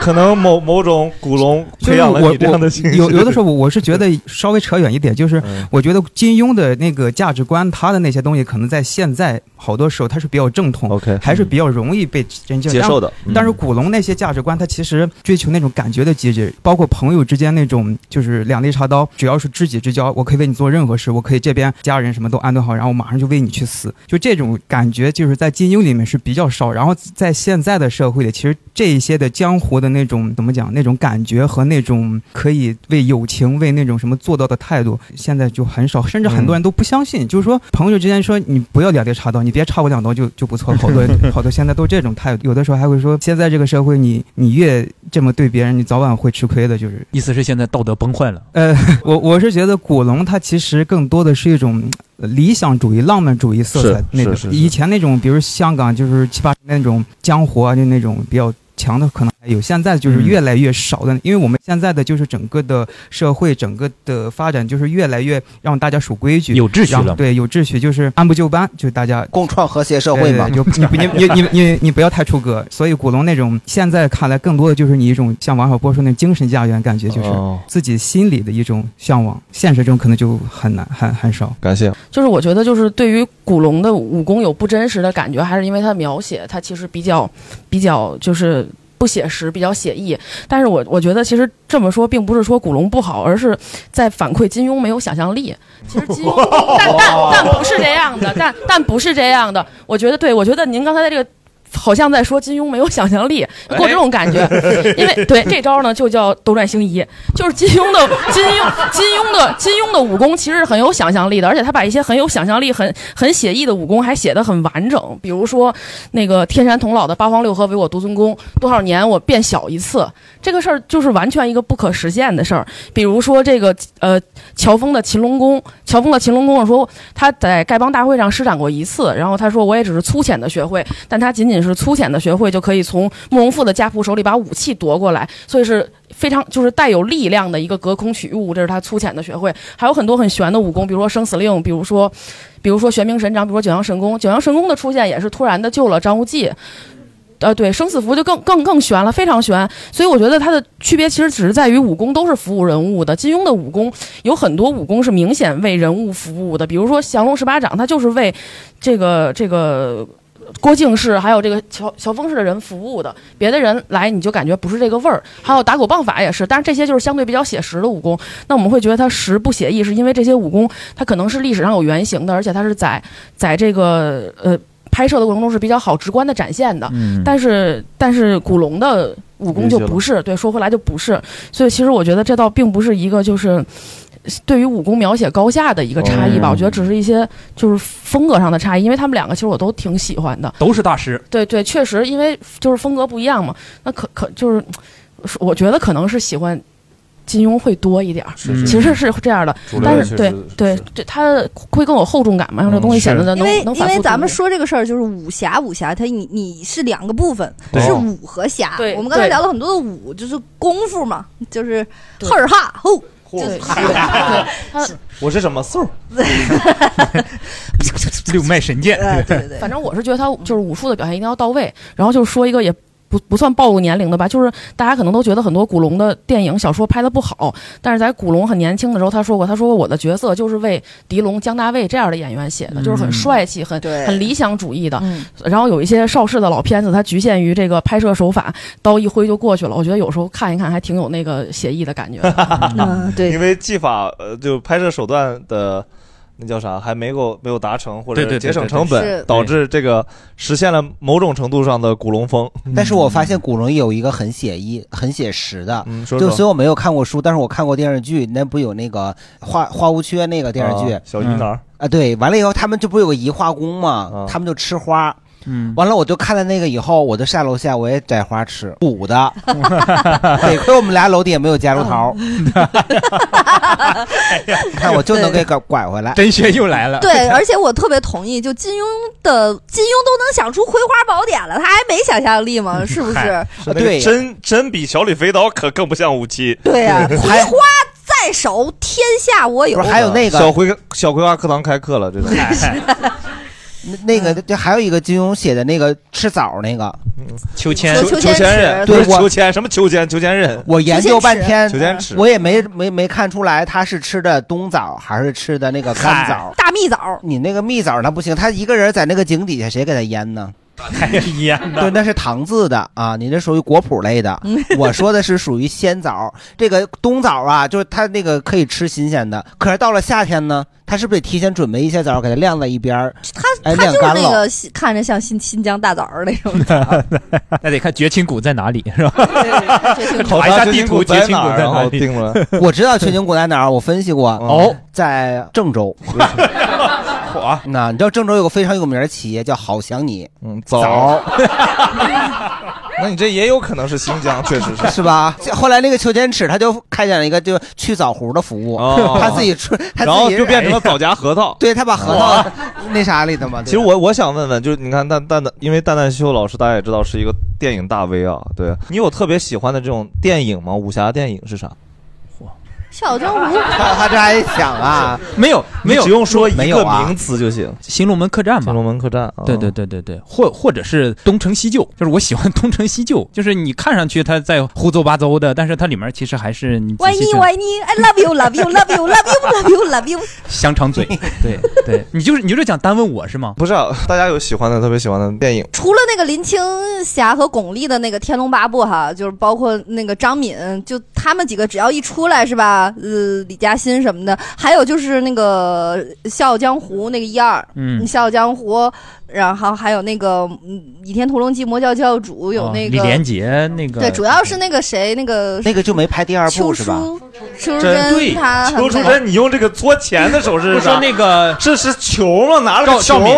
[SPEAKER 2] 可能某某种古龙
[SPEAKER 22] 就
[SPEAKER 2] 培
[SPEAKER 22] 是
[SPEAKER 2] 养
[SPEAKER 22] 我
[SPEAKER 2] 了你这样的嗯
[SPEAKER 22] 我
[SPEAKER 2] 性
[SPEAKER 22] 有有的时候我我是觉得稍微扯远一点，就是我觉得金庸的那个价值观，他的那些东西可能在现在好多时候他是比较正统
[SPEAKER 2] ，OK，嗯
[SPEAKER 22] 还是比较容易被人
[SPEAKER 2] 接受的嗯
[SPEAKER 22] 但但是古龙那些价值观，他其实追求那种感觉的极致，包括朋友之间那种就是两肋插刀，只要是知己之交，我可以为你做任何事，我可以这边家人什么都安顿好，然后我马上就为你去死，就这种感觉就是在金庸里面是比较少，然后在现在的社会里，其实这一些的江湖的那种怎么讲，那种感觉和那种可以为友情、为那种什么做到的态度，现在就很少，甚至很多人都不相信，就是说朋友之间说你不要两肋插刀，你别插我两刀就就不错了，好多人好多现在都这种态度，有的时候还会说现在这个社会你你越这么对别人，你早晚会吃亏的，就是
[SPEAKER 1] 意思是现在道德崩坏了。
[SPEAKER 22] 呃，我我是觉得古龙他其实更多的是一种呃理想主义、浪漫主义色彩
[SPEAKER 2] 是
[SPEAKER 22] 那
[SPEAKER 2] 是
[SPEAKER 22] 种。
[SPEAKER 2] 是
[SPEAKER 22] 以前那种，比如香港就是七八十年代那种江湖啊，就那种比较强的可能还有，现在就是
[SPEAKER 1] 嗯
[SPEAKER 22] 越来越少的，因为我们现在的就是整个的社会、整个的发展就是越来越让大家守规矩、
[SPEAKER 1] 有秩序了
[SPEAKER 22] 然后对，有秩序就是按部就班，就大家
[SPEAKER 3] 共创和谐社会嘛。
[SPEAKER 22] 对对对就你你你你你你不要太出格。所以古龙那种现在看来，更多的就是你一种像王小波说那精神家园感觉，就是
[SPEAKER 2] 哦
[SPEAKER 22] 自己心里的一种向往，现实中可能就很难很很少。
[SPEAKER 2] 感谢。
[SPEAKER 6] 就是我觉得，就是对于古龙的武功有不真实的感觉，还是因为他描写他其实比较比较就是不写实，比较写意。但是我我觉得其实这么说，并不是说古龙不好，而是在反馈金庸没有想象力。其实金庸，但
[SPEAKER 5] 哦
[SPEAKER 6] 但但不是这样的，但但不是这样的。我觉得，对我觉得您刚才在这个。好像在说金庸没有想象力，给我这种感觉，
[SPEAKER 8] 哎
[SPEAKER 6] 因为对这招呢就叫斗转星移，就是金庸的金庸金庸的金庸的武功其实是很有想象力的，而且他把一些很有想象力、很很写意的武功还写得很完整，比如说那个天山童姥的八荒六合唯我独尊功，多少年我变小一次，这个事儿就是完全一个不可实现的事儿。比如说这个呃乔峰的擒龙功，乔峰的擒龙功我说他在丐帮大会上施展过一次，然后他说我也只是粗浅的学会，但他仅仅是粗浅的学会就可以从慕容复的家仆手里把武器夺过来，所以是。非常就是带有力量的一个隔空取物，这是他粗浅的学会，还有很多很玄的武功，比如说生死令，比如说，比如说玄冥神掌，比如说九阳神功。九阳神功的出现也是突然的救了张无忌，呃，对，生死符就更更更悬了，非常悬。所以我觉得它的区别其实只是在于武功都是服务人物的。金庸的武功有很多武功是明显为人物服务的，比如说降龙十八掌，它就是为这个这个郭靖氏还有这个乔乔峰氏的人服务的，别的人来你就感觉不是这个味儿。还有打狗棒法也是，但是这些就是相对比较写实的武功。那我们会觉得它实不写意，是因为这些武功它可能是历史上有原型的，而且它是在在这个呃拍摄的过程中是比较好直观的展现的。
[SPEAKER 8] 嗯
[SPEAKER 6] 但是但是古龙的武功就不是，对，说回来就不是。所以其实我觉得这倒并不是一个就是。呃对于武功描写高下的一个差异吧，
[SPEAKER 1] 哦
[SPEAKER 8] 嗯
[SPEAKER 6] 我觉得只是一些就是风格上的差异，因为他们两个其实我都挺喜欢的。
[SPEAKER 1] 都是大师，
[SPEAKER 6] 对对，确实，因为就是风格不一样嘛。那可可就是，我觉得可能是喜欢金庸会多一点儿，
[SPEAKER 8] 是是
[SPEAKER 6] 其实是这样的
[SPEAKER 8] 主。流
[SPEAKER 6] 但
[SPEAKER 8] 确
[SPEAKER 6] 是对
[SPEAKER 8] 实嗯
[SPEAKER 6] 对对，它会更有厚重感嘛，让这东西显得能
[SPEAKER 4] 因为
[SPEAKER 6] 能
[SPEAKER 4] 因
[SPEAKER 6] 反复
[SPEAKER 4] 为咱们
[SPEAKER 6] 读
[SPEAKER 4] 说这个事儿就是武侠，武侠它你你是两个部分，
[SPEAKER 6] 对
[SPEAKER 4] 是武和侠。
[SPEAKER 6] 对
[SPEAKER 4] 我们刚才
[SPEAKER 6] 对
[SPEAKER 4] 聊了很多的武，就是功夫嘛，就是赫尔哈吼，就是
[SPEAKER 2] 我是什么嗖？
[SPEAKER 1] 六脉神剑，
[SPEAKER 4] 呃
[SPEAKER 6] 反正我是觉得他就是武术的表现一定要到位，然后就是说一个也不不算暴露年龄的吧，就是大家可能都觉得很多古龙的电影、小说拍的不好，但是在古龙很年轻的时候，他说过，他说过我的角色就是为狄龙、姜大卫这样的演员写的，就是很
[SPEAKER 8] 嗯
[SPEAKER 6] 帅气、很
[SPEAKER 8] 对
[SPEAKER 6] 很理想主义的。然后有一些邵氏的老片子，它局限于这个拍摄手法，刀一挥就过去了。我觉得有时候看一看还挺有那个写意的感觉的。
[SPEAKER 4] 嗯对，
[SPEAKER 2] 因为技法呃，就拍摄手段的那叫啥，还没有没有达成或
[SPEAKER 1] 对对
[SPEAKER 2] 者
[SPEAKER 1] 对
[SPEAKER 2] 节省
[SPEAKER 1] 对对
[SPEAKER 2] 成
[SPEAKER 1] 是
[SPEAKER 2] 本，导致这个实现了某种程度上的古龙风。
[SPEAKER 3] 但是我发现古龙有一个很写意、很写实的，
[SPEAKER 2] 嗯说
[SPEAKER 3] 就
[SPEAKER 2] 说
[SPEAKER 3] 虽然我没有看过书，但是我看过电视剧，那不有那个花花无缺那个电视剧，
[SPEAKER 2] 啊小鱼
[SPEAKER 1] 嗯
[SPEAKER 2] 男儿啊
[SPEAKER 3] 啊，对，完了以后他们这不有个移花宫嘛，他们就吃花。
[SPEAKER 1] 嗯，
[SPEAKER 3] 完了，我就看了那个以后，我就下楼下我也摘花吃，补的。 得亏我们俩楼底也没有夹竹 桃，看我就能
[SPEAKER 2] 嗯
[SPEAKER 3] 给拐拐回来。
[SPEAKER 1] 真学又 来了
[SPEAKER 4] 对，而且我特别同意，就金庸的金庸都能想出《葵花宝典》了，他还没想象力吗？是不啊是？
[SPEAKER 2] 嗨是那个
[SPEAKER 4] 对
[SPEAKER 2] 真真比小李飞刀可更不像武器。
[SPEAKER 4] 对 呀、葵花在手，天下我有。
[SPEAKER 2] 小葵小葵花课堂开课了， 这种。
[SPEAKER 3] 那个就还有一个金庸写的那个吃枣那个，
[SPEAKER 2] 嗯
[SPEAKER 1] 秋
[SPEAKER 2] 千
[SPEAKER 3] 秋
[SPEAKER 2] 秋
[SPEAKER 3] 千
[SPEAKER 2] 千刃，
[SPEAKER 3] 尺对
[SPEAKER 2] 不是
[SPEAKER 3] 我
[SPEAKER 2] 秋千，什么秋千？秋千刃，
[SPEAKER 3] 我研究半天
[SPEAKER 2] 秋千尺，，
[SPEAKER 3] 我也没没没看出来他是吃的冬枣还是吃的那个干枣。
[SPEAKER 4] 大蜜枣，
[SPEAKER 3] 你那个蜜枣那不行，他一个人在那个井底下，谁给他腌 呢？
[SPEAKER 1] 还烟
[SPEAKER 3] 对，那是糖字的啊，你这属于果脯类的。
[SPEAKER 4] 嗯
[SPEAKER 3] 我说的是属于鲜枣，这个冬枣啊，就是它那个可以吃新鲜的。可是到了夏天呢，它是不是得提前准备一些枣，给它晾在一边儿？
[SPEAKER 4] 他
[SPEAKER 3] 哎
[SPEAKER 4] 他
[SPEAKER 3] 晾
[SPEAKER 4] 就是
[SPEAKER 3] 干
[SPEAKER 4] 那
[SPEAKER 3] 了
[SPEAKER 4] 个。新看着像新新疆大枣儿那种，
[SPEAKER 1] 那得看绝情谷在哪里，是吧？
[SPEAKER 3] 查
[SPEAKER 1] 查一下地图，绝情谷在哪里？
[SPEAKER 3] 我知道全景谷在哪儿，我分析过。
[SPEAKER 1] 哦，
[SPEAKER 3] 在郑州。
[SPEAKER 2] 火，啊
[SPEAKER 3] 那你知道郑州有个非常有名的企业叫好想你，
[SPEAKER 2] 嗯，
[SPEAKER 3] 枣。
[SPEAKER 2] 那你这也有可能是新疆，确实是
[SPEAKER 3] 是？吧？后来那个邱天尺他就开展了一个就去枣核的服务，
[SPEAKER 2] 哦
[SPEAKER 3] 他自己出， 他自己哎
[SPEAKER 2] 然后就变成了枣夹核桃。 嗯
[SPEAKER 3] 对他把核桃那啥里头嘛。对
[SPEAKER 2] 其实我我想问问，就是你看蛋蛋蛋，因为蛋蛋修老师大家也知道是一个电影大 V 啊，对你有特别喜欢的这种电影吗？武侠电影是啥？
[SPEAKER 4] 小正午。
[SPEAKER 3] 他这还想啊？
[SPEAKER 1] 没有，没有，
[SPEAKER 2] 你只用说一个名词就行。
[SPEAKER 1] 新龙门客栈吧，新龙
[SPEAKER 2] 门客栈，嗯
[SPEAKER 1] 对对对对对，或或者是东成西就，就是我喜欢东成西就，就是你看上去它在胡诌八诌的，但是它里面其实还是你仔
[SPEAKER 4] 歪
[SPEAKER 1] 细
[SPEAKER 4] 你
[SPEAKER 1] 想
[SPEAKER 4] 歪你，I love you love you love you love you love you love you。
[SPEAKER 1] 香 肠嘴，对对，你就是你就是想单问我是吗？
[SPEAKER 2] 不是、啊，大家有喜欢的特别喜欢的电影？
[SPEAKER 4] 除了那个林青霞和巩俐的那个《天龙八部》哈，就是包括那个张敏，就他们几个只要一出来是吧？呃，李嘉欣什么的，还有就是那个《笑傲江湖》那个一二，
[SPEAKER 1] 嗯
[SPEAKER 4] 《笑傲江湖》，然后还有那个嗯《倚天屠龙记》魔教教主有
[SPEAKER 1] 哦
[SPEAKER 4] 那个、
[SPEAKER 1] 李连杰那个，
[SPEAKER 4] 对，主要是那个谁那个
[SPEAKER 3] 那个就没拍第二
[SPEAKER 4] 部
[SPEAKER 3] 是吧？
[SPEAKER 4] 邱淑贞她很
[SPEAKER 2] 邱淑贞，你用这个搓钱的手势是
[SPEAKER 1] 不
[SPEAKER 2] 啥？
[SPEAKER 1] 说那个
[SPEAKER 2] 这是球吗？拿了
[SPEAKER 1] 赵
[SPEAKER 2] 个球
[SPEAKER 1] 赵敏，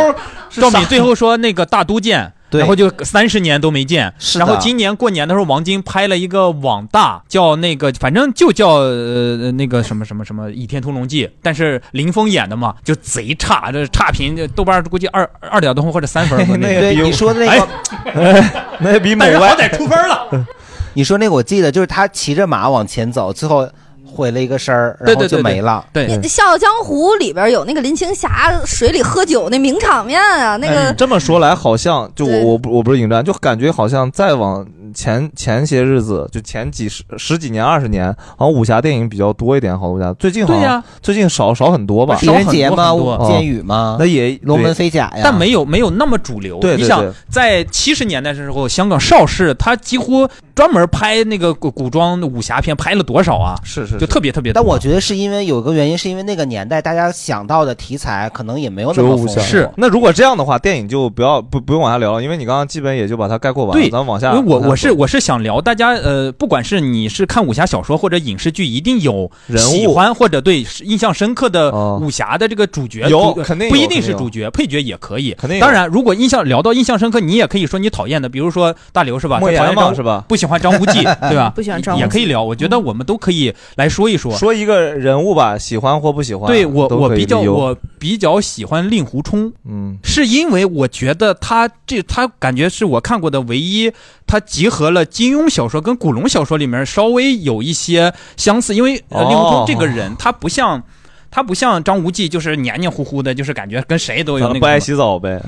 [SPEAKER 2] 是
[SPEAKER 1] 赵
[SPEAKER 2] 啥
[SPEAKER 1] 敏最后说那个大都见。
[SPEAKER 2] 对
[SPEAKER 1] 然后就三十年都没见，
[SPEAKER 2] 的
[SPEAKER 1] 然后今年过年的时候，王晶拍了一个网大，叫那个，反正就叫呃那个什么什么什么《倚天屠龙记》，但是林峰演的嘛，就贼差，这差评，这豆瓣估计二二点多分或者三分 吧。
[SPEAKER 3] 那对你说的那个，
[SPEAKER 1] 哎
[SPEAKER 2] 哎 那比
[SPEAKER 1] 但是好歹 出分了。
[SPEAKER 3] 你说那个我记得，就是他骑着马往前走，最后毁了一个身儿，
[SPEAKER 1] 对
[SPEAKER 3] 然后
[SPEAKER 1] 对对
[SPEAKER 3] 就
[SPEAKER 1] 对
[SPEAKER 3] 没了。
[SPEAKER 1] 对
[SPEAKER 4] 《笑傲江湖》里边有那个林青霞水里喝酒那名场面啊，那个、
[SPEAKER 2] 哎这么说来，好像就
[SPEAKER 4] 对
[SPEAKER 2] 我我不我不是影战，就感觉好像再往前前些日子，就前几十十几年、二十年，好像武侠电影比较多一点，好多武侠。最近好像
[SPEAKER 1] 对呀
[SPEAKER 2] 最近少少很多吧？嗯哦
[SPEAKER 3] 狄仁杰吗？
[SPEAKER 1] 啊少很多很多啊
[SPEAKER 3] 剑雨吗？
[SPEAKER 2] 那也
[SPEAKER 3] 龙门飞甲呀？
[SPEAKER 1] 但没有没有那么主流。
[SPEAKER 3] 对对
[SPEAKER 1] 你
[SPEAKER 3] 对
[SPEAKER 1] 想在七十年代的时候，香港邵氏他几乎专门拍那个古古装武侠片，拍了多少啊？
[SPEAKER 2] 是
[SPEAKER 1] 就特别特别多。
[SPEAKER 3] 但我觉得是因为有一个原因，是因为那个年代大家想到的题材可能也没有那
[SPEAKER 2] 只有
[SPEAKER 3] 么
[SPEAKER 2] 武
[SPEAKER 3] 丰
[SPEAKER 2] 侠哦
[SPEAKER 3] 富。
[SPEAKER 2] 那如果这样的话，电影就不要不不用往下聊了，因为你刚刚基本也就把它概括完了。
[SPEAKER 1] 对，
[SPEAKER 2] 咱往下。
[SPEAKER 1] 因为我
[SPEAKER 2] 往下
[SPEAKER 1] 我是
[SPEAKER 2] 走
[SPEAKER 1] 我是想聊大家呃，不管是你是看武侠小说或者影视剧，一定有
[SPEAKER 2] 人物哦
[SPEAKER 1] 喜欢或者对印象深刻的武侠的这个主角，
[SPEAKER 2] 有
[SPEAKER 1] 主
[SPEAKER 2] 肯定有
[SPEAKER 1] 不一定
[SPEAKER 2] 肯定
[SPEAKER 1] 是
[SPEAKER 2] 有
[SPEAKER 1] 主角，配角也可以。
[SPEAKER 2] 定有
[SPEAKER 1] 当然，如果印象聊到印象深刻，你也可以说你讨厌的，比如说大刘是吧？
[SPEAKER 2] 莫
[SPEAKER 1] 他讨
[SPEAKER 2] 言
[SPEAKER 1] 厌
[SPEAKER 2] 嘛
[SPEAKER 1] 张无
[SPEAKER 2] 是吧
[SPEAKER 1] 不喜欢张 无忌，对吧？
[SPEAKER 2] 不喜欢张无忌
[SPEAKER 1] 也可以聊。我觉得我们都可以来说一说。
[SPEAKER 2] 嗯说一个人物吧，喜欢或不喜欢。
[SPEAKER 1] 对我，
[SPEAKER 2] 都
[SPEAKER 1] 我
[SPEAKER 2] 可以
[SPEAKER 1] 比较
[SPEAKER 2] 理由
[SPEAKER 1] 我比较喜欢令狐冲，
[SPEAKER 2] 嗯，
[SPEAKER 1] 是因为我觉得他这他感觉是我看过的唯一，他集合了金庸小说跟古龙小说里面稍微有一些相似，因为、呃、
[SPEAKER 2] 哦
[SPEAKER 1] 令狐冲这个人他不像。他不像张无忌，就是黏黏糊糊的，就是感觉跟谁都
[SPEAKER 2] 咱
[SPEAKER 1] 有那
[SPEAKER 2] 们
[SPEAKER 1] 个
[SPEAKER 2] 不
[SPEAKER 1] 什么
[SPEAKER 2] 爱洗澡呗。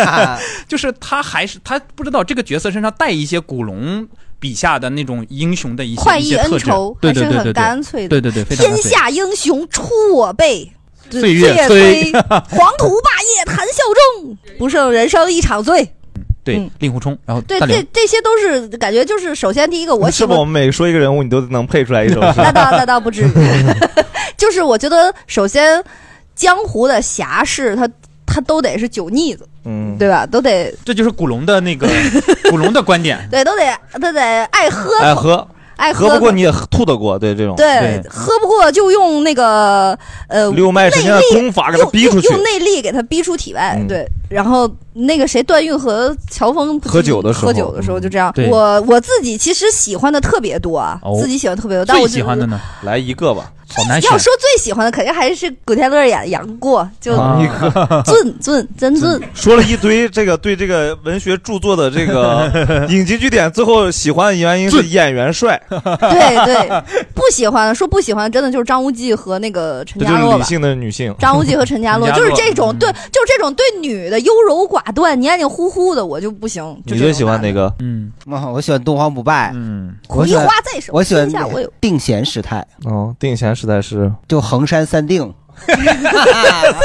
[SPEAKER 1] 就是他还是他不知道这个角色身上带一些古龙笔下的那种英雄的一些
[SPEAKER 4] 快
[SPEAKER 1] 一
[SPEAKER 4] 意
[SPEAKER 1] 些
[SPEAKER 4] 恩
[SPEAKER 1] 特质
[SPEAKER 4] 仇，
[SPEAKER 1] 对
[SPEAKER 4] 还
[SPEAKER 1] 对
[SPEAKER 4] 是
[SPEAKER 1] 对对
[SPEAKER 4] 很
[SPEAKER 1] 对，
[SPEAKER 4] 干脆的。
[SPEAKER 1] 对对对，非常
[SPEAKER 4] 天
[SPEAKER 1] 干脆
[SPEAKER 4] 下英雄出 我辈，这
[SPEAKER 1] 岁月
[SPEAKER 4] 催
[SPEAKER 1] 催，
[SPEAKER 4] 黄土霸业谈笑中，不胜人生一场醉。
[SPEAKER 1] 对令狐冲，然后
[SPEAKER 4] 嗯对，
[SPEAKER 1] 大刘
[SPEAKER 4] 这这些都是感觉就是，首先第一个我喜
[SPEAKER 2] 是不是我
[SPEAKER 4] 欢，
[SPEAKER 2] 们每说一个人 物，你都能配出来一首诗？
[SPEAKER 4] 那倒那倒不至于，就是我觉得首先。江湖的侠士，他他都得是酒腻子，
[SPEAKER 1] 嗯
[SPEAKER 4] 对吧？都得
[SPEAKER 1] 这就是古龙的那 个古龙的观点，哎
[SPEAKER 4] 对，都得他得爱喝口，
[SPEAKER 2] 爱喝，
[SPEAKER 4] 爱
[SPEAKER 2] 喝不
[SPEAKER 4] 口
[SPEAKER 2] 过你也喝吐得哦过，对这种
[SPEAKER 4] 对，喝不过就用那个呃
[SPEAKER 2] 六脉神剑的功法给他逼出去
[SPEAKER 4] 用内力给他逼出体外。
[SPEAKER 2] 嗯
[SPEAKER 4] 对，然后那个谁，段誉和乔峰不是
[SPEAKER 2] 喝酒的时候
[SPEAKER 4] 喝酒的时候就这样
[SPEAKER 2] 嗯。对
[SPEAKER 4] 我我自己其实喜欢的特别多啊
[SPEAKER 2] 哦，
[SPEAKER 4] 自己喜欢特别多，但我就？
[SPEAKER 2] 来一个吧，好难
[SPEAKER 4] 要说最喜欢的，肯定还是古天乐演杨过，就
[SPEAKER 2] 一个
[SPEAKER 4] 尊尊真尊。
[SPEAKER 2] 啊 说了一堆这个对这个文学著作的这 个引经据典，最后喜欢的原因是演员帅，
[SPEAKER 4] 对对，不喜欢说不喜欢，真的就是张无忌和那个陈
[SPEAKER 2] 这
[SPEAKER 4] 家
[SPEAKER 2] 就是
[SPEAKER 4] 洛
[SPEAKER 2] 理
[SPEAKER 4] 吧。
[SPEAKER 2] 性的女 性。
[SPEAKER 4] 张无忌和陈家洛，
[SPEAKER 2] 陈家
[SPEAKER 4] 就
[SPEAKER 2] 洛
[SPEAKER 4] 是这种对，就是这种对女的优柔寡断、黏黏糊糊的，我就不行。就
[SPEAKER 2] 你最喜欢哪个？
[SPEAKER 1] 嗯，
[SPEAKER 3] 我喜欢东方不败。
[SPEAKER 1] 嗯，
[SPEAKER 3] 我喜欢
[SPEAKER 4] 一花在手
[SPEAKER 3] 我喜欢
[SPEAKER 4] 天下我有
[SPEAKER 3] 定闲时态。
[SPEAKER 2] 哦，定闲时态是
[SPEAKER 3] 就衡山三定。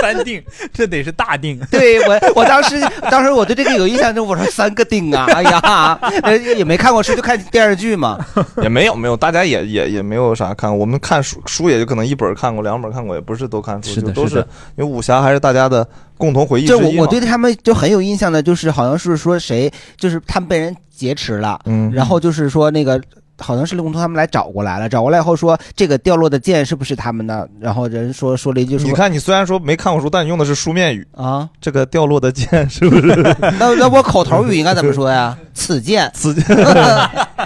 [SPEAKER 1] 三定，这得是大定。
[SPEAKER 3] 对我，我当时当时我对这个有印象，就我说三个定 啊，哎呀，呃也没看过书，就看电视剧嘛。
[SPEAKER 2] 也没有没有，大家也也也没有啥看，我们看书书也就可能一本看过，两本看过，也不是都看书，
[SPEAKER 3] 是的
[SPEAKER 2] 就都
[SPEAKER 3] 是的
[SPEAKER 2] 因为武侠还是大家的共同回忆之
[SPEAKER 3] 就
[SPEAKER 2] 一
[SPEAKER 3] 我我
[SPEAKER 2] 嘛
[SPEAKER 3] 对他们就很有印象的，就是好像是说谁，就是他们被人劫持了，
[SPEAKER 2] 嗯
[SPEAKER 3] 然后就是说那个。好像是令狐冲他们来找过来了，找过来以后说这个掉落的剑是不是他们的？然后人说说了一句说，
[SPEAKER 2] 你看，你虽然说没看过书，但你用的是书面语
[SPEAKER 3] 啊。
[SPEAKER 2] 这个掉落的剑是不是？
[SPEAKER 3] 那那我口头语应该怎么说 呀？此剑，
[SPEAKER 2] 此
[SPEAKER 3] 剑，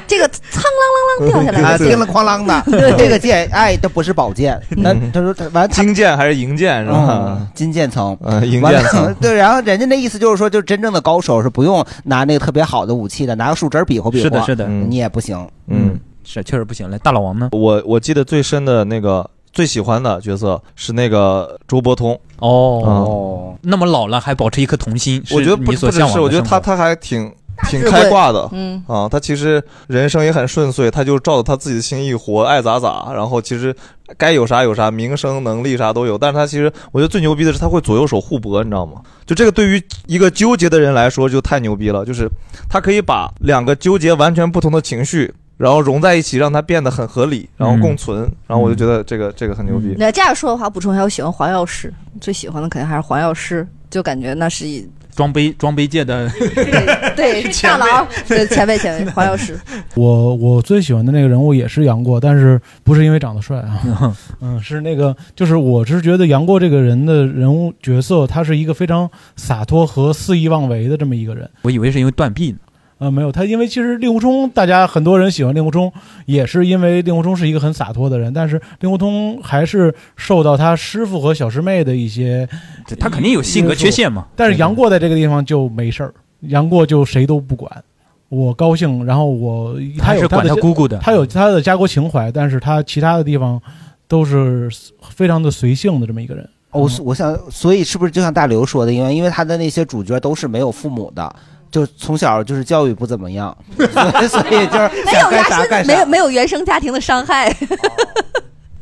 [SPEAKER 4] 这个苍啷啷啷掉下来
[SPEAKER 3] 啊，
[SPEAKER 4] 了，
[SPEAKER 3] 叮了哐啷的，这个剑，哎，这不是宝 剑。那他说他完，嗯
[SPEAKER 2] 金剑还是银剑是吧？
[SPEAKER 3] 金剑层，
[SPEAKER 2] 呃，银
[SPEAKER 3] 完
[SPEAKER 2] 剑
[SPEAKER 3] 了
[SPEAKER 2] 层，
[SPEAKER 3] 对，然后人家那意思就是说，就真正的高手是不用拿那个特别好的武器的，拿个树枝儿比划比划，
[SPEAKER 1] 是的是的嗯
[SPEAKER 3] 你也不行。
[SPEAKER 2] 嗯，
[SPEAKER 1] 是确实不行。来，大老王呢？
[SPEAKER 2] 我我记得最深的那个最喜欢的角色是那个周伯通嗯
[SPEAKER 1] 哦，那么老了还保持一颗童心，
[SPEAKER 2] 我觉得不
[SPEAKER 1] 你所
[SPEAKER 2] 不只
[SPEAKER 1] 向往
[SPEAKER 2] 是，
[SPEAKER 1] 的
[SPEAKER 2] 我觉得
[SPEAKER 1] 生
[SPEAKER 2] 他
[SPEAKER 1] 活
[SPEAKER 2] 他还挺挺
[SPEAKER 1] 智慧
[SPEAKER 2] 开挂的，
[SPEAKER 1] 嗯
[SPEAKER 2] 啊，他其实人生也很顺遂，他就照着他自己的心意活，爱咋咋，然后其实该有啥有啥，名声能力啥都有，但是他其实我觉得最牛逼的是他会左右手互搏，你知道吗？就这个对于一个纠结的人来说就太牛逼了，就是他可以把两个纠结完全不同的情绪。然后融在一起，让它变得很合理，然后共存。然后我就觉得这个这个很牛逼。
[SPEAKER 4] 那这样说的话，补充一下，我喜欢黄药师，最喜欢的肯定还是黄药师，就感觉那是一
[SPEAKER 1] 装杯装杯界 的
[SPEAKER 4] 对大佬，对前辈前辈黄药师。
[SPEAKER 5] 我我最喜欢的那个人物也是杨过，但是不是因为长得帅啊，嗯，是那个，就是我是觉得杨过这个人的人物角色，他是一个非常洒脱和肆意妄为的这么一个人。
[SPEAKER 1] 我以为是因为断臂呢。
[SPEAKER 5] 啊、没有他，因为其实令狐冲，大家很多人喜欢令狐冲，也是因为令狐冲是一个很洒脱的人，但是令狐冲还是受到他师傅和小师妹的一些，
[SPEAKER 1] 他肯定有性格缺陷嘛
[SPEAKER 5] 因素但是杨过在这个地方就没事儿，杨过就谁都不管，我高兴，然后我
[SPEAKER 1] 他是
[SPEAKER 5] 有他
[SPEAKER 1] 管他
[SPEAKER 5] 家
[SPEAKER 1] 姑姑的
[SPEAKER 5] 他有他的家国情怀，但是他其他的地方都是非常的随性的这么一个人。
[SPEAKER 3] 哦我、我想，所以是不是就像大刘说的，因为因为他的那些主角都是没有父母的，就从小就是教育不怎么样，所以所以就是
[SPEAKER 4] 没
[SPEAKER 3] 想
[SPEAKER 4] 有
[SPEAKER 3] 干
[SPEAKER 4] 原
[SPEAKER 3] 啥干啥。
[SPEAKER 4] 生，没有没有原生家庭的伤害，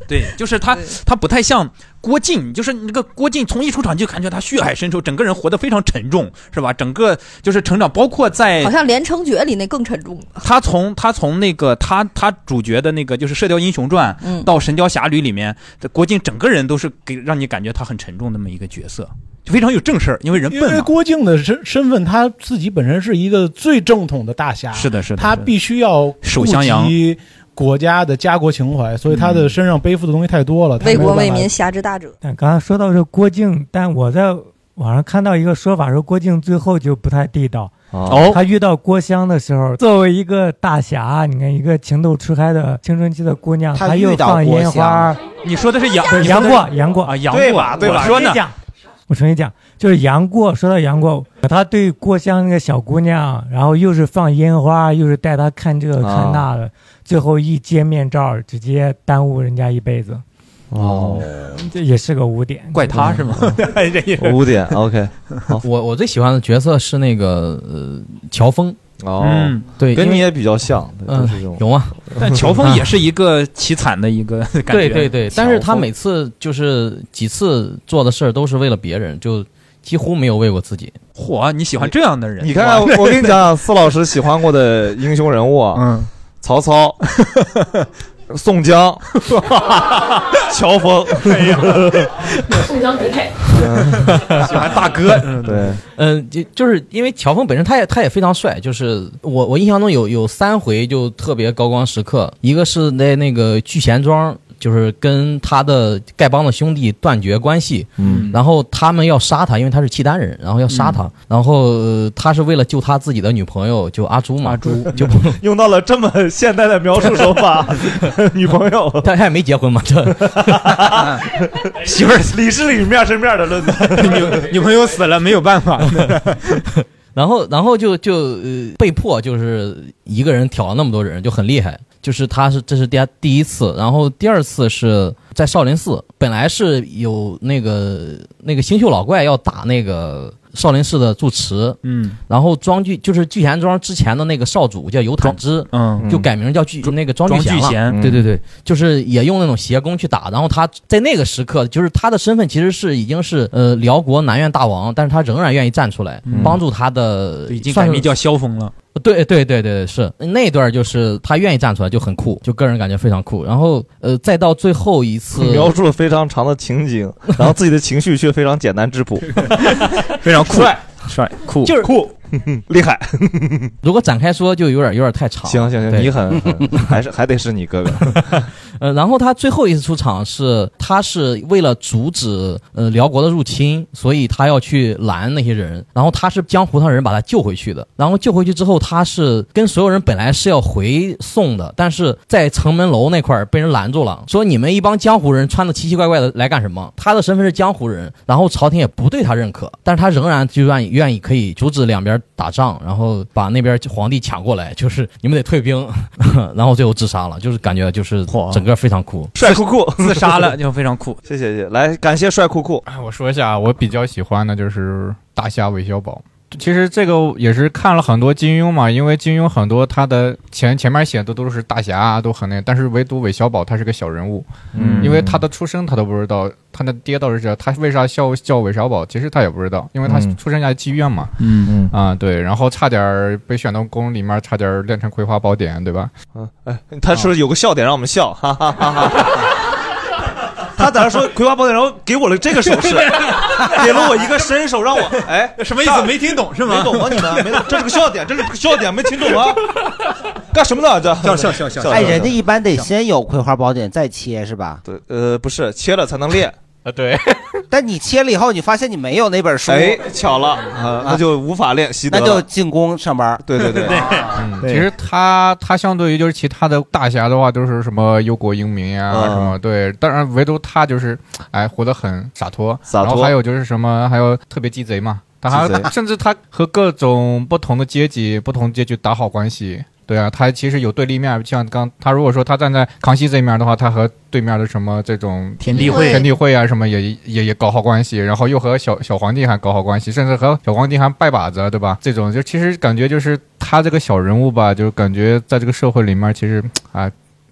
[SPEAKER 1] 对，就是他，他不太像郭靖，就是那个郭靖从一出场就感觉他血海深仇，整个人活得非常沉重，是吧？整个就是成长，包括在
[SPEAKER 4] 好像《连城诀》里那更沉重。
[SPEAKER 1] 他从他从那个他他主角的那个就是《射雕英雄传》
[SPEAKER 4] 嗯
[SPEAKER 1] 到《神雕侠侣》里面，这郭靖整个人都是给让你感觉他很沉重那么一个角色，就非常有正事儿，因为人
[SPEAKER 5] 因
[SPEAKER 1] 笨
[SPEAKER 5] 为
[SPEAKER 1] 嘛。
[SPEAKER 5] 郭靖的身身份，他自己本身是一个最正统的大侠，
[SPEAKER 1] 是的，是的，
[SPEAKER 5] 他
[SPEAKER 1] 是的
[SPEAKER 5] 必须要
[SPEAKER 1] 守襄阳嗯
[SPEAKER 5] 顾及国家的家国情怀，所以他的身上背负的东西太多了。他没
[SPEAKER 4] 为
[SPEAKER 5] 有
[SPEAKER 4] 国
[SPEAKER 5] 办
[SPEAKER 4] 为
[SPEAKER 5] 法
[SPEAKER 4] 民，侠之大者。
[SPEAKER 14] 但刚刚说到这郭靖，但我在网上看到一个说法，说郭靖最后就不太地道。
[SPEAKER 1] 哦
[SPEAKER 14] 他遇到郭襄的时候，作为一个大侠，你看一个情窦初开的青春期的姑娘，
[SPEAKER 1] 他
[SPEAKER 14] 她又
[SPEAKER 1] 遇到
[SPEAKER 14] 放
[SPEAKER 1] 郭
[SPEAKER 14] 烟花
[SPEAKER 1] 襄，你说的是杨
[SPEAKER 14] 不是
[SPEAKER 1] 你说
[SPEAKER 14] 杨
[SPEAKER 1] 的是
[SPEAKER 14] 过，杨过
[SPEAKER 1] 啊杨过对吧对吧
[SPEAKER 14] 我说呢
[SPEAKER 1] 我跟你讲，
[SPEAKER 14] 我重新讲，就是杨过。说到杨过，他对郭襄那个小姑娘，然后又是放烟花，又是带她看这个看那
[SPEAKER 1] 啊
[SPEAKER 14] 的，最后一揭面罩，直接耽误人家一辈子。
[SPEAKER 2] 哦，
[SPEAKER 14] 这也是个污点，
[SPEAKER 1] 怪他是吗？
[SPEAKER 7] 嗯
[SPEAKER 2] 污点，OK。
[SPEAKER 7] 我我最喜欢的角色是那个呃乔峰。
[SPEAKER 2] 哦
[SPEAKER 7] 嗯对，
[SPEAKER 2] 跟
[SPEAKER 7] 因为
[SPEAKER 2] 你也比较像，对
[SPEAKER 7] 嗯
[SPEAKER 2] 都是这种
[SPEAKER 7] 有吗？
[SPEAKER 1] 但 乔峰也是一个凄惨的一个感觉。
[SPEAKER 7] 对对对，但是他每
[SPEAKER 1] 次
[SPEAKER 7] 次就是几次做的事儿都是为了别人，就几乎没有为过自己。
[SPEAKER 1] 嚯，你喜欢这样的人？
[SPEAKER 2] 你看看，我 跟你讲，讲，司老师喜欢过的英雄人物啊，
[SPEAKER 1] 嗯，
[SPEAKER 2] 曹操，宋 江、乔峰，
[SPEAKER 1] 哎
[SPEAKER 6] 互相匹配。
[SPEAKER 2] 喜欢大哥，对，
[SPEAKER 7] 嗯，就就是因为乔峰本身他也他也非常帅，就是我我印象中有有三回就特别高光时刻，一个是在那个聚贤庄，就是跟他的丐帮的兄弟断绝关系，
[SPEAKER 2] 嗯，
[SPEAKER 7] 然后他们要杀他，因为他是契丹人，然后要杀他，
[SPEAKER 2] 嗯
[SPEAKER 7] 然后呃他是为了救他自己的女朋友，就阿朱嘛，阿朱就
[SPEAKER 2] 用到了这么现代的描述手 法，女朋友，
[SPEAKER 7] 他他也没结婚嘛， 这
[SPEAKER 2] 媳妇儿里是里面是面的论
[SPEAKER 1] 女女朋友死了没有办法，
[SPEAKER 7] 然后，然后就就呃被迫就是一个人挑了那么多人，就很厉害。就是他是这是第第一次，然后第二次是在少林寺，本来是有那个那个星宿老怪要打那个少林寺的住持，
[SPEAKER 1] 嗯，
[SPEAKER 7] 然后庄聚就是聚贤庄之前的那个少主叫尤坦之，
[SPEAKER 1] 嗯
[SPEAKER 7] 就改名叫聚那个庄
[SPEAKER 1] 庄
[SPEAKER 7] 聚贤
[SPEAKER 1] 聚
[SPEAKER 7] 了，
[SPEAKER 1] 贤
[SPEAKER 7] 对对
[SPEAKER 1] 嗯
[SPEAKER 7] 对，就是也用那种邪功去打，然后他在那个时刻，就是他的身份其实是已经是呃辽国南院大王，但是他仍然愿意站出来、
[SPEAKER 1] 嗯
[SPEAKER 7] 帮助他的，
[SPEAKER 1] 已经
[SPEAKER 7] 算
[SPEAKER 1] 改
[SPEAKER 7] 是
[SPEAKER 1] 名叫萧峰了。
[SPEAKER 7] 对对对对，是那段就是他愿意站出来就很酷，就个人感觉非常酷。然后呃，再到最后一次
[SPEAKER 2] 描述了非常长的情景， 然后自己的情绪却非常简单质朴，
[SPEAKER 1] 非常
[SPEAKER 2] 酷，帅帅酷，
[SPEAKER 7] 就是
[SPEAKER 2] 酷， 厉害。
[SPEAKER 7] 如果展开说就有点有点太长。
[SPEAKER 2] 行行行，
[SPEAKER 7] 对
[SPEAKER 2] 你很很 还是还得是你哥哥，
[SPEAKER 7] 呃，然后他最后一次出场是，他是为了阻止呃辽国的入侵，所以他要去拦那些人。然后他是江湖上人把他救回去的。然后救回去之后，他是跟所有人本来是要回送的，但是在城门楼那块儿被人拦住了，说你们一帮江湖人穿的奇奇怪怪的来干什么？他的身份是江湖人，然后朝廷也不对他认可，但是他仍然就愿意愿意可以阻止两边打仗，然后把那边皇帝抢过来，就是你们得退兵， 然后最后自杀了，就是感觉就是整个非常酷。
[SPEAKER 2] 帅酷酷，
[SPEAKER 1] 自杀 了就非常酷。
[SPEAKER 2] 谢谢谢谢，来感谢帅酷酷。
[SPEAKER 11] 哎我说一下，啊我比较喜欢的就是大侠韦小宝。
[SPEAKER 2] 嗯
[SPEAKER 11] 其实这个也是看了很多金庸嘛，因为金庸很多他的前前面写的都是大侠啊，都很那，但是唯独韦小宝他是个小人物，
[SPEAKER 1] 嗯
[SPEAKER 11] 因为他的出身他都不知道，他的爹到底是谁，他为啥叫叫韦小宝，其实他也不知道，因为他
[SPEAKER 1] 嗯
[SPEAKER 11] 出生在妓院嘛，
[SPEAKER 1] 嗯嗯
[SPEAKER 11] 啊、对，然后差点儿被选到宫里面，差点儿练成葵花宝典，对吧？
[SPEAKER 2] 嗯，哎， 他说有个笑点让我们笑，哈哈哈 哈。他在那说《葵花宝典》，然后给我了这个手 势，给了我一个伸手，让我哎
[SPEAKER 1] 什么意思没听懂是吗
[SPEAKER 2] 没懂啊吗？你们没懂，这是个笑点，这是个笑点，没听懂 啊？干什么呢？这
[SPEAKER 1] 笑笑笑笑
[SPEAKER 3] 哎，人家一般得先有《葵花宝典》再切是吧？
[SPEAKER 2] 对，呃，不是切了才能练。
[SPEAKER 11] 啊，对。
[SPEAKER 3] 但你切了以后，你发现你没有那本书，
[SPEAKER 2] 哎，巧了啊，那就无法练习得
[SPEAKER 3] 那
[SPEAKER 2] 了，
[SPEAKER 3] 就进宫上班。
[SPEAKER 2] 对对 对
[SPEAKER 11] 嗯其实他他相对于就是其他的大侠的话，都是什么忧国忧民呀、
[SPEAKER 2] 嗯
[SPEAKER 11] 什么对，当然唯独他就是哎活得很洒脱，
[SPEAKER 2] 洒脱
[SPEAKER 11] 然后还有就是什么，还有特别鸡贼嘛，他还
[SPEAKER 2] 鸡贼
[SPEAKER 11] 甚至他和各种不同的阶级、不同阶级打好关系。对啊，他其实有对立面，像刚他如果说他站在康熙这一面的话，他和对面的什么这种
[SPEAKER 1] 田地会
[SPEAKER 11] 田地会啊什么也也也搞好关系，然后又和小小皇帝还搞好关系，甚至和小皇帝还拜把子，啊对吧？这种就其实感觉就是他这个小人物吧，就感觉在这个社会里面其实啊。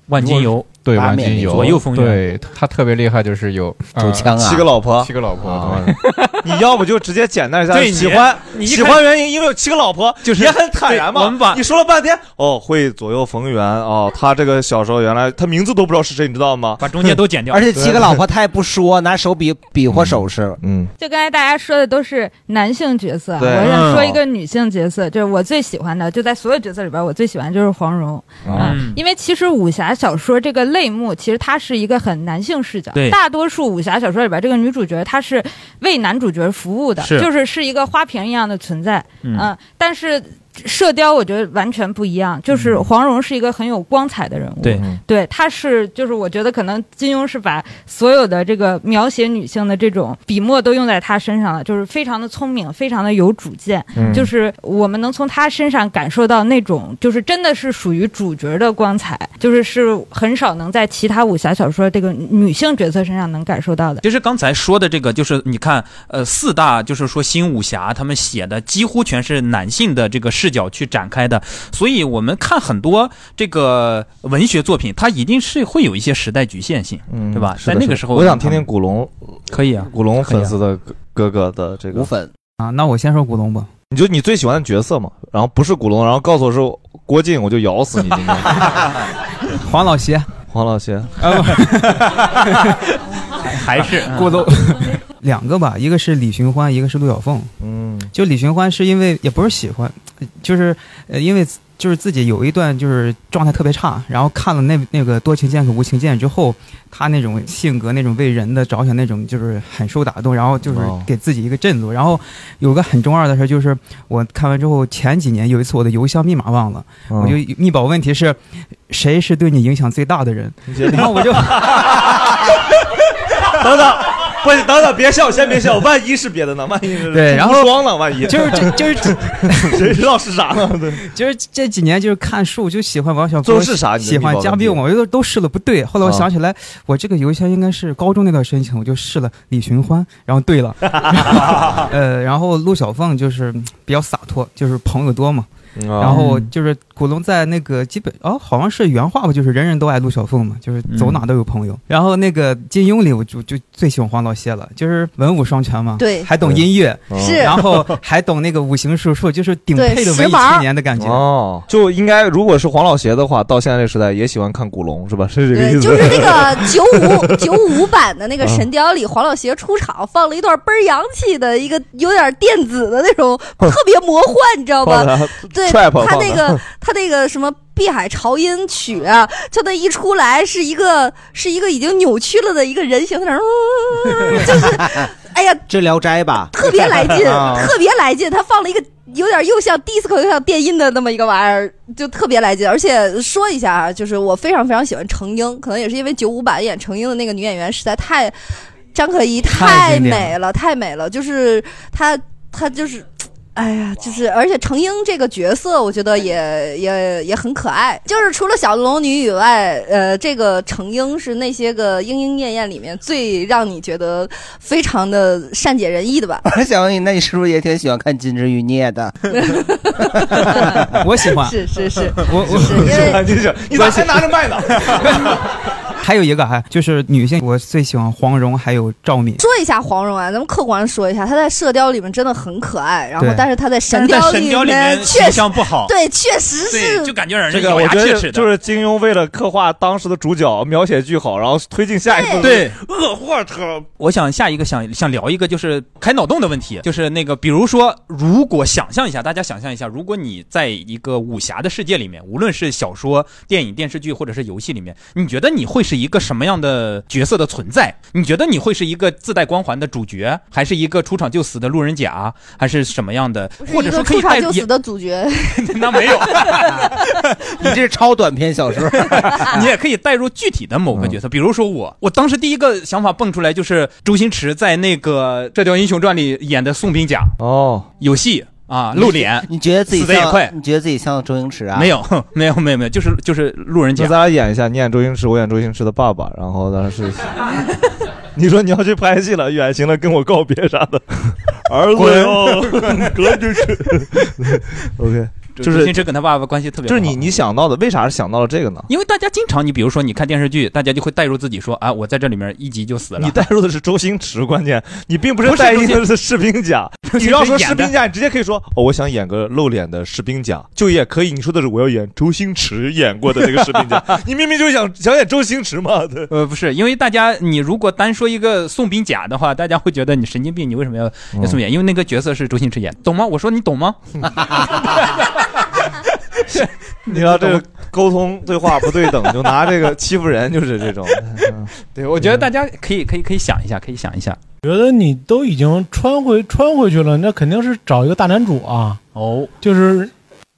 [SPEAKER 1] 万金油
[SPEAKER 11] 对
[SPEAKER 1] 八
[SPEAKER 11] 万
[SPEAKER 1] 面
[SPEAKER 11] 金油，
[SPEAKER 1] 左右逢源
[SPEAKER 11] 对他特别厉害，就是有呃
[SPEAKER 2] 手枪啊七个老婆
[SPEAKER 11] 七个老婆
[SPEAKER 2] 啊，
[SPEAKER 11] 对
[SPEAKER 2] 你要不就直接简单一下，
[SPEAKER 11] 对你
[SPEAKER 2] 喜欢
[SPEAKER 1] 哎
[SPEAKER 11] 你一
[SPEAKER 2] 喜
[SPEAKER 11] 看
[SPEAKER 2] 欢原因，因为有七个老婆，
[SPEAKER 1] 就是
[SPEAKER 2] 也很坦然
[SPEAKER 1] 对
[SPEAKER 2] 嘛。
[SPEAKER 1] 我们把
[SPEAKER 2] 你说了半天，哦，会左右逢源哦，他这个小时候原来他名字都不知道是谁，你知道 吗？把
[SPEAKER 1] 中间都剪
[SPEAKER 3] 嗯
[SPEAKER 1] 掉
[SPEAKER 3] 而且七个老 婆他也不说，拿手比比划手势。
[SPEAKER 2] 嗯，
[SPEAKER 8] 就刚才大家说的都是男性角色啊，
[SPEAKER 3] 对
[SPEAKER 8] 我
[SPEAKER 3] 嗯
[SPEAKER 8] 想说一个女性角色，就是我最喜欢的，就在所有角色里边，我最喜欢就是黄蓉。
[SPEAKER 1] 啊
[SPEAKER 8] 嗯，因为其实武侠小说这个类目，其实它是一个很男性视角
[SPEAKER 1] 对，
[SPEAKER 8] 大多数武侠小说里边，这个女主角她是为男主角服务的，
[SPEAKER 1] 是
[SPEAKER 8] 就是是一个花瓶一样的存在。啊
[SPEAKER 1] 嗯
[SPEAKER 8] 但是射雕我觉得完全不一样，就是黄蓉是一个很有光彩的人物。
[SPEAKER 1] 嗯对
[SPEAKER 16] 嗯
[SPEAKER 8] 对，她是就是我觉得可能金庸是把所有的这个描写女性的这种笔墨都用在她身上了，就是非常的聪明，非常的有主见，
[SPEAKER 10] 嗯
[SPEAKER 8] 就是我们能从她身上感受到那种就是真的是属于主角的光彩，就是是很少能在其他武侠小说这个女性角色身上能感受到的。
[SPEAKER 1] 其实刚才说的这个，就是你看，呃，四大就是说新武侠他们写的几乎全是男性的这个视角去展开的，所以我们看很多这个文学作品，它一定是会有一些时代局限性，对吧？
[SPEAKER 2] 嗯是
[SPEAKER 1] 在
[SPEAKER 2] 的
[SPEAKER 1] 那个
[SPEAKER 2] 是
[SPEAKER 1] 时候，
[SPEAKER 2] 我想听 听古龙，
[SPEAKER 1] 可以啊，
[SPEAKER 2] 古龙
[SPEAKER 1] 可以啊
[SPEAKER 2] 粉丝的哥哥的这个
[SPEAKER 3] 五粉
[SPEAKER 2] 啊。那我先说古龙吧，你就你最喜欢的角色嘛，然后不是古龙，然后告诉我是郭靖，我就咬死你今天。
[SPEAKER 22] 黄老邪，
[SPEAKER 2] 黄老师，
[SPEAKER 1] 啊 还是嗯
[SPEAKER 22] 郭总， 两个吧，一个是李寻欢，一个是陆小凤。
[SPEAKER 2] 嗯，
[SPEAKER 22] 就李寻欢是因为也不是喜欢，就是呃，因为就是自己有一段就是状态特别差，然后看了那那个《多情剑客无情剑》之后，他那种性格、那种为人的着想、那种就是很受打动，然后就是
[SPEAKER 2] 哦
[SPEAKER 22] 给自己一个振作。然后有个很中二的事儿，就是我看完之后，前几年有一次我的邮箱密码忘了，
[SPEAKER 2] 嗯
[SPEAKER 22] 我就密保问题是谁是对你影响最大的人，然后我就。
[SPEAKER 2] 等等，不是等等，别笑，先别笑，万一是别的呢？万一是
[SPEAKER 22] 对然后
[SPEAKER 2] 无双呢？万一
[SPEAKER 22] 就 是就就是
[SPEAKER 2] 谁知道是啥呢？对，
[SPEAKER 22] 就是这几年就是看书就喜欢王小波，
[SPEAKER 2] 都是啥你的
[SPEAKER 22] 喜欢
[SPEAKER 2] 密码
[SPEAKER 22] 加
[SPEAKER 2] 问题
[SPEAKER 22] 缪嘛，我觉得都试了不对。后来我
[SPEAKER 2] 啊
[SPEAKER 22] 想起来，我这个邮箱应该是高中那段申请，我就试了李寻欢，然后 对了。呃，然后陆小凤就是嗯比较洒脱，就是朋友多嘛。
[SPEAKER 2] 嗯啊
[SPEAKER 22] 然后就是古龙在那个基本哦，好像是原话吧，就是人人都爱陆小凤嘛，就是走哪都有朋友。然后那个金庸里，我就就最喜欢黄老谢了，就是文武双全嘛，
[SPEAKER 4] 对
[SPEAKER 22] 还懂音乐，
[SPEAKER 2] 对是
[SPEAKER 22] 然后还懂那个五行术数，就是顶
[SPEAKER 4] 对
[SPEAKER 22] 配的
[SPEAKER 4] 时
[SPEAKER 22] 文艺
[SPEAKER 4] 髦
[SPEAKER 22] 青年的感觉。
[SPEAKER 2] 哦，就应该如果是黄老邪的话，到现在这时代也喜欢看古龙是吧？是这个意思？啊
[SPEAKER 4] 就是那个九 五九五版的那个《神雕》里，黄老邪出场放了一段倍儿洋气的一个有点电子的那种，特别魔幻，你知道吧
[SPEAKER 2] 放的？
[SPEAKER 4] 对，
[SPEAKER 2] trap
[SPEAKER 4] 他
[SPEAKER 2] 放的
[SPEAKER 4] 那个他那个什么。碧海潮音曲啊，就那一出来是一个是一个已经扭曲了的一个人形在那儿，哎呀，
[SPEAKER 3] 这《聊斋》吧，
[SPEAKER 4] 特别来 劲，
[SPEAKER 3] 啊
[SPEAKER 4] 特别来劲。他放了一个有点又像 disco 又像电音的那么一个玩意儿，就特别来劲。而且说一下啊，就是我非常非常喜欢程英，可能也是因为九五版演程英的那个女演员实在太张可颐
[SPEAKER 9] 太
[SPEAKER 4] 太
[SPEAKER 9] 经典
[SPEAKER 4] 美了，太美了，就是她她就是。哎呀，就是，而且程英这个角色，我觉得也也也很可爱。就是除了小龙女以外，呃，这个程英是那些个莺莺燕燕里面最让你觉得非常的善解人意的吧？
[SPEAKER 3] 小英，那你是不是也挺喜欢看《金枝欲孽》 的？
[SPEAKER 22] 我喜欢，
[SPEAKER 4] 是是 是，
[SPEAKER 22] 我我
[SPEAKER 4] 是因为
[SPEAKER 2] 就是你咋还拿着麦呢？
[SPEAKER 22] 还有一个还啊就是女性，我最喜欢黄蓉还有赵敏。
[SPEAKER 4] 说一下黄蓉啊，咱们客观地说一下，她在《射雕》里面真的很可爱，然后
[SPEAKER 22] 对
[SPEAKER 4] 但是她在《神
[SPEAKER 1] 但
[SPEAKER 4] 雕
[SPEAKER 1] 是》在神
[SPEAKER 4] 里
[SPEAKER 1] 雕里面
[SPEAKER 4] 确
[SPEAKER 1] 形
[SPEAKER 4] 实
[SPEAKER 1] 象不好
[SPEAKER 4] 对，确实是，
[SPEAKER 1] 对就感觉让人
[SPEAKER 2] 这个
[SPEAKER 1] 咬
[SPEAKER 2] 我
[SPEAKER 1] 牙
[SPEAKER 2] 觉
[SPEAKER 1] 切齿
[SPEAKER 2] 得
[SPEAKER 1] 的。
[SPEAKER 2] 就是金庸为了刻画当时的主角，描写巨好，然后推进下一步。
[SPEAKER 1] 对，
[SPEAKER 2] 恶货车
[SPEAKER 1] 我想下一个想想聊一个就是开脑洞的问题，就是那个比如说，如果想象一下，大家想象一下，如果你在一个武侠的世界里面，无论是小说、电影、电视剧或者是游戏里面，你觉得你会是一个什么样的角色的存在？你觉得你会是一个自带光环的主角，还是一个出场就死的路人甲，还是什么样的？或者
[SPEAKER 4] 是一
[SPEAKER 1] 说
[SPEAKER 4] 个
[SPEAKER 1] 可以
[SPEAKER 4] 出
[SPEAKER 1] 带
[SPEAKER 4] 场就
[SPEAKER 1] 也
[SPEAKER 4] 死的主角。
[SPEAKER 3] 你这是超短篇小说。
[SPEAKER 1] 你也可以带入具体的某个
[SPEAKER 2] 嗯
[SPEAKER 1] 角色，比如说我，我当时第一个想法蹦出来就是周星驰在那个《射雕英雄传》里演的宋兵甲
[SPEAKER 2] 哦，
[SPEAKER 1] 有戏啊，露脸，
[SPEAKER 3] 你觉得自己
[SPEAKER 1] 死的也
[SPEAKER 3] 像
[SPEAKER 1] 快？
[SPEAKER 3] 你觉得自己像周星驰啊？
[SPEAKER 1] 没有，没有，没有，没有，就是就是路人
[SPEAKER 2] 那
[SPEAKER 1] 甲
[SPEAKER 2] 咱。俩演一下，你演周星驰，我演周星驰的爸爸，然后当时你说你要去拍戏了，远行了跟我告别啥的，儿子哟，哥就是 OK，
[SPEAKER 1] 周
[SPEAKER 2] 就是
[SPEAKER 1] 周星驰跟他爸爸关系特别
[SPEAKER 2] 就是
[SPEAKER 1] 不好
[SPEAKER 2] 你你想到的，为啥想到了这个呢？
[SPEAKER 1] 因为大家经常，你比如说你看电视剧，大家就会带入自己说啊，我在这里面一集就死了。
[SPEAKER 2] 你带入的是周星驰，关键你并不是
[SPEAKER 1] 不是
[SPEAKER 2] 带
[SPEAKER 1] 周
[SPEAKER 2] 入
[SPEAKER 1] 星
[SPEAKER 2] 的是士兵 甲。
[SPEAKER 1] 周
[SPEAKER 2] 你
[SPEAKER 1] 星驰
[SPEAKER 2] 要说
[SPEAKER 1] 演
[SPEAKER 2] 士
[SPEAKER 1] 的
[SPEAKER 2] 兵甲，你直接可以说，哦，我想演个露脸的士兵甲，就也可以。你说的是我要演周星驰演过的那个士兵 甲，你明明就想想演周星驰嘛。对，
[SPEAKER 1] 呃，不是，因为大家你如果单说一个宋兵甲的话，大家会觉得你神经病，你为什么要要宋兵甲？因为那个角色是周星驰演，懂吗？我说你懂吗？
[SPEAKER 2] 你要这个沟通对话不对等，就拿这个欺负人，就是这 种。嗯
[SPEAKER 1] 对，我觉得大家可以可以可以想一下，可以想一下。
[SPEAKER 5] 觉得你都已经穿回穿回去了，那肯定是找一个大男主啊。
[SPEAKER 1] 哦，
[SPEAKER 5] 就是，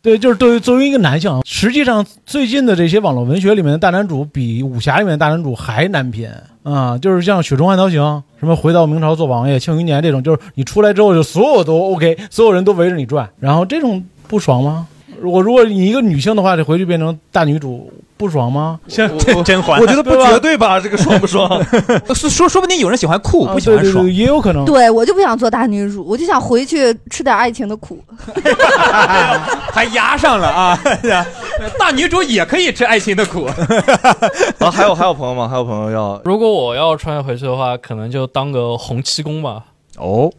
[SPEAKER 5] 对，就是对于作为一个男性啊，实际上最近的这些网络文学里面的大男主比武侠里面的大男主还难拼啊、就是像《雪中悍刀行》、什么《回到明朝做王爷》、《庆余年》这种，就是你出来之后就所有都 OK，所有人都围着你转，然后这种不爽吗？如果如果你一个女性的话，就回去变成大女主，不爽吗？像
[SPEAKER 1] 甄嬛
[SPEAKER 2] 我觉得不绝对吧，这个爽不爽？
[SPEAKER 1] 说呃说说不定有人喜欢酷，
[SPEAKER 5] 啊
[SPEAKER 1] 不喜欢
[SPEAKER 5] 对对
[SPEAKER 1] 爽
[SPEAKER 5] 对，也有可
[SPEAKER 2] 嗯
[SPEAKER 5] 能。
[SPEAKER 4] 对我就不想做大女主，我就想回去吃点爱情的苦。
[SPEAKER 1] 还压上了啊！大女主也可以吃爱情的苦。
[SPEAKER 2] 啊，还有还有朋友吗？还有朋友
[SPEAKER 1] 哦
[SPEAKER 2] 要
[SPEAKER 13] 如果我要穿越回去的话，可能就当个洪七公吧。
[SPEAKER 1] 哦，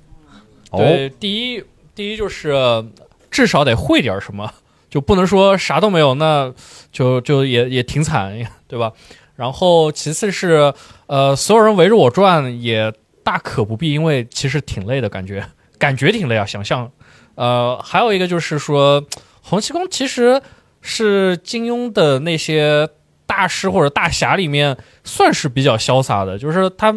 [SPEAKER 13] 对，第一第一就是呃至少得会 点儿什么，就不能说啥都没有，那就就也也挺惨，对吧？然后其次是呃，所有人围着我转也大可不必，因为其实挺累的感觉，感觉挺累啊，想象。呃，还有一个就是说，洪七公其实是金庸的那些大师或者大侠里面算是比较潇洒的，就是他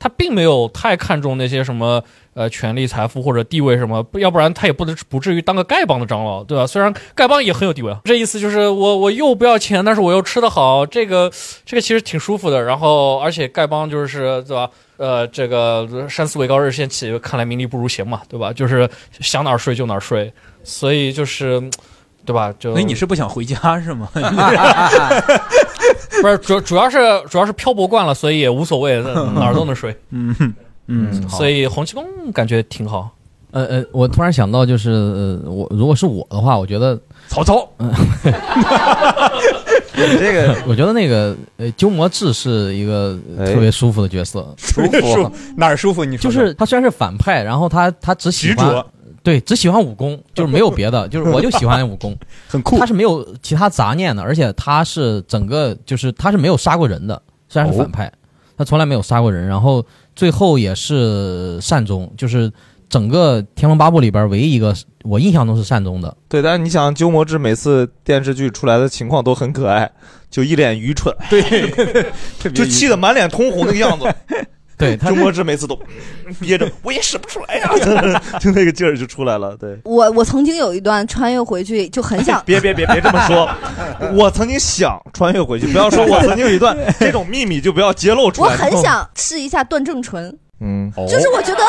[SPEAKER 13] 他并没有太看重那些什么呃权力、财富或者地位什么，不要不然他也不能不至于当个丐帮的长老，对吧？虽然丐帮也很有地位啊，这意思就是我我又不要钱，但是我又吃得好，这个这个其实挺舒服的。然后而且丐帮就是对吧？呃，这个山寺为高日先起，看来名利不如闲嘛，对吧？就是想哪儿睡就哪儿睡，所以就是。对吧？就
[SPEAKER 1] 哎所以你是不想回家是吗？
[SPEAKER 13] 不是主主要是主要是漂泊惯了，所以也无所 谓，哪儿都能睡。
[SPEAKER 1] 嗯
[SPEAKER 13] 嗯
[SPEAKER 7] 好
[SPEAKER 13] 所以洪七公感觉挺好。
[SPEAKER 7] 呃呃，我突然想到，就是、呃、我如果是我的话，我觉得
[SPEAKER 13] 曹操，
[SPEAKER 7] 嗯，这个我觉得那个呃鸠摩智是一个呃特别舒服的角色，
[SPEAKER 1] 舒
[SPEAKER 13] 啊
[SPEAKER 1] 服 哪儿舒服？你
[SPEAKER 7] 就
[SPEAKER 1] 说
[SPEAKER 7] 是他虽然是反派，然后他他只喜
[SPEAKER 1] 执
[SPEAKER 7] 欢
[SPEAKER 1] 着
[SPEAKER 7] 对只喜欢武功，就是没有别的，就是我就喜欢武功，
[SPEAKER 1] 很酷。
[SPEAKER 7] 他是没有其他杂念的，而且他是整个就是他是没有杀过人的，虽然是
[SPEAKER 1] 哦
[SPEAKER 7] 反派，他从来没有杀过人。然后最后也是善终，就是整个《天龙八部》里边唯一一个我印象中是善终的。
[SPEAKER 2] 对，但是你想，鸠摩智每次电视剧出来的情况都很可爱，就一脸愚蠢， 对，就气得满脸通红那个样 子。
[SPEAKER 7] 对，
[SPEAKER 2] 鸠摩智每次都憋着，我也使不出来呀、 就那个劲儿就出来了。对，，
[SPEAKER 4] 我我曾经有一段穿越回去就很想
[SPEAKER 2] 别别别别这么说，我曾经想穿越回去，不要说我曾经有一 段这种秘密就不要揭露出
[SPEAKER 4] 我
[SPEAKER 2] 来。哦
[SPEAKER 4] 很想试一下段正淳，
[SPEAKER 2] 嗯，
[SPEAKER 4] 就是我觉得，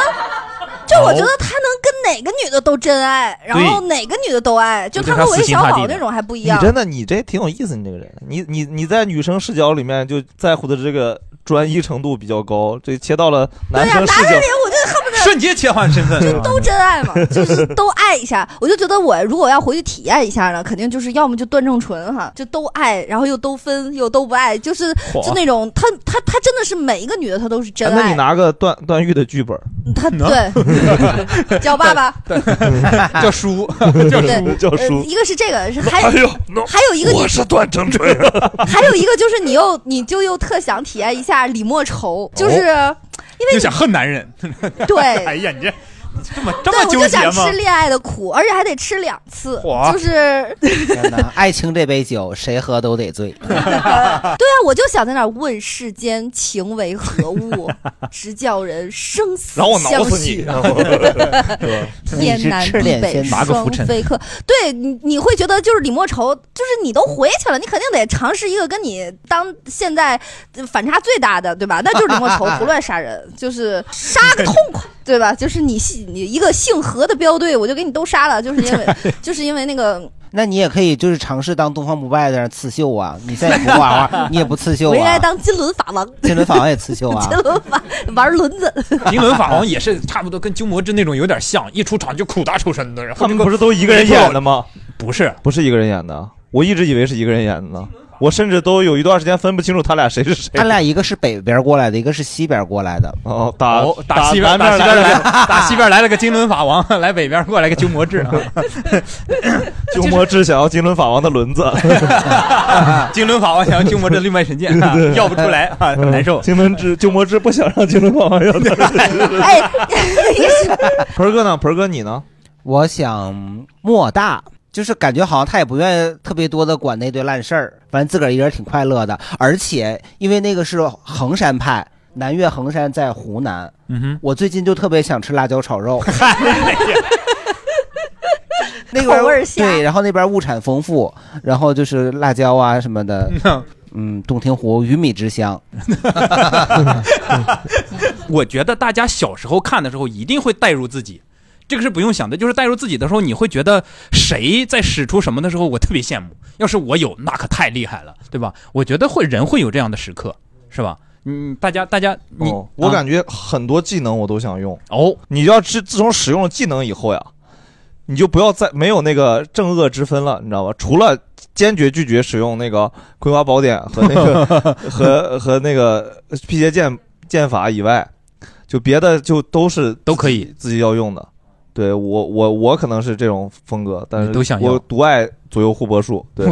[SPEAKER 4] 就我觉得他能跟哪个女的都真爱，然后
[SPEAKER 2] 哦对
[SPEAKER 4] 哪个女的都爱，就
[SPEAKER 2] 我觉
[SPEAKER 4] 他
[SPEAKER 2] 得
[SPEAKER 4] 和
[SPEAKER 2] 他
[SPEAKER 4] 韦
[SPEAKER 2] 死心
[SPEAKER 4] 小
[SPEAKER 2] 塌地
[SPEAKER 4] 宝
[SPEAKER 2] 的
[SPEAKER 4] 那种还不一样。
[SPEAKER 2] 你真的，你这挺有意思，你这个人，你你你在女生视角里面就在乎的这个专一程度比较高，这切到了男生视角，
[SPEAKER 4] 我就恨不得
[SPEAKER 1] 瞬间切换 身份，
[SPEAKER 4] 都真爱嘛， 就是都爱一下。我就觉得我如果要回去体验一下呢，肯定就是要么就段正淳哈，就都爱，然后又都分又都不爱，就是
[SPEAKER 2] 嚯
[SPEAKER 4] 就那种他他他真的是每一个女的他都是真
[SPEAKER 2] 哎那你
[SPEAKER 4] 爱，
[SPEAKER 2] 拿个段段誉的剧 本，
[SPEAKER 4] 他对 叫爸爸，
[SPEAKER 1] 叫叔，
[SPEAKER 2] 叫
[SPEAKER 4] 对
[SPEAKER 2] 叫
[SPEAKER 4] 呃
[SPEAKER 2] 叔，
[SPEAKER 4] 一个是这个，是还有
[SPEAKER 2] 那
[SPEAKER 4] 还有一个你
[SPEAKER 2] 我是段啊正淳，
[SPEAKER 4] 还有一个就是你又你就又特想体验一下李莫愁，
[SPEAKER 2] 哦
[SPEAKER 4] 就是因为
[SPEAKER 1] 又想恨男人。
[SPEAKER 4] 对
[SPEAKER 1] 哎呀，你这这么这
[SPEAKER 4] 对
[SPEAKER 1] 么
[SPEAKER 4] 我
[SPEAKER 1] 纠
[SPEAKER 4] 就
[SPEAKER 1] 结
[SPEAKER 4] 想
[SPEAKER 1] 吗
[SPEAKER 4] 吃？恋爱的苦，而且还得吃两次，
[SPEAKER 3] 嚯
[SPEAKER 4] 就是
[SPEAKER 3] 天哪 爱情这杯酒，谁喝都得醉。
[SPEAKER 4] 对啊，我就想在那儿问世间情为何 物，直叫人生死
[SPEAKER 3] 然后我挠
[SPEAKER 4] 相
[SPEAKER 3] 死
[SPEAKER 4] 许
[SPEAKER 3] 你
[SPEAKER 4] 天南
[SPEAKER 3] 你是赤
[SPEAKER 4] 地
[SPEAKER 3] 练
[SPEAKER 4] 北
[SPEAKER 3] 仙拿个
[SPEAKER 4] 双
[SPEAKER 3] 拂尘
[SPEAKER 4] 飞客。对你，你会觉得就是李莫愁，就是你都回去了，你肯定得尝试一个跟你当现在呃反差最大的，对吧？那就是李莫愁，不乱杀人， 就是杀个痛快，对吧？就是你姓你一个姓何的标队，我就给你都杀了，就是因 为就是因为那个。
[SPEAKER 3] 那你也可以就是尝试当东方不败在那儿刺绣啊，你现在也不画画，你也不刺绣
[SPEAKER 4] 我应该
[SPEAKER 3] 啊，
[SPEAKER 4] 当金轮法王，
[SPEAKER 3] 金轮法王也刺绣啊
[SPEAKER 4] 金轮法玩轮 子，
[SPEAKER 1] 金轮法王也是差不多跟鸠摩智那种有点像，一出场就苦大仇深的。然
[SPEAKER 2] 他
[SPEAKER 1] 后
[SPEAKER 2] 们不是都一个人演的？吗？
[SPEAKER 1] 不是，
[SPEAKER 2] 不是一个人演的，我一直以为是一个人演的呢，我甚至都有一段时间分不清楚他俩谁是谁。
[SPEAKER 3] 他俩一个是北边过来的，一个是西边过来的。
[SPEAKER 2] 哦，打
[SPEAKER 1] 哦，打西边，打西边来，打西边来了个金轮法王，来北边过来个鸠摩智啊。
[SPEAKER 2] 鸠摩智想要金轮法王的轮 子，
[SPEAKER 1] 金轮法王想要鸠摩智另外 神剑，啊要不出来啊，很难受。
[SPEAKER 2] 嗯金轮智鸠摩智不想让金轮法王要的。
[SPEAKER 4] 哎，
[SPEAKER 2] 盆哥呢？盆哥你呢？
[SPEAKER 3] 我想莫大，就是感觉好像他也不愿意特别多的管那堆烂事儿，反正自个儿一个人挺快乐的。而且因为那个是衡山派，南岳衡山在湖南，
[SPEAKER 1] 嗯哼，
[SPEAKER 3] 我最近就特别想吃辣椒炒肉。那
[SPEAKER 4] 口味儿
[SPEAKER 3] 个
[SPEAKER 4] 像
[SPEAKER 3] 对，然后那边物产丰富，然后就是辣椒啊什么的，嗯，洞庭湖鱼米之乡。
[SPEAKER 1] 我觉得大家小时候看的时候一定会带入自己，这个是不用想的。就是带入自己的时候，你会觉得谁在使出什么的时候，我特别羡慕。要是我有，那可太厉害了，对吧？我觉得会人会有这样的时刻， 是吧？嗯，大家大家，你、
[SPEAKER 2] 哦，我
[SPEAKER 1] 啊
[SPEAKER 2] 感觉很多技能我都想用。
[SPEAKER 1] 哦，
[SPEAKER 2] 你要自自从使用了技能以后呀，你就不要再没有那个正恶之分了，你知道吧？除了坚决拒绝使用那个《葵花宝典》和那 个和和那个辟邪剑剑法以外，就别的就都是都可
[SPEAKER 1] 以
[SPEAKER 2] 自己要用的。对我我我可能是这种风格，但是
[SPEAKER 1] 你都想要
[SPEAKER 2] 我独爱左右互搏术， 对，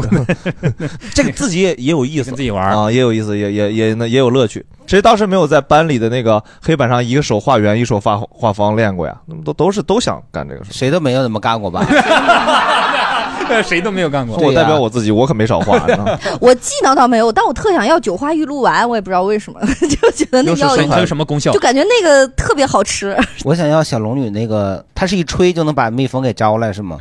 [SPEAKER 2] 这个自己也也有意思，自己玩啊也有意思，也也也那也有乐趣。谁当时没有在班里的那个黑板上一个手画圆，一手画画方练过呀？那么都都是都想干这个事，哎
[SPEAKER 3] 谁都没有怎么干过吧？
[SPEAKER 1] 啊 谁都没有干过。啊
[SPEAKER 2] 我代表我自己，我可没少画。
[SPEAKER 4] 我技能倒没有，但我特想要九花玉露丸，我也不知道为什么， 就觉得那药
[SPEAKER 3] 它有什么功效
[SPEAKER 4] 就感觉那个特别好吃。
[SPEAKER 3] 我想要小龙女那个，它是一吹就能把蜜蜂给招来是吗？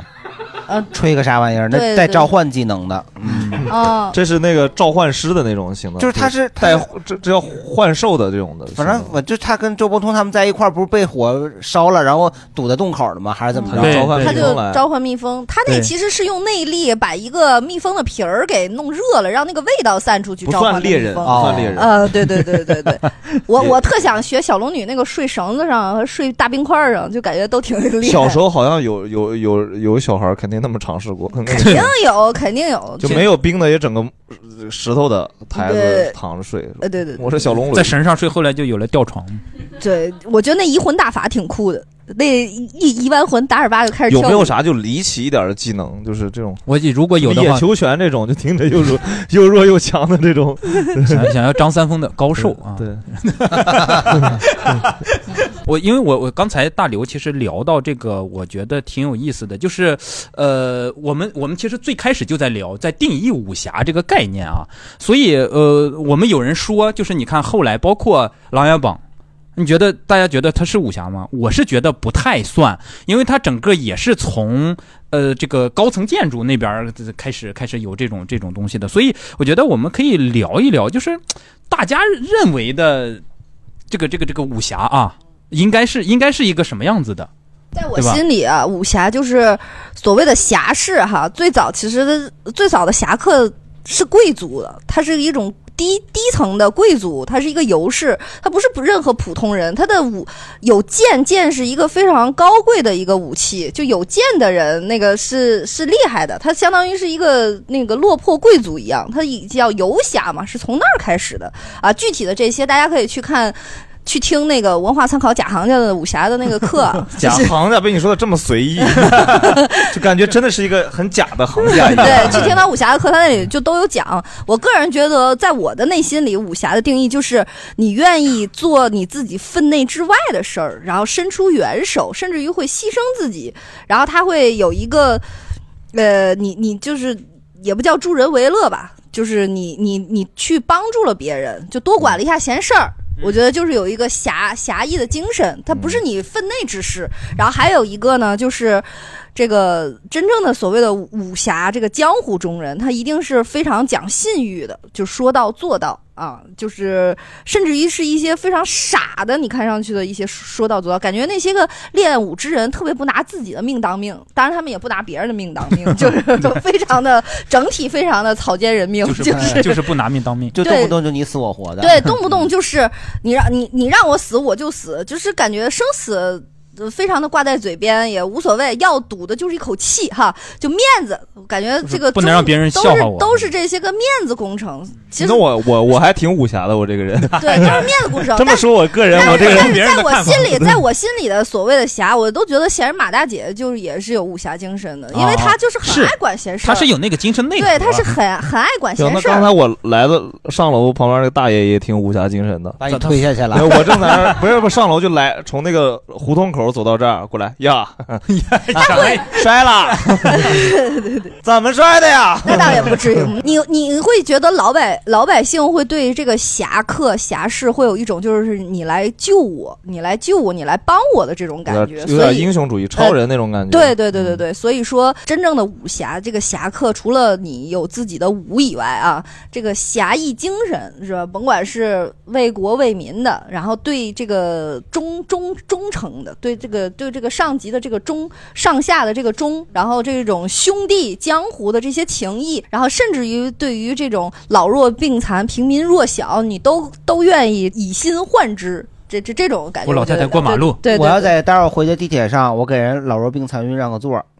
[SPEAKER 4] 呃，
[SPEAKER 3] 吹个啥玩意儿？那
[SPEAKER 4] 对对
[SPEAKER 3] 带召唤技能的，嗯
[SPEAKER 4] 哦，
[SPEAKER 2] 这是那个召唤师的那种型的，
[SPEAKER 3] 就是他是
[SPEAKER 2] 带这这叫幻兽的这种的，
[SPEAKER 3] 反正我就他跟周伯通他们在一块儿，不是被火烧了，然后堵在洞口了吗？还是怎么着？
[SPEAKER 2] 对对
[SPEAKER 4] 他就召唤蜜蜂，他那
[SPEAKER 3] 对
[SPEAKER 4] 其实是用内力把一个蜜蜂的皮儿给弄热了，让那个味道散出去。
[SPEAKER 2] 不
[SPEAKER 4] 召唤
[SPEAKER 2] 算
[SPEAKER 4] 的
[SPEAKER 2] 猎
[SPEAKER 4] 蜜
[SPEAKER 2] 人，
[SPEAKER 4] 蜂
[SPEAKER 2] 不算
[SPEAKER 3] 啊
[SPEAKER 2] 猎人。
[SPEAKER 3] 哦
[SPEAKER 4] 呃，对对对对 对，我
[SPEAKER 2] 也
[SPEAKER 4] 我特想学小龙女那个睡绳子上和睡大冰块儿上，就感觉都挺 厉害。
[SPEAKER 2] 小时候好像有有有有小孩儿肯定那么尝试过，肯
[SPEAKER 4] 肯定有，肯定有，
[SPEAKER 2] 就没有冰的也整个呃石头的台子
[SPEAKER 4] 对
[SPEAKER 2] 躺着睡。
[SPEAKER 4] 呃对对对
[SPEAKER 2] 我是小龙女，
[SPEAKER 1] 在绳上睡，后来就有了吊床。
[SPEAKER 4] 对，我觉得那移魂大法挺酷的。那一移完魂，达尔巴就开始跳
[SPEAKER 2] 有
[SPEAKER 4] 舞。
[SPEAKER 2] 没有啥就离奇一点的技能？就是这种，
[SPEAKER 1] 我如果有的话
[SPEAKER 2] 野球拳这种，就听着又弱又弱又强的这种，
[SPEAKER 1] 想想要张三丰的高手啊。
[SPEAKER 2] 对，
[SPEAKER 1] 我因为我我刚才大刘其实聊到这个，我觉得挺有意思的，就是呃，我们我们其实最开始就在聊在定义武侠这个概念啊，所以呃，我们有人说，就是你看后来包括《琅琊榜》。你觉得大家觉得它是武侠吗？我是觉得不太算，因为它整个也是从呃这个高层建筑那边儿呃开始开始有这种这种东西的，所以我觉得我们可以聊一聊，就是嘖大家认为的这个这个这个武侠啊，应该是应该是一个什么样 子的？
[SPEAKER 4] 在我
[SPEAKER 1] 对吧
[SPEAKER 4] 心里啊，武侠就是所谓的侠士哈。最早其实最早的侠客是贵族的，他是一种低低层的贵族，他是一个游士，他不是不任何普通人。他的武有剑，剑是一个非常高贵的一个武器，就有剑的人那个是是厉害的，他相当于是一个那个落魄贵族一样，他以叫游侠嘛，是从那儿开始的啊。具体的这些大家可以去看。去听那个文化参考贾行家的武侠的那个 课啊，
[SPEAKER 2] 假行家被你说的这么随意，就感觉真的是一个很假的行家一样。
[SPEAKER 4] 对，去天堂武侠的课，他那里就都有讲。我个人觉得，在我的内心里，武侠的定义就是你愿意做你自己分内之外的事儿，然后伸出援手，甚至于会牺牲自己，然后他会有一个，呃，你你就是也不叫助人为乐吧，就是你你你去帮助了别人，就多管了一下闲事儿。我觉得就是有一个侠侠义的精神，它不是你分内之事。然后还有一个呢，就是这个真正的所谓的武侠，这个江湖中人，他一定是非常讲信誉的，就说到做到啊，就是甚至于是一些非常傻的，你看上去的一些说到做到，感觉那些个练武之人特别不拿自己的命当命，当然他们也不拿别人的命当 命，就是非常的整体非常的草菅人命，
[SPEAKER 1] 就是不就是不拿命当命，
[SPEAKER 4] 就动不 动
[SPEAKER 3] 就你死我活的
[SPEAKER 4] 对，动不动就是你让你你让我死我就死，就是感觉生死。呃非常的挂在嘴边也无所谓，要赌的就是一口气哈，就面子。我感觉这个
[SPEAKER 2] 不能
[SPEAKER 4] 中
[SPEAKER 2] 让别人笑话我
[SPEAKER 4] 都是都是这些个面子工程。其实
[SPEAKER 2] 那我我我还挺武侠的，我这个人。
[SPEAKER 4] 对，都是面子工程。
[SPEAKER 2] 这么
[SPEAKER 4] 但
[SPEAKER 2] 说，我个人我这个人，
[SPEAKER 4] 在我心里， 在我心里的所谓的侠，我都觉得闲人马大姐就是也是有武侠精神的，因为她就是很
[SPEAKER 2] 哦是
[SPEAKER 4] 爱管闲事儿。
[SPEAKER 1] 他是有那个精神内核啊，
[SPEAKER 4] 对，她是很很爱管闲
[SPEAKER 2] 行，那
[SPEAKER 4] 事儿。
[SPEAKER 2] 刚才我来的上楼旁边那个大爷也挺武侠精神的，
[SPEAKER 3] 把你推下去了
[SPEAKER 2] 没有我正在那儿不是不是上楼就来，从那个胡同口走到这儿过来 呀，哎摔了， 怎么摔的 呀？
[SPEAKER 4] 那倒也 不至于。嗯你你会觉得老百老百姓会对这个侠客侠士会有一种就是你来救我，你来救我，你来帮我的这种感
[SPEAKER 2] 有
[SPEAKER 4] 觉，
[SPEAKER 2] 点有
[SPEAKER 4] 所
[SPEAKER 2] 点
[SPEAKER 4] 以呃
[SPEAKER 2] 英雄主义、超人那种感觉。嗯
[SPEAKER 4] 对对对对对，所以说真正的武侠，这个侠客除了你有自己的武以外啊，这个侠义精神是吧？甭管是为国为民的，然后对这个忠忠忠诚的，对这个对这个上级的这个忠，上下的这个忠，然后这种兄弟江湖的这些情谊，然后甚至于对于这种老弱病残、平民弱小，你都都愿意以心换之。这这这种感觉，我觉得对对对
[SPEAKER 3] 我要在待会儿回去地铁上，我给人老弱病残孕让个座儿。啊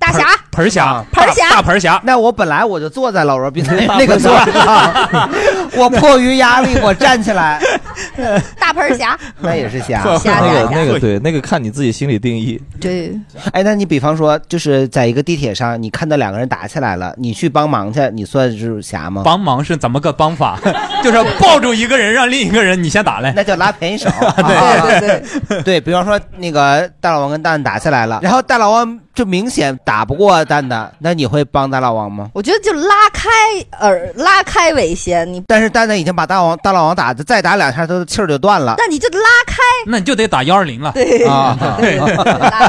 [SPEAKER 4] 大侠，
[SPEAKER 1] 盆侠，
[SPEAKER 4] 盆侠，
[SPEAKER 1] 大盆侠。
[SPEAKER 3] 那我本来我就 啊 坐在老弱病残孕那个座儿上，我迫于压力，我站起来，，
[SPEAKER 4] 大盆儿侠
[SPEAKER 3] 那也是侠
[SPEAKER 4] 侠侠
[SPEAKER 2] 那个
[SPEAKER 4] 侠
[SPEAKER 2] 那个对，那个看你自己心里定义。
[SPEAKER 4] 对，
[SPEAKER 3] 哎，那你比方说，就是在一个地铁上，你看到两个人打起来了，你去帮忙去，你算是侠吗？
[SPEAKER 1] 帮忙是怎么个帮法？ 就是抱住一个人，让另一个人你先打来，
[SPEAKER 3] 那叫拉便宜手。
[SPEAKER 1] 对
[SPEAKER 3] 对对对，比方说那个大老王跟蛋打起来 了，然后大老王就明显打不过蛋蛋，那你会帮大老王吗？
[SPEAKER 4] 我觉得就拉开耳，拉开尾弦，你
[SPEAKER 3] 但是蛋蛋已经把大王大老王打的，再打两下，他的气儿就断了。
[SPEAKER 4] 那你就拉开。
[SPEAKER 1] 那你就得打幺二零了。
[SPEAKER 4] 对
[SPEAKER 3] 啊
[SPEAKER 1] 对，
[SPEAKER 4] 拉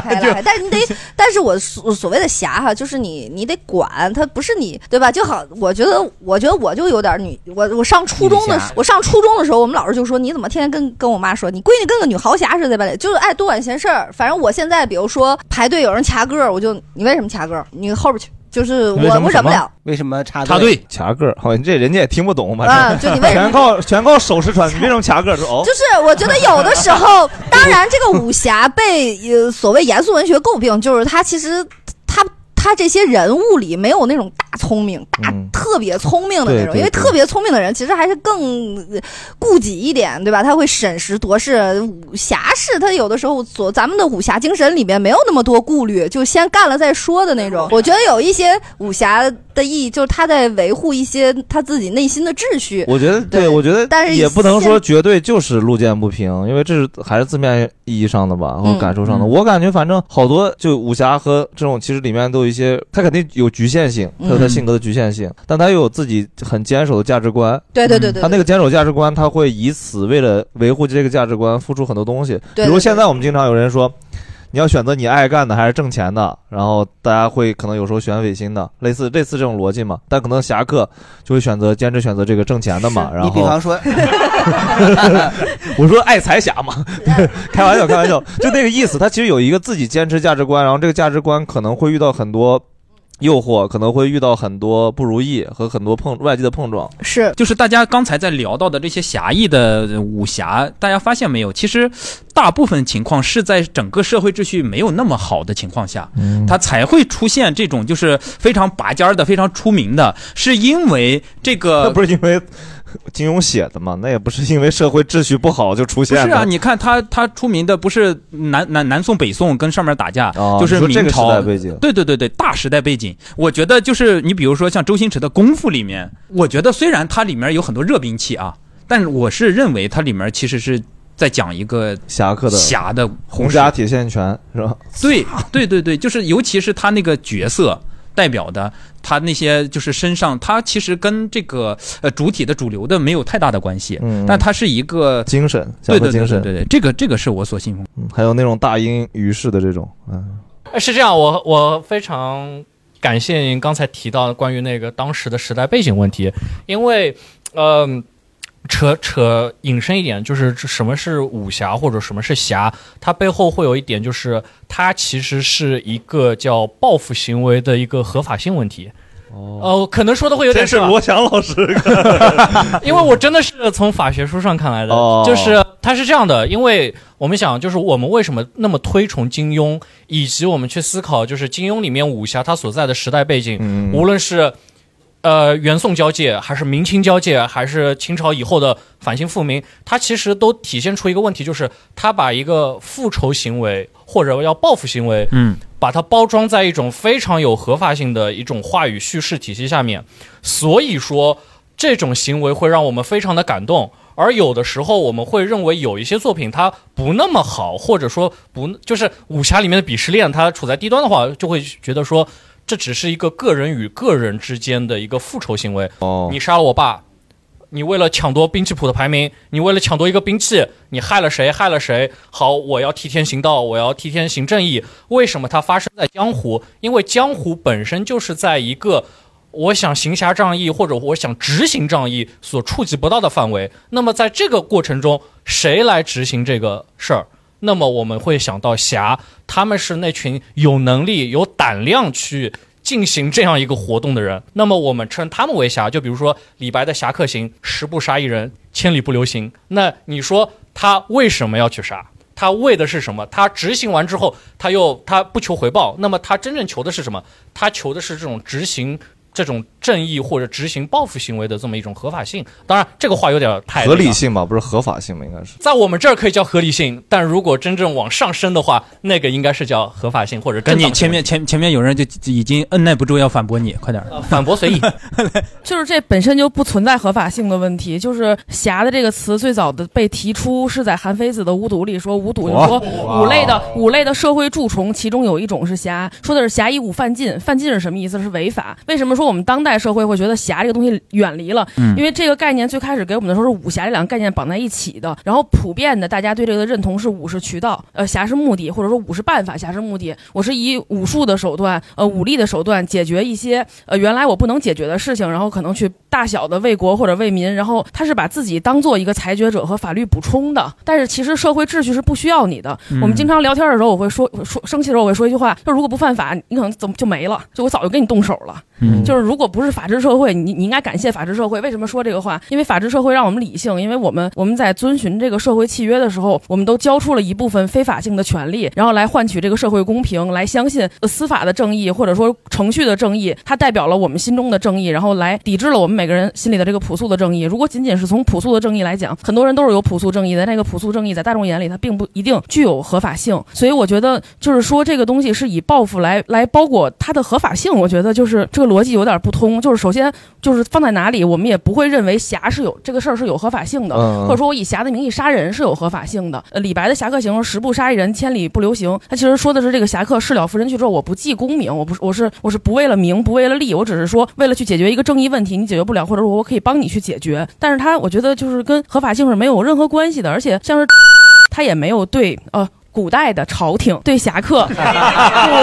[SPEAKER 4] 开拉开，但是你得，但是我所所谓的侠哈，就是你你得管他，不是你对吧？就好，我觉得，我觉得我就有点女，我我上初中的
[SPEAKER 9] 女侠
[SPEAKER 4] 时，我上初中的时候，我们老师就说你怎么天天跟跟我妈说你闺女跟个女豪侠似的吧，就是爱多管闲事儿。反正我现在比如说排队有人掐个儿，我就你为什么掐个儿？你后边去，就是呃我我忍不了。
[SPEAKER 3] 为什么插
[SPEAKER 2] 插队卡个儿？好，你这人家也听不懂，反正、
[SPEAKER 4] 啊就你为什么
[SPEAKER 2] 全靠全靠手 势传，你为什么卡个儿？说哦，
[SPEAKER 4] 就是我觉得有的时候，当然这个武侠被呃所谓严肃文学诟病，就是他其实他他这些人物里没有那种大聪明、大、
[SPEAKER 3] 嗯
[SPEAKER 4] 特别聪明的那种，
[SPEAKER 9] 对对
[SPEAKER 4] 因
[SPEAKER 9] 对
[SPEAKER 4] 为特别聪明的人其实还是更呃顾己一点，对吧？他会审时度势。武侠是他有的时候所咱们的武侠精神里面没有那么多顾虑，就先干了再说的那种。我觉得有一些武侠的意义，就是他在维护一些他自己内心的秩序。
[SPEAKER 2] 我觉得对，我觉得
[SPEAKER 4] 但是
[SPEAKER 2] 也不能
[SPEAKER 4] 现
[SPEAKER 2] 说绝对就是路见不平，因为这是还是字面意义上的吧，或
[SPEAKER 4] 嗯
[SPEAKER 2] 者感受上的。我感觉反正好多就武侠和这种，其实里面都有一些，他肯定有局限性，他有他
[SPEAKER 4] 嗯
[SPEAKER 2] 性格的局限性，但他又有自己很坚守的价值观。
[SPEAKER 4] 对对对对对
[SPEAKER 2] 他那个坚守价值观，他会以此为了维护这个价值观，付出很多东西。
[SPEAKER 4] 对对
[SPEAKER 2] 比如
[SPEAKER 4] 对
[SPEAKER 2] 现在我们经常有人说。你要选择你爱干的还是挣钱的，然后大家会可能有时候选违心的，类似类似这种逻辑嘛。但可能侠客就会选择坚持选择这个挣钱的嘛。然后
[SPEAKER 3] 你比方说，
[SPEAKER 2] 我说爱财侠嘛， 开玩笑开玩笑，就那个意思。他其实有一个自己坚持价值观，然后这个价值观可能会遇到很多诱惑，可能会遇到很多不如意和很多碰外界的碰撞。
[SPEAKER 4] 是，
[SPEAKER 1] 就是大家刚才在聊到的这些侠义的呃武侠，大家发现没有？其实大部分情况是在整个社会秩序没有那么好的情况下，它才会出现这种就是非常拔尖儿的、非常出名的，是因为这
[SPEAKER 2] 那
[SPEAKER 1] 个
[SPEAKER 2] 不是因为金庸写的嘛？那也不是因为社会秩序不好就出
[SPEAKER 1] 不
[SPEAKER 2] 现的。
[SPEAKER 1] 是啊，你看他他出名的不是南南南宋北宋跟上面打架，
[SPEAKER 2] 哦
[SPEAKER 1] 就是
[SPEAKER 2] 你说这
[SPEAKER 1] 明
[SPEAKER 2] 个时
[SPEAKER 1] 朝
[SPEAKER 2] 代背景
[SPEAKER 1] 对对对对，大时代背景。我觉得就是你比如说像周星驰的《功夫》里面，我觉得虽然它里面有很多热兵器啊，但是我是认为它里面其实是在讲一个
[SPEAKER 2] 侠客的
[SPEAKER 1] 侠的
[SPEAKER 2] 红甲铁线拳是吧？
[SPEAKER 1] 对对对对，就是尤其是他那个角色代表的，他那些就是身上，他其实跟这个呃主体的主流的没有太大的关系，
[SPEAKER 2] 嗯
[SPEAKER 1] 但他是一个
[SPEAKER 2] 精神，侠
[SPEAKER 1] 对
[SPEAKER 2] 客
[SPEAKER 1] 对对
[SPEAKER 2] 精
[SPEAKER 1] 对
[SPEAKER 2] 神，
[SPEAKER 1] 对对，这个这个是我所信奉。
[SPEAKER 2] 嗯还有那种大英于世的这种，嗯，
[SPEAKER 13] 哎，是这样，我我非常感谢您刚才提到关于那个当时的时代背景问题，因为，嗯、扯扯引申一点，就是这什么是武侠或者什么是侠，它背后会有一点，就是它其实是一个叫报复行为的一个合法性问题。哦，可能说的会有点
[SPEAKER 2] 这是
[SPEAKER 13] 吧
[SPEAKER 2] 罗翔老师，
[SPEAKER 13] 因为我真的是从法学书上看来的，
[SPEAKER 2] 哦
[SPEAKER 13] 就是呃它是这样的，因为我们想，就是我们为什么那么推崇金庸，以及我们去思考，就是金庸里面武侠它所在的时代背景，
[SPEAKER 2] 嗯
[SPEAKER 1] 嗯
[SPEAKER 13] 无论是呃元宋交界，还是明清交界，还是清朝以后的反清复明，它其实都体现出一个问题，就是它把一个复仇行为或者要报复行为，
[SPEAKER 1] 嗯，
[SPEAKER 13] 把它包装在一种非常有合法性的一种话语叙事体系下面，所以说这种行为会让我们非常的感动。而有的时候，我们会认为有一些作品它不那么好，或者说不就是武侠里面的鄙视链，它处在低端的话，就会觉得说这只是一个个人与个人之间的一个复仇行为。
[SPEAKER 2] 哦
[SPEAKER 13] 你杀了我爸，你为了抢夺兵器谱的排名，你为了抢夺一个兵器，你害了谁？害了谁？好，我要替天行道，我要替天行正义。为什么它发生在江湖？因为江湖本身就是在一个我想行侠仗义或者我想执行仗义所触及不到的范围。那么在这个过程中，谁来执行这个事儿？那么我们会想到侠，他们是那群有能力、有胆量去进行这样一个活动的人。那么我们称他们为侠。就比如说李白的《侠客行》，十步杀一人，千里不留行。那你说他为什么要去杀？他为的是什么？他执行完之后，他又他不求回报，那么他真正求的是什么？他求的是这种执行这种正义或者执行报复行为的这么一种合法性。当然，这个话有点太
[SPEAKER 2] 合理
[SPEAKER 13] 那个
[SPEAKER 2] 性吧，不是合法性吧？应该 是
[SPEAKER 13] 在我们这儿可以叫合理性，但如果真正往上升的话，那个应该是叫合法性或者
[SPEAKER 1] 赶紧
[SPEAKER 13] 正当性
[SPEAKER 1] 前面前前面有人就就已经按耐不住要反驳你，快点儿，
[SPEAKER 13] 啊反驳随意。
[SPEAKER 6] 就是这本身就不存在合法性的问题。就是“侠”的这个词最早的被提出是在韩非子的《五毒》里说，五毒就说
[SPEAKER 9] 哇
[SPEAKER 6] 五类的五类的社会蛀虫，其中有一种是侠，说的是侠以武犯禁。犯禁是什么意思？是违法。为什么说我们当代社会会觉得侠这个东西远离了？
[SPEAKER 10] 嗯
[SPEAKER 6] 因为这个概念最开始给我们的时候是武侠这两个概念绑在一起的，然后普遍的大家对这个的认同是武是渠道，呃，侠是目的，或者说武是办法，侠是目的。我是以武术的手段，呃，武力的手段解决一些呃原来我不能解决的事情，然后可能去大小的为国或者为民，然后他是把自己当做一个裁决者和法律补充的。但是其实社会秩序是不需要你的。
[SPEAKER 10] 嗯
[SPEAKER 6] 我们经常聊天的时候，我会说说生气的时候，我会说一句话，就如果不犯法，你可能怎么就没了，就我早就跟你动手了。
[SPEAKER 10] 嗯
[SPEAKER 6] 就是如果不是法治社会，你你应该感谢法治社会。为什么说这个话？因为法治社会让我们理性，因为我们我们在遵循这个社会契约的时候，我们都交出了一部分非法性的权利，然后来换取这个社会公平，来相信呃司法的正义或者说程序的正义，它代表了我们心中的正义，然后来抵制了我们每个人心里的这个朴素的正义。如果仅仅是从朴素的正义来讲，很多人都是有朴素正义的，但这个朴素正义在大众眼里，它并不一定具有合法性。所以我觉得，就是说这个东西是以报复来来包裹它的合法性，我觉得就是这个逻辑有点不通。就是首先就是放在哪里，我们也不会认为侠是有这个事儿是有合法性的，
[SPEAKER 10] 嗯
[SPEAKER 6] 或者说我以侠的名义杀人是有合法性的。呃，李白的《侠客行》说“十步杀一人，千里不留行”，他其实说的是这个侠客事了拂身去之后，我不计功名，我不是我是我是不为了名，不为了利，我只是说为了去解决一个正义问题，你解决不了，或者说我可以帮你去解决。但是他我觉得就是跟合法性是没有任何关系的，而且像是他也没有对呃。古代的朝廷对侠客，古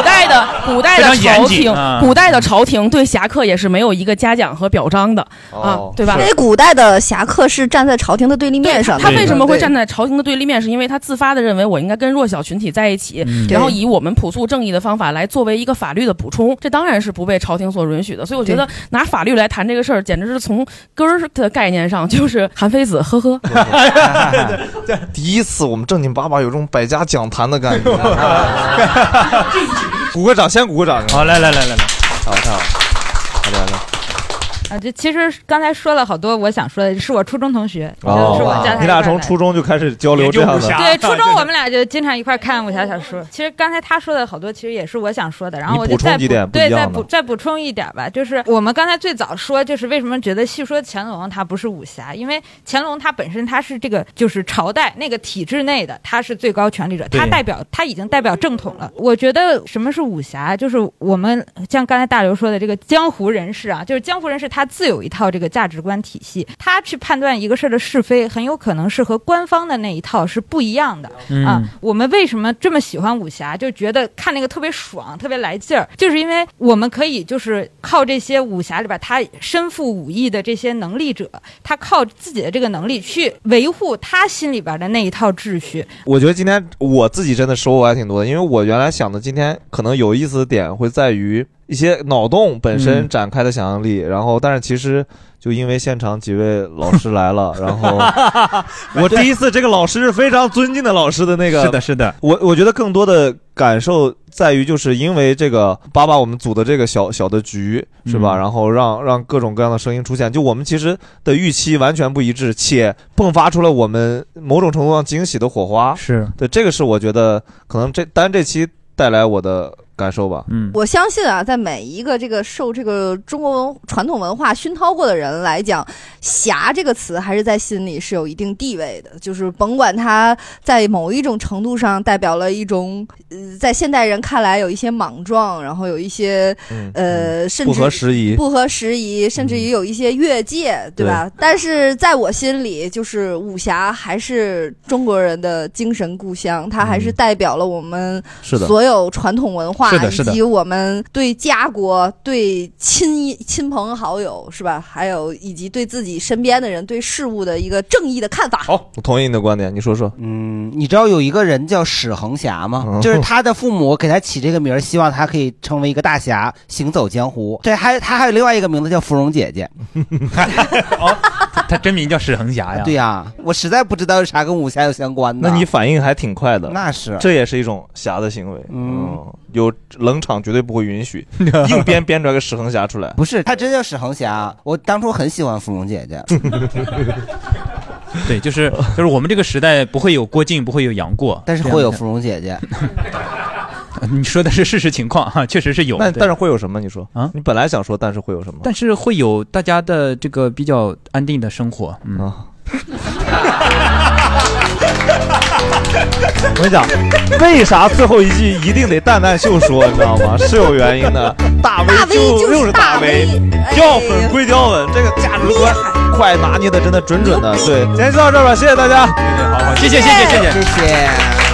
[SPEAKER 6] 代的古代的
[SPEAKER 10] 非常严
[SPEAKER 6] 朝
[SPEAKER 10] 谨
[SPEAKER 6] 廷
[SPEAKER 10] 啊，
[SPEAKER 6] 古代的朝廷对侠客也是没有一个嘉奖和表彰的、啊，对吧？
[SPEAKER 4] 因为古代的侠客是站在朝廷的对立面上的，
[SPEAKER 6] 他为什么会站在朝廷的对立面？是因为他自发的认为我应该跟弱小群体在一起，
[SPEAKER 4] 嗯
[SPEAKER 6] 然后
[SPEAKER 4] 对
[SPEAKER 6] 以我们朴素正义的方法来作为一个法律的补充，这当然是不被朝廷所允许的。所以我觉得
[SPEAKER 4] 对
[SPEAKER 6] 拿法律来谈这个事儿，简直是从根儿的概念上就是韩非子，呵呵。
[SPEAKER 2] 第一次我们正经八百有种百家讲坛的 感觉。鼓个掌，先鼓个掌。
[SPEAKER 1] 好，来来来来来，
[SPEAKER 2] 好，太好了，好的好的。
[SPEAKER 8] 啊，就其实刚才说了好多我想说的，是我初中同学，
[SPEAKER 2] 哦
[SPEAKER 8] 就是我叫他一块儿来。
[SPEAKER 2] 你俩从初中就开始交流这样的，
[SPEAKER 8] 对，初中我们俩就经常一块儿看武侠小说。其实刚才他说的好多，其实也是我想说的，然后我
[SPEAKER 2] 你
[SPEAKER 8] 就
[SPEAKER 2] 补充
[SPEAKER 8] 再
[SPEAKER 2] 几点不
[SPEAKER 8] 对，
[SPEAKER 2] 一样
[SPEAKER 8] 再
[SPEAKER 2] 的
[SPEAKER 8] 补再补充一点吧。就是我们刚才最早说，就是为什么觉得戏说乾隆他不是武侠，因为乾隆他本身他是这个就是朝代那个体制内的，他是最高权力者，
[SPEAKER 9] 对
[SPEAKER 8] 他代表他已经代表正统了。我觉得什么是武侠，就是我们像刚才大刘说的这个江湖人士啊，就是江湖人士他自有一套这个价值观体系，他去判断一个事儿的是非，很有可能是和官方的那一套是不一样的、
[SPEAKER 9] 嗯
[SPEAKER 8] 啊。我们为什么这么喜欢武侠，就觉得看那个特别爽，特别来劲儿，就是因为我们可以就是靠这些武侠里边他身负武艺的这些能力者，他靠自己的这个能力去维护他心里边的那一套秩序。
[SPEAKER 2] 我觉得今天我自己真的收获还挺多的，因为我原来想的今天可能有意思的点会在于一些脑洞本身
[SPEAKER 1] 嗯
[SPEAKER 2] 展开的想象力，然后但是其实就因为现场几位老师来了，然后 我第一次这个老师是非常尊敬的老师的那个，
[SPEAKER 1] 是的是的，
[SPEAKER 2] 我我觉得更多的感受在于就是因为这个八八我们组的这个小小的局是吧，
[SPEAKER 1] 嗯
[SPEAKER 2] 然后让让各种各样的声音出现，就我们其实的预期完全不一致，且迸发出了我们某种程度上惊喜的火花，
[SPEAKER 1] 是
[SPEAKER 2] 对，这个是我觉得可能这单这期带来我的感受吧，
[SPEAKER 1] 嗯
[SPEAKER 4] 我相信啊，在每一个这个受这个中国文传统文化熏陶过的人来讲，“侠”这个词还是在心里是有一定地位的。就是甭管它在某一种程度上代表了一种，呃，在现代人看来有一些莽撞，然后有一些、
[SPEAKER 2] 嗯
[SPEAKER 4] 呃，甚至
[SPEAKER 2] 不合时宜
[SPEAKER 4] 不合时宜，甚至于有一些越界，对吧？但是在我心里，就是武侠还是中国人的精神故乡，它还是代表了我们
[SPEAKER 2] 嗯是的
[SPEAKER 4] 所有传统文化
[SPEAKER 2] 是的
[SPEAKER 4] 以
[SPEAKER 2] 是的
[SPEAKER 4] 及我们对家国、对亲亲朋好友是吧？还有以及对自己身边的人、对事物的一个正义的看法。
[SPEAKER 2] 好，我同意你的观点，你说说。
[SPEAKER 3] 嗯，你知道有一个人叫史恒侠
[SPEAKER 2] 嗯
[SPEAKER 3] 吗？就是他的父母给他起这个名儿，希望他可以成为一个大 侠，行走江湖。对，还他还有另外一个名字叫芙蓉姐姐。
[SPEAKER 1] 他真名叫史恒霞呀。
[SPEAKER 3] 对呀、我实在不知道有啥跟武侠有相关的。
[SPEAKER 2] 那你反应还挺快的，
[SPEAKER 3] 那是
[SPEAKER 2] 这也是一种侠的行为。嗯，有冷场绝对不会 允许，硬编编出来个史恒侠出来。
[SPEAKER 3] 不是，他真叫史恒侠。我当初很喜欢芙蓉姐 姐，
[SPEAKER 1] 对， 就是就是我们这个时代不会有郭靖，不会有杨过，
[SPEAKER 3] 但是会有芙蓉姐姐。
[SPEAKER 1] 你说的是事实情况哈，啊确实是有。
[SPEAKER 2] 那
[SPEAKER 1] 对
[SPEAKER 2] 但是会有什么？你说啊？你本来想说，但是会有什么？
[SPEAKER 1] 但是会有大家的这个比较安定的生活。嗯，
[SPEAKER 2] 啊我跟你讲，为啥最后一句一定得淡淡秀说，你知道吗？是有原因 的。大 V 就就是大 V，掉哎粉归掉粉，这个价值观快拿捏的真的准准的。对，今天就到这儿吧，谢谢大家。
[SPEAKER 1] 好好，谢谢谢谢谢谢
[SPEAKER 3] 谢谢。